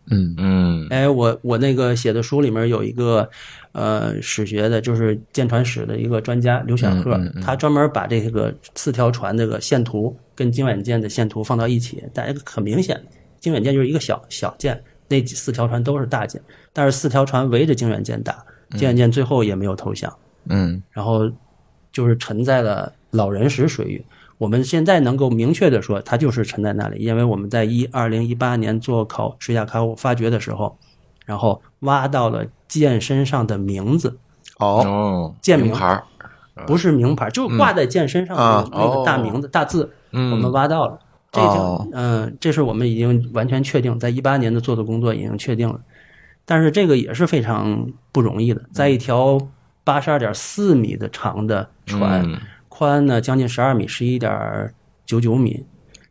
Speaker 1: 嗯
Speaker 3: 嗯
Speaker 4: 哎，我我那个写的书里面有一个，呃，史学的，就是舰船史的一个专家刘选鹤，他专门把这个四条船这个线图跟经远舰的线图放到一起，大家很明显，经远舰就是一个小小舰，那几四条船都是大舰，但是四条船围着经远舰打，经远舰最后也没有投降，
Speaker 1: 嗯
Speaker 4: 然后就是沉在了老人石水域。我们现在能够明确的说，它就是沉在那里，因为我们在一二零一八年做考水下考古发掘的时候，然后挖到了剑身上的名字，
Speaker 1: 哦
Speaker 3: 哦，
Speaker 4: 建
Speaker 3: 名
Speaker 4: 明
Speaker 3: 牌儿，嗯
Speaker 4: 不是名牌，就挂在剑身上
Speaker 1: 啊
Speaker 4: 的那个大名字、大
Speaker 3: 啊哦
Speaker 4: 字，我们挖到了。这
Speaker 1: 哦
Speaker 4: 就嗯、这是我们已经完全确定，在一八年的做的工作已经确定了，但是这个也是非常不容易的，
Speaker 3: 嗯
Speaker 4: 在一条八十二点四米的长的船，
Speaker 3: 嗯
Speaker 4: 宽呢将近十二米，十一点九九米，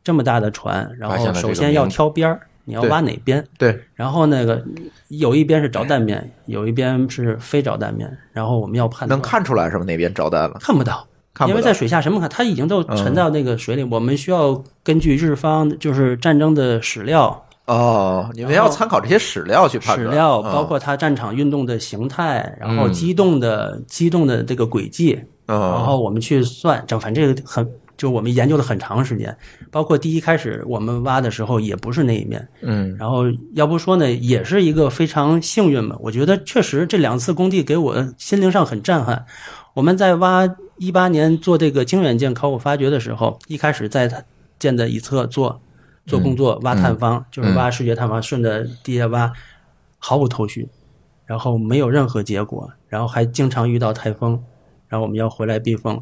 Speaker 4: 这么大的船，然
Speaker 3: 发现
Speaker 4: 后
Speaker 3: 了这个
Speaker 4: 首先要
Speaker 3: 名字
Speaker 4: 挑边儿，你要
Speaker 1: 对
Speaker 4: 挖哪边？
Speaker 1: 对，
Speaker 4: 然后那个有一边是着弹面，有一边是非着弹面，然后我们要判断
Speaker 1: 能看出来是吧？哪边着弹了？
Speaker 4: 看不到，
Speaker 1: 看不
Speaker 4: 因为
Speaker 1: 到嗯
Speaker 4: 在水下什么看，它已经都沉到那个水里。我们需要根据日方就是战争的史料、
Speaker 1: 哦，你们要参考这些史料去判
Speaker 4: 史
Speaker 1: 断，
Speaker 4: 料，
Speaker 1: 嗯
Speaker 4: 包括它战场运动的形态，然后机动的机动的这个轨迹，然
Speaker 1: 嗯
Speaker 4: 后我们去算，这反正这个很。就我们研究了很长时间，包括第一开始我们挖的时候也不是那一面，
Speaker 1: 嗯
Speaker 4: 然后要不说呢，也是一个非常幸运吧。我觉得确实这两次工地给我心灵上很震撼。我们在挖一八年做这个经远舰考古发掘的时候，一开始在舰的一侧做做工
Speaker 1: 嗯
Speaker 4: 作，挖探方，就是挖视觉探方，顺着地下挖，毫无头绪，然后没有任何结果，然后还经常遇到台风，然然后我们要回来避风，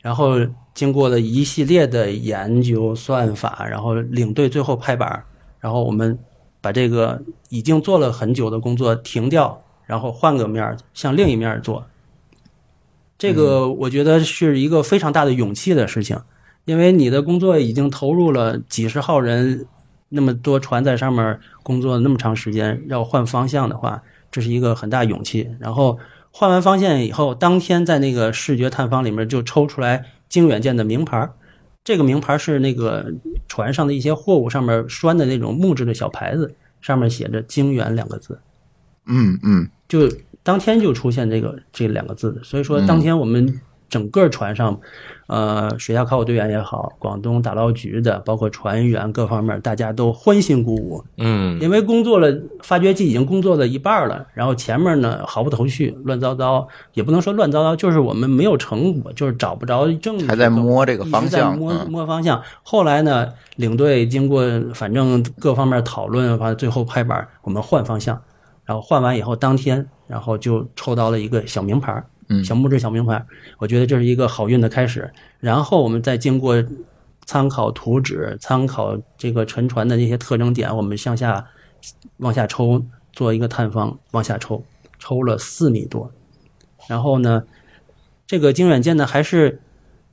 Speaker 4: 然后经过了一系列的研究算法，然后领队最后拍板儿，然后我们把这个已经做了很久的工作停掉，然后换个面儿向另一面儿做。这个我觉得是一个非常大的勇气的事情，因为你的工作已经投入了几十号人，那么多船在上面工作那么长时间，要换方向的话，这是一个很大勇气。然后换完方向以后，当天在那个视觉探访里面就抽出来经远舰的名牌儿，这个名牌是那个船上的一些货物上面拴的那种木质的小牌子，上面写着“经远”两个字，
Speaker 1: 嗯嗯，
Speaker 4: 就当天就出现这个这两个字的。所以说，当天我们整个船上，呃，水下考古队员也好，广东打捞局的，包括船员各方面，大家都欢欣鼓舞，
Speaker 3: 嗯
Speaker 4: 因为工作了，发掘机已经工作了一半了，然后前面呢毫不头绪，乱糟糟，也不能说乱糟糟，就是我们没有成果，就是找不着证据，
Speaker 1: 还在摸这个
Speaker 4: 一直
Speaker 1: 方
Speaker 4: 在
Speaker 1: 向
Speaker 4: 摸
Speaker 1: 嗯
Speaker 4: 摸方向。后来呢，领队经过反正各方面讨论，完最后拍板，我们换方向，然后换完以后当天，然后就抽到了一个小名牌儿，
Speaker 1: 嗯
Speaker 4: 小木质小名牌儿，我觉得这是一个好运的开始。然后我们再经过参考图纸、参考这个沉船的那些特征点，我们向下往下抽，做一个探方，往下抽，抽了四米多。然后呢，这个经远舰呢还是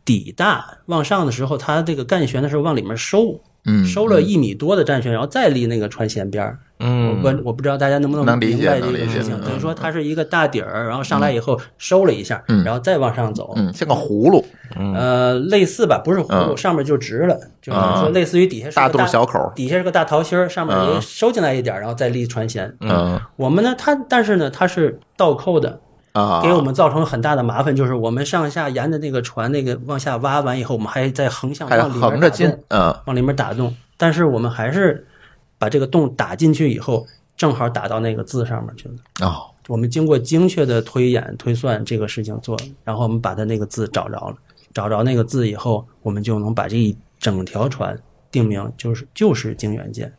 Speaker 4: 底大往上的时候，它这个干旋的时候往里面收，
Speaker 1: 嗯
Speaker 4: 收了一米多的战旋，然后再立那个船舷边儿。我
Speaker 3: 嗯
Speaker 4: 不我不知道大家能不
Speaker 1: 能理解
Speaker 4: 明白这
Speaker 1: 能
Speaker 4: 个
Speaker 1: 理解
Speaker 4: 事情，等于
Speaker 1: 嗯
Speaker 4: 说它是一个大底儿，然后上来以后收了一下，然后再往上走，
Speaker 1: 嗯，像个葫芦，
Speaker 4: 呃，类似吧，不是葫芦，
Speaker 1: 嗯
Speaker 4: 上面就直了，就是
Speaker 1: 啊
Speaker 4: 说类似于底下是个
Speaker 1: 大肚小口，
Speaker 4: 底下是个大桃心儿，上面
Speaker 1: 嗯
Speaker 4: 也收进来一点儿，然后再立船舷。
Speaker 1: 嗯
Speaker 4: 我们呢，它但是呢，它是倒扣的，
Speaker 1: 啊，
Speaker 4: 给我们造成很大的麻烦，就是我们上下沿着那个船那个往下挖完以后，我们还在横向
Speaker 1: 还
Speaker 4: 往里面
Speaker 1: 哎横着
Speaker 4: 打
Speaker 1: 进
Speaker 4: 洞，
Speaker 1: 嗯
Speaker 4: 往里面打洞，但是我们还是把这个洞打进去以后，正好打到那个字上面去了。
Speaker 1: 哦，
Speaker 4: 我们经过精确的推演推算，这个事情做了，然后我们把它那个字找着了，找着那个字以后，我们就能把这一整条船定名就是就是靖远舰。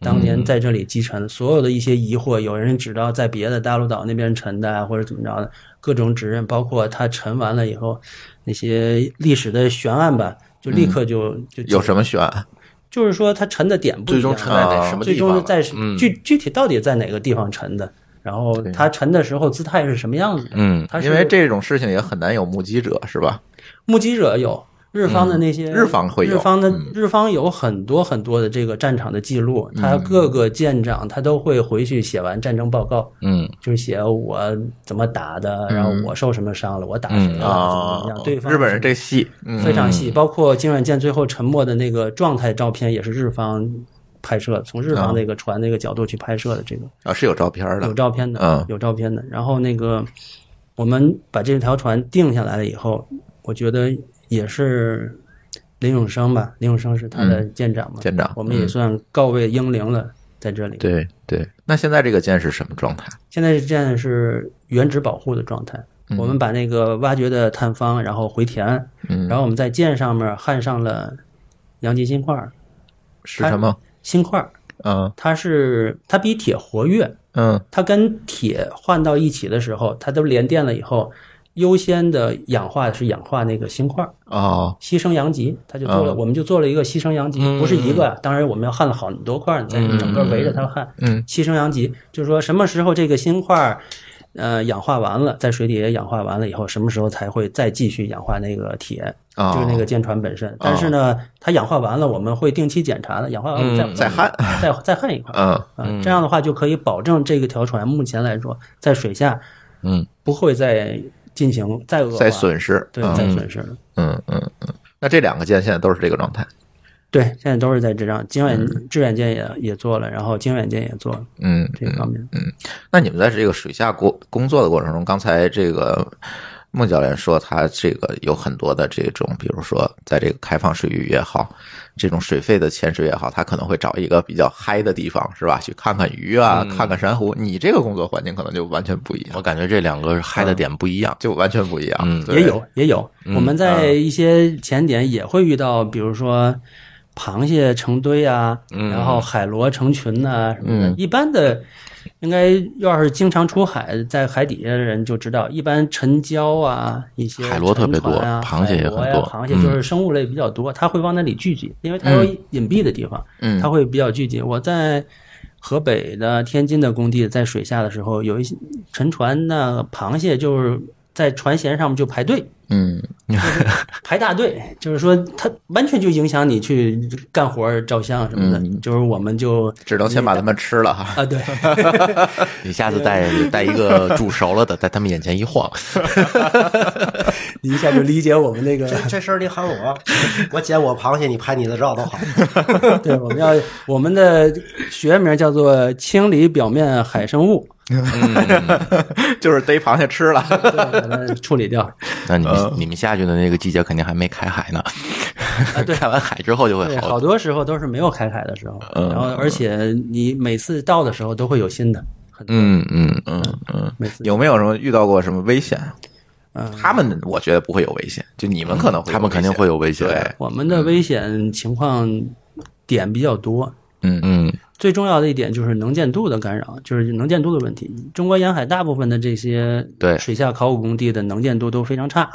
Speaker 4: 当
Speaker 1: 嗯
Speaker 4: 年在这里击沉，所有的一些疑惑，有人指到在别的大陆岛那边沉的啊，或者怎么着的，各种指认，包括它沉完了以后，那些历史的悬案吧，就立刻就、就
Speaker 1: 嗯有什么选？
Speaker 4: 就是说它沉的点
Speaker 3: 最
Speaker 4: 不一样
Speaker 3: 终沉在
Speaker 1: 啊
Speaker 3: 哪什么
Speaker 4: 最
Speaker 3: 地
Speaker 4: 终
Speaker 3: 方
Speaker 4: 是在
Speaker 3: 嗯
Speaker 4: 具具体到底在哪个地方沉的，然后它沉的时候姿态是什么样子的？
Speaker 3: 嗯
Speaker 4: 它是
Speaker 1: 因为这种事情也很难有目击者，是吧？
Speaker 4: 目击者有日方的那些、
Speaker 1: 嗯日方会有
Speaker 4: 日方的
Speaker 1: 嗯
Speaker 4: 日方有很多很多的这个战场的记录，他各个舰长他都会回去写完战争报告，
Speaker 3: 嗯
Speaker 4: 就是写我怎么打的，
Speaker 1: 嗯
Speaker 4: 然后我受什么伤了，我打谁了，
Speaker 1: 啊
Speaker 4: 嗯怎么怎么样，，对方
Speaker 1: 日本人这戏，嗯
Speaker 4: 非常细，包括金软件最后沉没的那个状态照片也是日方拍摄，从日方那个船那个角度去拍摄的，这个
Speaker 1: 啊是有照片
Speaker 4: 有
Speaker 1: 的，
Speaker 4: 照片的
Speaker 1: 嗯，
Speaker 4: 有照片的。然后那个我们把这条船定下来了以后，我觉得也是林永生吧，林永生是他的舰长嘛，
Speaker 1: 嗯舰长嗯
Speaker 4: 我们也算告慰英灵了，在这里。
Speaker 1: 对对。那现在这个舰是什么状态？
Speaker 4: 现在是这样，是原址保护的状态。我们把那个挖掘的探方，然后回填，
Speaker 1: 嗯
Speaker 4: 然后我们在舰上面焊上了阳极锌块儿，
Speaker 1: 是什么？
Speaker 4: 锌块儿
Speaker 1: 嗯
Speaker 4: 它是它比铁活跃，
Speaker 1: 嗯
Speaker 4: 它跟铁换到一起的时候，它都连电了以后，优先的氧化是氧化那个锌块儿，
Speaker 1: 哦
Speaker 4: 牺牲阳极，它就做了，
Speaker 1: 嗯
Speaker 4: 我们就做了一个牺牲阳极，不是一个，当然我们要焊了很多块儿，你再整个围着它焊，
Speaker 1: 嗯
Speaker 4: 牺牲阳极，就是说什么时候这个锌块儿，呃，氧化完了，在水底下氧化完了以后，什么时候才会再继续氧化那个铁，
Speaker 1: 啊，
Speaker 4: 就是那个舰船本身。但是呢，它氧化完了，我们会定期检查的，氧化完了再、
Speaker 3: 嗯
Speaker 1: 哦再焊，
Speaker 4: 再再焊一块儿，
Speaker 1: 嗯
Speaker 4: 嗯，这样的话就可以保证这个条船目前来说在水下
Speaker 3: 嗯，
Speaker 4: 不会再进行再恶化，啊
Speaker 1: 再损失，
Speaker 4: 对，
Speaker 1: 嗯
Speaker 4: 再损失了。
Speaker 1: 嗯嗯嗯。那这两个舰现在都是这个状态，
Speaker 4: 对，现在都是在这样，经远致远舰也也做了，然后经远舰也做了
Speaker 1: 嗯
Speaker 4: 这方面。
Speaker 1: 那你们在这个水下过工作的过程中，刚才这个孟教练说，他这个有很多的这种，比如说在这个开放水域也好，这种水肺的潜水也好，他可能会找一个比较嗨的地方，是吧？去看看鱼啊，
Speaker 3: 嗯
Speaker 1: 看看珊瑚。你这个工作环境可能就完全不一样
Speaker 3: 我，感觉这两个嗨的点不一样。
Speaker 1: 就完全不一样。
Speaker 3: 嗯
Speaker 1: 对嗯
Speaker 4: 也有也有，我们在一些潜点也会遇到，比如说
Speaker 1: 嗯
Speaker 4: 螃蟹成堆啊，然后海螺成群呐、什么的。一般的应该要是经常出海，在海底下的人就知道，一般沉礁啊，一些
Speaker 3: 海螺特别多
Speaker 4: 沉船啊、
Speaker 3: 螃蟹也很
Speaker 4: 海螺呀
Speaker 3: 多嗯
Speaker 4: 螃蟹就是生物类比较多，它会往那里聚集，因为它有隐蔽的地方，
Speaker 1: 嗯
Speaker 4: 它会比较聚集。我在河北的天津的工地，在水下的时候，有一些沉船那螃蟹就是在船舷上面就排队，
Speaker 1: 嗯
Speaker 4: 排大队， 就是说它完全就影响你去干活儿、照相什么的。
Speaker 3: 嗯
Speaker 4: 就是我们就
Speaker 1: 只能先把它们吃了哈。
Speaker 4: 啊，对， 嗯
Speaker 3: 你下次带带一个煮熟了的， 在他们眼前一晃，
Speaker 4: 你一下就理解我们那个，
Speaker 2: 这事儿你喊我，我捡我螃蟹，你拍你的照都好。
Speaker 4: 对，我们要我们的学名叫做清理表面海生物，
Speaker 3: 嗯
Speaker 1: 就是逮螃蟹吃了。
Speaker 4: 对，把它处理掉。
Speaker 3: 那你
Speaker 4: 嗯
Speaker 3: 们你们下去的那个季节肯定还没开海呢，
Speaker 4: 啊对
Speaker 3: 开完海之后就会
Speaker 4: 对，
Speaker 3: 好
Speaker 4: 好多时候都是没有开海的时候，然后而且你每次到的时候都会有新的，很 多
Speaker 3: 嗯嗯嗯，
Speaker 4: 每次
Speaker 1: 有没有什么遇到过什么危险？
Speaker 4: 嗯
Speaker 1: 他们我觉得不会有危险，就你们可能会有危险，
Speaker 3: 嗯他们肯定会有危险。
Speaker 1: 对，
Speaker 4: 我们的危险情况点比较多，
Speaker 1: 嗯
Speaker 3: 嗯
Speaker 4: 最重要的一点就是能见度的干扰，就是能见度的问题。中国沿海大部分的这些
Speaker 3: 对
Speaker 4: 水下考古工地的能见度都非常差，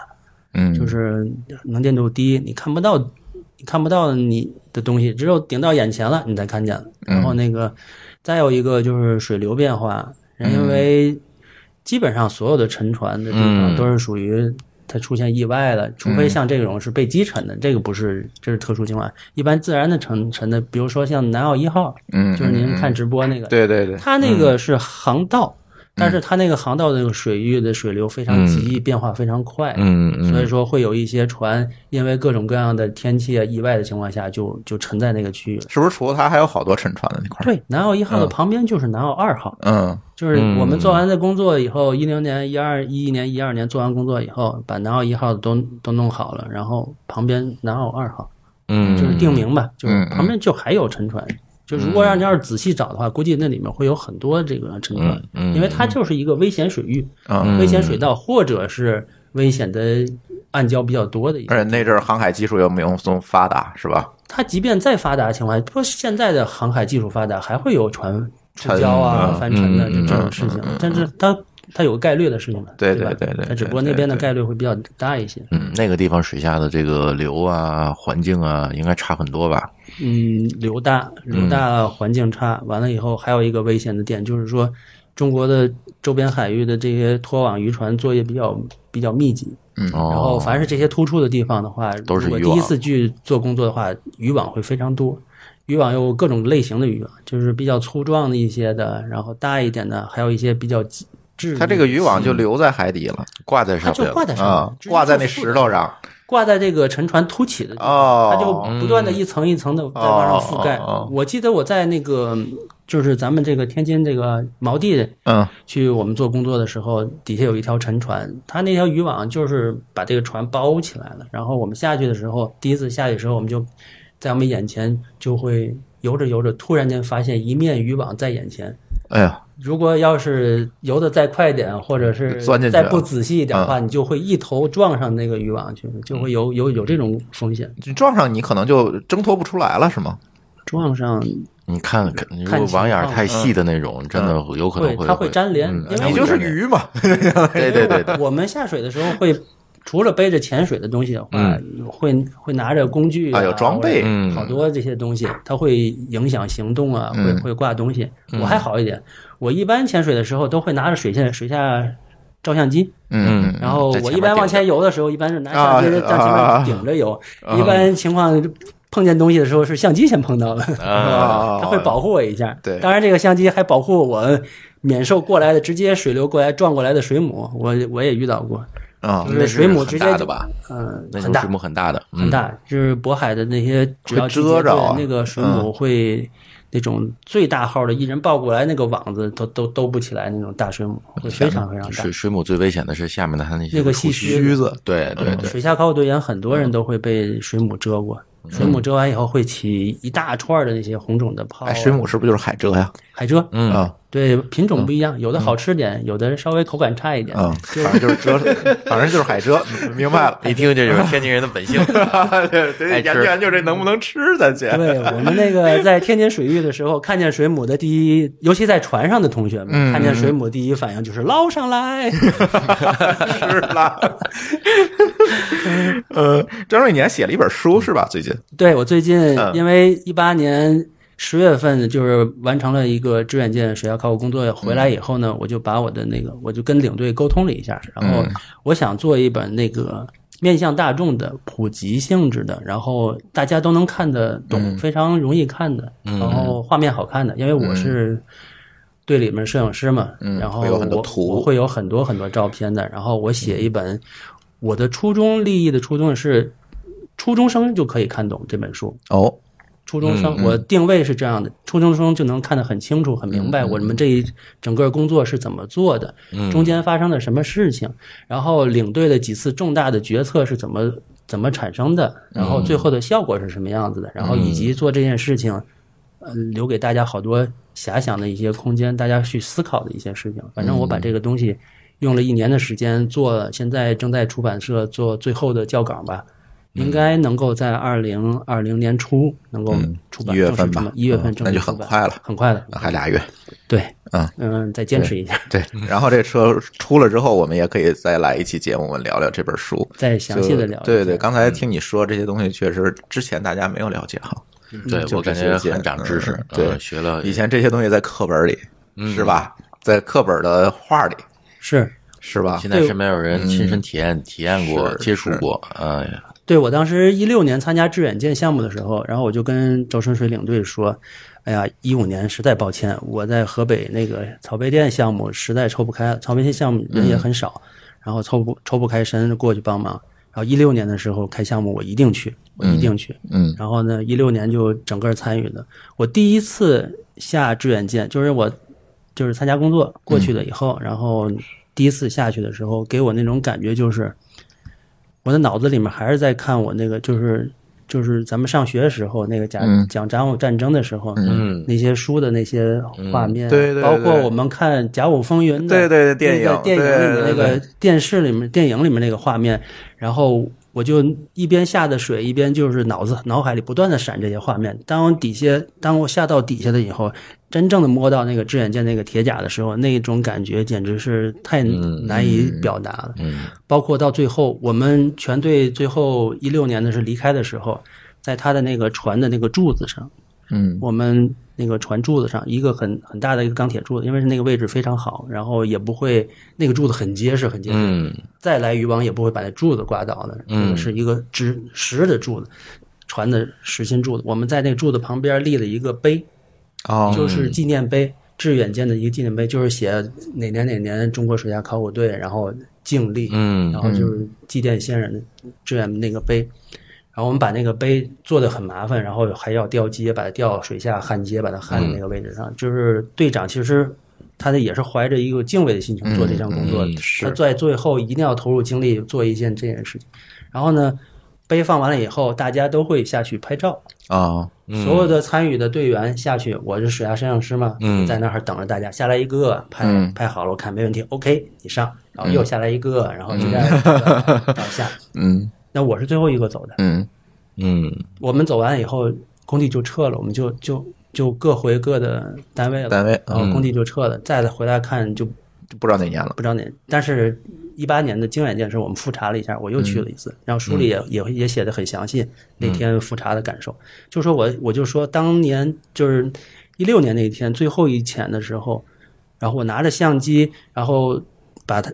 Speaker 1: 嗯，
Speaker 4: 就是能见度低，你看不到，你看不到你的东西，只有顶到眼前了你才看见了。
Speaker 3: 嗯
Speaker 4: 然后那个，再有一个就是水流变化，因为基本上所有的沉船的地
Speaker 3: 嗯
Speaker 4: 方都是属于。它出现意外了，除非像这种是被击沉的，这个不是，这是特殊情况。一般自然的沉沉的，比如说像南澳一号，
Speaker 1: 嗯
Speaker 4: 就是您看直播那个，
Speaker 1: 对嗯对对，
Speaker 4: 它那个是航道，但是它那个航道的那个水域的水流非常急，变化非常快，
Speaker 3: 嗯嗯
Speaker 4: 所以说会有一些船因为各种各样的天气啊、意外的情况下就就沉在那个区域了。
Speaker 1: 是不是除了它还有好多沉船的那块儿？
Speaker 4: 对，南澳一号的旁边就是南澳二号，
Speaker 1: 嗯
Speaker 4: 就是我们做完的工作以后，一零年、一二、一一年、一二年做完工作以后，把南澳一号都都弄好了，然后旁边南澳二号
Speaker 3: 嗯，
Speaker 4: 就是定名吧，就是
Speaker 1: 嗯嗯
Speaker 4: 旁边就还有沉船。就如果让你要是仔细找的话，估计那里面会有很多这个沉船，
Speaker 3: 嗯嗯啊
Speaker 4: 因为它就是一个危险水域、
Speaker 1: 嗯，
Speaker 4: 危险水道或者是危险的暗礁比较多的一些。
Speaker 1: 而且那阵儿航海技术又没有这么发达，是吧？
Speaker 4: 它即便再发达的情况下，不过现在的航海技术发达，还会有船出礁啊
Speaker 1: 沉、
Speaker 4: 翻沉的
Speaker 3: 嗯嗯
Speaker 4: 这种事情，但是它它有个概率的事情嘛，
Speaker 1: 对
Speaker 4: 吧
Speaker 1: 对对对
Speaker 4: 它只
Speaker 1: 对
Speaker 4: 不过那
Speaker 1: 对
Speaker 4: 边的
Speaker 1: 对
Speaker 4: 概率会比较大一些。
Speaker 3: 嗯，那个地方水下的这个流啊、环境啊，应该差很多吧？
Speaker 4: 嗯，流大，流大环境差，完了以后还有一个危险的点就是说，中国的周边海域的这些拖网渔船作业比较比较密集，
Speaker 3: 哦，
Speaker 4: 嗯然后凡是这些突出的地方的话，
Speaker 3: 都是
Speaker 4: 如果
Speaker 3: 渔
Speaker 4: 第
Speaker 3: 网
Speaker 4: 一次去做工作的话，渔网会非常多。渔网有各种类型的渔网，就是比较粗壮的一些的，然后大一点的，还有一些比较细致。
Speaker 1: 它这个渔网就留在海底了
Speaker 3: 挂在
Speaker 4: 它
Speaker 3: 上
Speaker 4: 就
Speaker 3: 面了，
Speaker 4: 挂在上面，
Speaker 1: 啊，
Speaker 4: 直接
Speaker 1: 挂在那
Speaker 4: 就附
Speaker 1: 石头上
Speaker 4: 挂在这个沉船凸起的地方，
Speaker 1: 哦
Speaker 4: 它就不断的一层一层的在往上覆盖。
Speaker 1: 哦哦哦
Speaker 4: 我记得我在那个就是咱们这个天津这个锚地
Speaker 1: 嗯
Speaker 4: 去我们做工作的时候，底下有一条沉船，它那条渔网就是把这个船包起来了。然后我们下去的时候，第一次下去的时候，我们就在我们眼前就会游着游着，突然间发现一面渔网在眼前。
Speaker 1: 哎呀，
Speaker 4: 如果要是游得再快点，或者是
Speaker 1: 钻进去嗯
Speaker 4: 再不仔细一点的话，你就会一头撞上那个渔网去，就会有有有这种风险。
Speaker 1: 你撞上你可能就挣脱不出来了，是吗？
Speaker 4: 撞上
Speaker 3: 你看，如果
Speaker 4: 情
Speaker 3: 网眼儿
Speaker 4: 况嗯
Speaker 3: 太细的那种，真的有可能
Speaker 4: 会它
Speaker 3: 会
Speaker 4: 会粘连
Speaker 3: 嗯
Speaker 4: 因为
Speaker 3: 它
Speaker 1: 你
Speaker 3: 会
Speaker 1: 就
Speaker 3: 粘
Speaker 1: 是
Speaker 3: 连
Speaker 1: 鱼嘛，
Speaker 3: 对对对对，
Speaker 4: 我们下水的时候会。除了背着潜水的东西的话，会会拿着工具
Speaker 1: 啊有装备
Speaker 4: 或者
Speaker 3: 嗯
Speaker 4: 好多这些东西，它会影响行动啊，会
Speaker 3: 嗯
Speaker 4: 会挂东西。我还好一点，我一般潜水的时候都会拿着水下水下照相机，
Speaker 1: 嗯，
Speaker 4: 然后
Speaker 3: 在
Speaker 4: 我
Speaker 3: 前面
Speaker 4: 一般
Speaker 3: 顶
Speaker 4: 往前游的时候，一般是拿
Speaker 1: 啊
Speaker 4: 相机在前
Speaker 1: 啊
Speaker 4: 面顶着游。
Speaker 3: 嗯
Speaker 4: 一般情况碰见东西的时候是相机先碰到了，
Speaker 1: 啊
Speaker 4: 它会保护我一下。
Speaker 1: 对
Speaker 4: 当然这个相机还保护我免受过来的直接水流过来撞过来的水母，我我也遇到过。
Speaker 1: 啊
Speaker 4: 就
Speaker 3: 那
Speaker 4: 是水母
Speaker 3: 很
Speaker 4: 直接
Speaker 3: 大的吧？
Speaker 4: 嗯、
Speaker 3: 那
Speaker 4: 很
Speaker 3: 种
Speaker 4: 大
Speaker 3: 水母很大的，嗯
Speaker 4: 很大，就是渤海的那些只要
Speaker 1: 会
Speaker 4: 季
Speaker 1: 遮着
Speaker 4: 节对
Speaker 1: 啊
Speaker 4: 那个水
Speaker 3: 嗯
Speaker 4: 母会。那种最大号的，一人抱过来，那个网子都都兜不起来，那种大水母会非常非常
Speaker 3: 嗯。
Speaker 4: 大
Speaker 3: 水。水母最危险的是下面的它那些
Speaker 4: 那个
Speaker 3: 触
Speaker 4: 细
Speaker 3: 须，
Speaker 1: 须子，
Speaker 3: 对对对，
Speaker 4: 水下考古队员很多人都会被水母蛰过，水母蛰完以后会起一大串儿的那些红肿的泡啊、
Speaker 1: 哎，水母是不是就是海蜇呀？
Speaker 4: 海蜇，
Speaker 3: 哎嗯
Speaker 1: 啊，
Speaker 4: 对，品种不一样，有的好吃点，有的稍微口感差一点。
Speaker 1: 嗯，反正就是蛰，反正就是海蜇，明白了。哎
Speaker 3: 一听这就是天津人的本性。
Speaker 1: 对
Speaker 3: 爱
Speaker 1: 对，
Speaker 3: 吃
Speaker 1: 研究研究这能不能吃，咱 先。
Speaker 4: 对我们那 个在天津水域的时候，看见水母的第一，尤其在船上的同学们，
Speaker 1: 嗯
Speaker 4: 看见水母第一反应就是捞上 来。
Speaker 1: 吃 了。呃，张瑞年写了一本书是吧？最近
Speaker 4: 对我最近
Speaker 1: 嗯
Speaker 4: 因为一八年十月份就是完成了一个志愿舰水下考古工作，回来以后呢，我就把我的那个我就跟领队沟通了一下，然后
Speaker 1: 嗯
Speaker 4: 我想做一本那个。面向大众的普及性质的，然后大家都能看得懂，
Speaker 1: 嗯
Speaker 4: 非常容易看的，然后画面好看的，因为我是队里面摄影师嘛，
Speaker 1: 嗯
Speaker 4: 然后
Speaker 1: 会有很多
Speaker 4: 我
Speaker 1: 图嗯
Speaker 4: 我会有很多很多照片的。然后我写一本，我的初衷立意的初衷是，初中生就可以看懂这本书。
Speaker 1: 哦，
Speaker 4: 初中生
Speaker 3: 嗯，嗯
Speaker 4: 我定位是这样的，初中生就能看得很清楚、很明白
Speaker 1: 嗯
Speaker 4: 我们这一整个工作是怎么做的，中间发生了什么事情，然后领队的几次重大的决策是怎么怎么产生的，然后最后的效果是什么样子
Speaker 1: 嗯
Speaker 4: 的，然后以及做这件事情，呃，留给大家好多遐想的一些空间，大家去思考的一些事情。反正我
Speaker 1: 嗯
Speaker 4: 把这个东西用了一年的时间做，现在正在出版社做最后的校稿吧。
Speaker 1: 嗯
Speaker 4: 应该能够在二零二零年初能够嗯出
Speaker 1: 嗯
Speaker 4: 版，
Speaker 1: 一月份
Speaker 4: 正
Speaker 1: 吧
Speaker 4: 式出版一月份
Speaker 1: 嗯
Speaker 4: 正
Speaker 1: 那
Speaker 4: 式
Speaker 1: 就
Speaker 4: 出
Speaker 1: 很
Speaker 4: 版，
Speaker 1: 快了
Speaker 4: 很快了，
Speaker 1: 还俩月。
Speaker 4: 对，
Speaker 1: 嗯
Speaker 4: 嗯，再坚持一下，
Speaker 1: 对，然后这车出了之后，我们也可以再来一期节目，我们聊聊这本书，
Speaker 4: 再详细的
Speaker 1: 就
Speaker 4: 聊一下。嗯
Speaker 1: 对对，刚才听你说这些东西，确实之前大家没有了解哈。
Speaker 3: 嗯对
Speaker 1: 就
Speaker 3: 我
Speaker 1: 这
Speaker 3: 感
Speaker 1: 些
Speaker 3: 觉
Speaker 1: 见
Speaker 3: 很长知识
Speaker 1: 嗯，
Speaker 3: 呃
Speaker 1: 对，
Speaker 3: 学了
Speaker 1: 以前这些东西在课本里
Speaker 4: 嗯
Speaker 1: 是吧？在课本的画里
Speaker 4: 是
Speaker 1: 是吧？
Speaker 4: 嗯
Speaker 3: 现在身边有人亲身体验、体验过
Speaker 1: 嗯是、
Speaker 3: 接触
Speaker 1: 是
Speaker 3: 过，哎呀，
Speaker 4: 对我当时一六年参加致远舰项目的时候，然后我就跟周春水领队说：“哎呀，一五年实在抱歉，我在河北那个草碑店项目实在抽不开，草碑店项目人也很少，然后抽不抽不开身过去帮忙。然后一六年的时候开项目，我一定去，我一定去。
Speaker 1: 嗯
Speaker 4: 然后呢，一六年就整个参与的。我第一次下志愿舰，就是我就是参加工作过去了以后，然后第一次下去的时候，给我那种感觉就是，我的脑子里面还是在看我那个就是就是咱们上学时候那个讲、
Speaker 1: 嗯
Speaker 4: 讲甲午战争的时候，
Speaker 3: 嗯，
Speaker 4: 那些书的那些画面，
Speaker 1: 嗯对对
Speaker 4: 包括
Speaker 1: 对
Speaker 4: 我们看《甲午风云》的
Speaker 1: 对对对电影
Speaker 4: 那个电影
Speaker 1: 对
Speaker 4: 里面那
Speaker 1: 对
Speaker 4: 个电视里面电影里面那个画面，然后我就一边下的水，一边就是脑子脑海里不断的闪这些画面。当底下当我下到底下的以后，真正的摸到那个致远舰那个铁甲的时候，那种感觉简直是太
Speaker 1: 嗯
Speaker 4: 难以表达了。
Speaker 3: 嗯
Speaker 4: 包括到最后，我们全队最后一六年的是离开的时候，在他的那个船的那个柱子上。
Speaker 1: 嗯
Speaker 4: 我们那个船柱子上一个很很大的一个钢铁柱子，因为那个位置非常好，然后也不会那个柱子很结实很结实，
Speaker 3: 嗯
Speaker 4: 再来渔网也不会把那柱子刮倒的，
Speaker 3: 嗯
Speaker 4: 那个是一个直实的柱子，船的实心柱子。我们在那个柱子旁边立了一个碑，
Speaker 1: 哦，
Speaker 3: 嗯
Speaker 4: 就是纪念碑，致远舰的一个纪念碑，就是写哪年哪年中国水下考古队，然后敬礼，
Speaker 3: 嗯
Speaker 4: 然后就是祭奠先人的志愿那个碑，然后我们把那个碑做的很麻烦，然后还要吊接，把它吊到水下焊接，把它焊在那个位置
Speaker 3: 嗯
Speaker 4: 上。就是队长其实他的也是怀着一个敬畏的心情做这项工作的，
Speaker 3: 嗯
Speaker 4: 他在最后一定要投入精力做一件这件事情。然后呢，碑放完了以后，大家都会下去拍照，
Speaker 1: 哦，
Speaker 4: 所有的参与的队员下去，我是水下摄影师嘛，
Speaker 3: 嗯
Speaker 4: 在那儿等着大家下来一个个拍、
Speaker 1: 嗯
Speaker 4: 拍好了，我看没问题，OK，你上，然后又下来一个，然后就这样往下。
Speaker 1: 嗯
Speaker 4: 那我是最后一个走的，
Speaker 1: 嗯
Speaker 3: 嗯，
Speaker 4: 我们走完以后，工地就撤了，我们就就就各回各的单位了，
Speaker 1: 单位
Speaker 4: 然后工地就撤了，再回来看就
Speaker 1: 不知道哪年了。
Speaker 4: 不知道哪，但是一八年的经远建设，我们复查了一下，我又去了一次，然后书里也、也也写的很详细，那天复查的感受，就说我我就说当年就是一六年那一天最后一潜的时候，然后我拿着相机，然后把它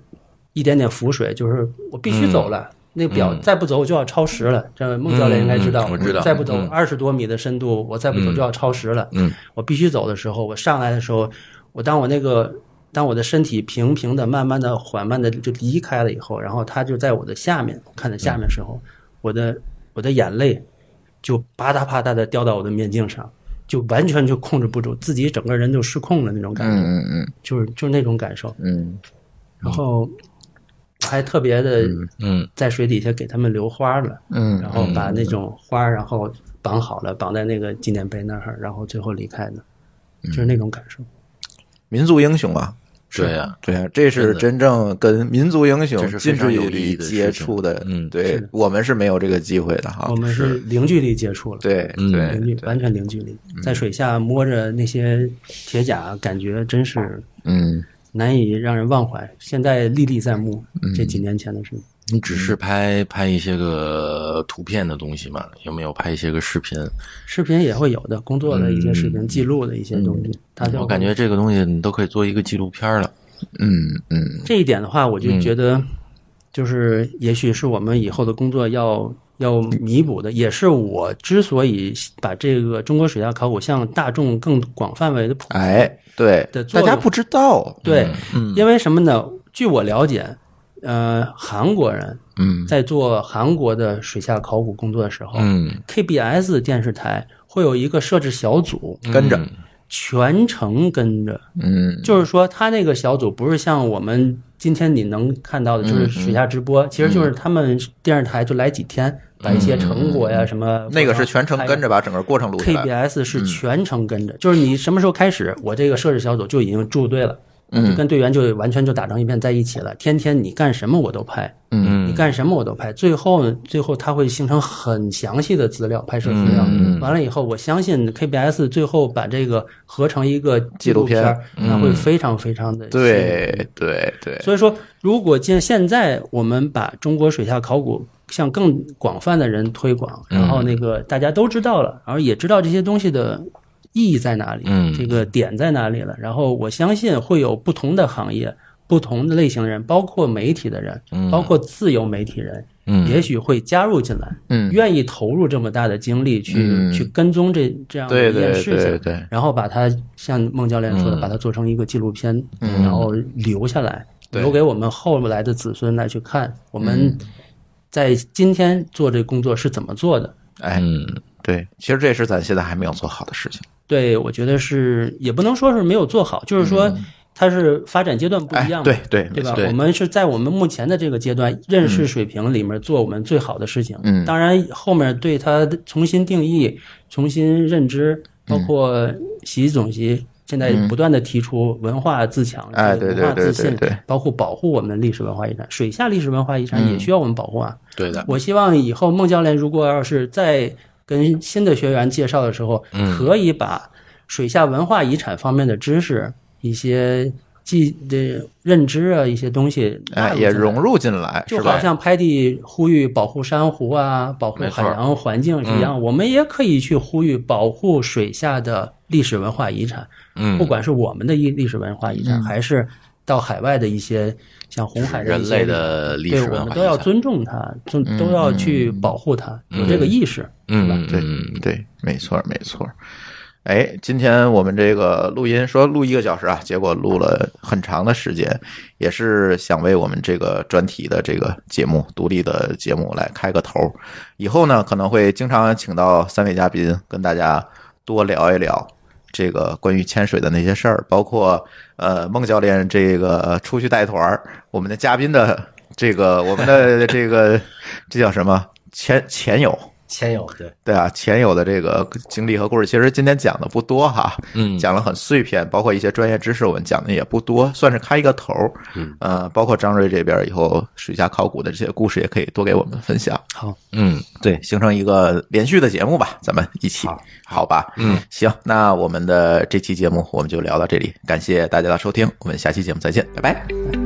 Speaker 4: 一点点浮水，就是我必须走了。那表再不走我就要超时了，这孟教练应该知道。
Speaker 3: 嗯嗯我知道
Speaker 4: 再不走
Speaker 3: 嗯
Speaker 4: 二十多米的深度，我再不走就要超时了。嗯，我必须走的时候，我上来的时候，我当我那个当我的身体平平的、慢慢的、缓慢的就离开了以后，然后他就在我的下面，我看着下面的时候，我的我的眼泪就啪嗒啪嗒的掉到我的面镜上，就完全就控制不住，自己整个人就失控了那种感觉，
Speaker 1: 嗯嗯
Speaker 4: 就是就是那种感受。
Speaker 1: 嗯
Speaker 4: 然后还特别的
Speaker 3: 嗯
Speaker 4: 在水底下给他们留花了，
Speaker 1: 嗯
Speaker 4: 然后把那种花儿然后绑
Speaker 1: 嗯
Speaker 4: 好了，绑在那个纪念碑那儿，然后最后离开的，就是那种感受。
Speaker 1: 民族英雄啊，
Speaker 3: 对呀，
Speaker 1: 对啊，这是真正跟民族英雄
Speaker 3: 这是
Speaker 1: 近
Speaker 3: 非
Speaker 1: 距
Speaker 3: 常有意
Speaker 1: 离
Speaker 3: 义的事情
Speaker 1: 接触的，
Speaker 3: 嗯
Speaker 1: 对我们是没有这个机会的哈
Speaker 4: 我，们是零距离接触了，
Speaker 1: 啊对
Speaker 3: 嗯
Speaker 1: 对
Speaker 4: 零距
Speaker 1: 对，嗯
Speaker 4: 完全零距离，在水下摸着那些铁甲，感觉真是
Speaker 1: 嗯
Speaker 4: 难以让人忘怀，现在历历在目。
Speaker 1: 嗯
Speaker 4: 这几年前的事，
Speaker 3: 你只是拍拍一些个图片的东西嘛？有没有拍一些个视频？
Speaker 4: 视频也会有的，工作的一些视
Speaker 1: 嗯
Speaker 4: 频，记录的一些东西，它就
Speaker 3: 我感觉这个东西你都可以做一个纪录片了。
Speaker 1: 嗯嗯
Speaker 4: 这一点的话，我就觉得，就是也许是我们以后的工作要要弥补的，也是我之所以把这个中国水下考古向大众更广泛为的普及。
Speaker 1: 哎，对
Speaker 4: 的，作
Speaker 1: 大家
Speaker 4: 用
Speaker 1: 不知道，
Speaker 4: 对，因为什么呢？据我了解，呃，韩国人
Speaker 3: 嗯
Speaker 4: 在做韩国的水下考古工作的时候、
Speaker 3: 嗯，
Speaker 4: k b s 电视台会有一个摄制小组，
Speaker 3: 嗯
Speaker 1: 跟着，
Speaker 4: 全程跟着。
Speaker 1: 嗯
Speaker 4: 就是说，他那个小组不是像我们今天你能看到的，
Speaker 1: 嗯
Speaker 4: 就是水下直播，其实就是他们电视台就来几天，把一些成果呀什么，
Speaker 1: 嗯那个是全程跟着把整个过程录下来，
Speaker 4: ，KBS 是全程跟着，就是你什么时候开始，我这个摄制小组就已经驻队了。就跟队员就完全就打成一片在一起了，天天你干什么我都拍，
Speaker 3: 嗯
Speaker 4: 你干什么我都拍。最后呢，最后它会形成很详细的资料，拍摄资料。完了以后，我相信 KBS 最后把这个合成一个纪录
Speaker 1: 纪录
Speaker 4: 儿，那会非常非常的
Speaker 1: 对对对，
Speaker 4: 所以说，如果现现在我们把中国水下考古向更广泛的人推广，
Speaker 1: 嗯
Speaker 4: 然后那个大家都知道了，然后也知道这些东西的意义在哪里，
Speaker 3: 嗯
Speaker 4: 这个点在哪里了，然后我相信会有不同的行业、不同的类型的人，包括媒体的人，包括自由媒体人，
Speaker 3: 嗯
Speaker 4: 也许会加入进来，
Speaker 1: 嗯
Speaker 4: 愿意投入这么大的精力去、
Speaker 1: 嗯
Speaker 4: 去跟踪这这样的
Speaker 1: 对
Speaker 4: 一件
Speaker 1: 对
Speaker 4: 事情
Speaker 1: 对，对，嗯
Speaker 4: 然后把它像孟教练说的，把它做成一个纪录片，然后留下来，
Speaker 1: 对嗯
Speaker 4: 留给我们后来的子孙来去看。我们在今天做这工作是怎么做的？
Speaker 1: 哎
Speaker 3: 嗯
Speaker 1: 对，其实这是咱现在还没有做好的事情，
Speaker 4: 对，我觉得是也不能说是没有做好，就是说它是发展阶段不
Speaker 1: 嗯哎
Speaker 4: 一样嘛，
Speaker 1: 对对没
Speaker 4: 对吧
Speaker 1: 错？
Speaker 4: 我们是在我们目前的这个阶段认识水平里面做我们最好的事情。
Speaker 1: 嗯
Speaker 4: 当然后面对它的重新定义、重新认知，包
Speaker 1: 嗯
Speaker 4: 括习总席现在不断的提出文化自强、
Speaker 1: 哎
Speaker 4: 这个
Speaker 1: 对
Speaker 4: 文化
Speaker 1: 对对
Speaker 4: 自信
Speaker 1: 对对，
Speaker 4: 包括保护我们的历史文化遗产，水下历史文化
Speaker 1: 嗯
Speaker 4: 遗产也需要我们保护啊。
Speaker 3: 对的，
Speaker 4: 我希望以后孟教练如果要是再跟新的学员介绍的时候，可以把水下文化遗产方面的知识、一些记的认知啊，一些东西纳
Speaker 1: 哎，
Speaker 4: 入
Speaker 1: 也
Speaker 4: 进来
Speaker 1: 融入进来，
Speaker 4: 就是好
Speaker 1: 吧？
Speaker 4: 像拍地呼吁保护珊瑚啊，保护
Speaker 3: 没错
Speaker 4: 海洋环境是一样，我们也可以去呼吁保护水下的历史文化遗产。
Speaker 3: 嗯
Speaker 4: 不管是我们的一历史文化遗产，还是到海外的一些像红海的一
Speaker 3: 人
Speaker 4: 些
Speaker 3: 类的历
Speaker 4: 对，
Speaker 3: 史
Speaker 4: 我
Speaker 3: 文
Speaker 4: 们
Speaker 3: 化
Speaker 4: 都要尊重它，尊都要去保护它，有这个意识。
Speaker 3: 嗯
Speaker 1: 对对，没错儿没错儿。哎，今天我们这个录音说录一个小时啊，结果录了很长的时间，也是想为我们这个专题的这个节目、独立的节目来开个头儿。以后呢，可能会经常请到三位嘉宾跟大家多聊一聊这个关于潜水的那些事儿，包括呃孟教练这个出去带团儿，我们的嘉宾的这个我们的这个这叫什么前前友。
Speaker 2: 前有对，
Speaker 1: 对啊，前有的这个经历和故事，其实今天讲的不多哈，
Speaker 3: 嗯
Speaker 1: 讲了很碎片，包括一些专业知识，我们讲的也不多，算是开一个头儿。嗯，呃，包括张瑞这边以后水下考古的这些故事，也可以多给我们分享，
Speaker 4: 好，
Speaker 3: 嗯，
Speaker 1: 对，形成一个连续的节目吧，咱们一起，好吧？嗯，行，那我们的这期节目我们就聊到这里，感谢大家的收听，我们下期节目再见，拜拜。
Speaker 4: 拜拜。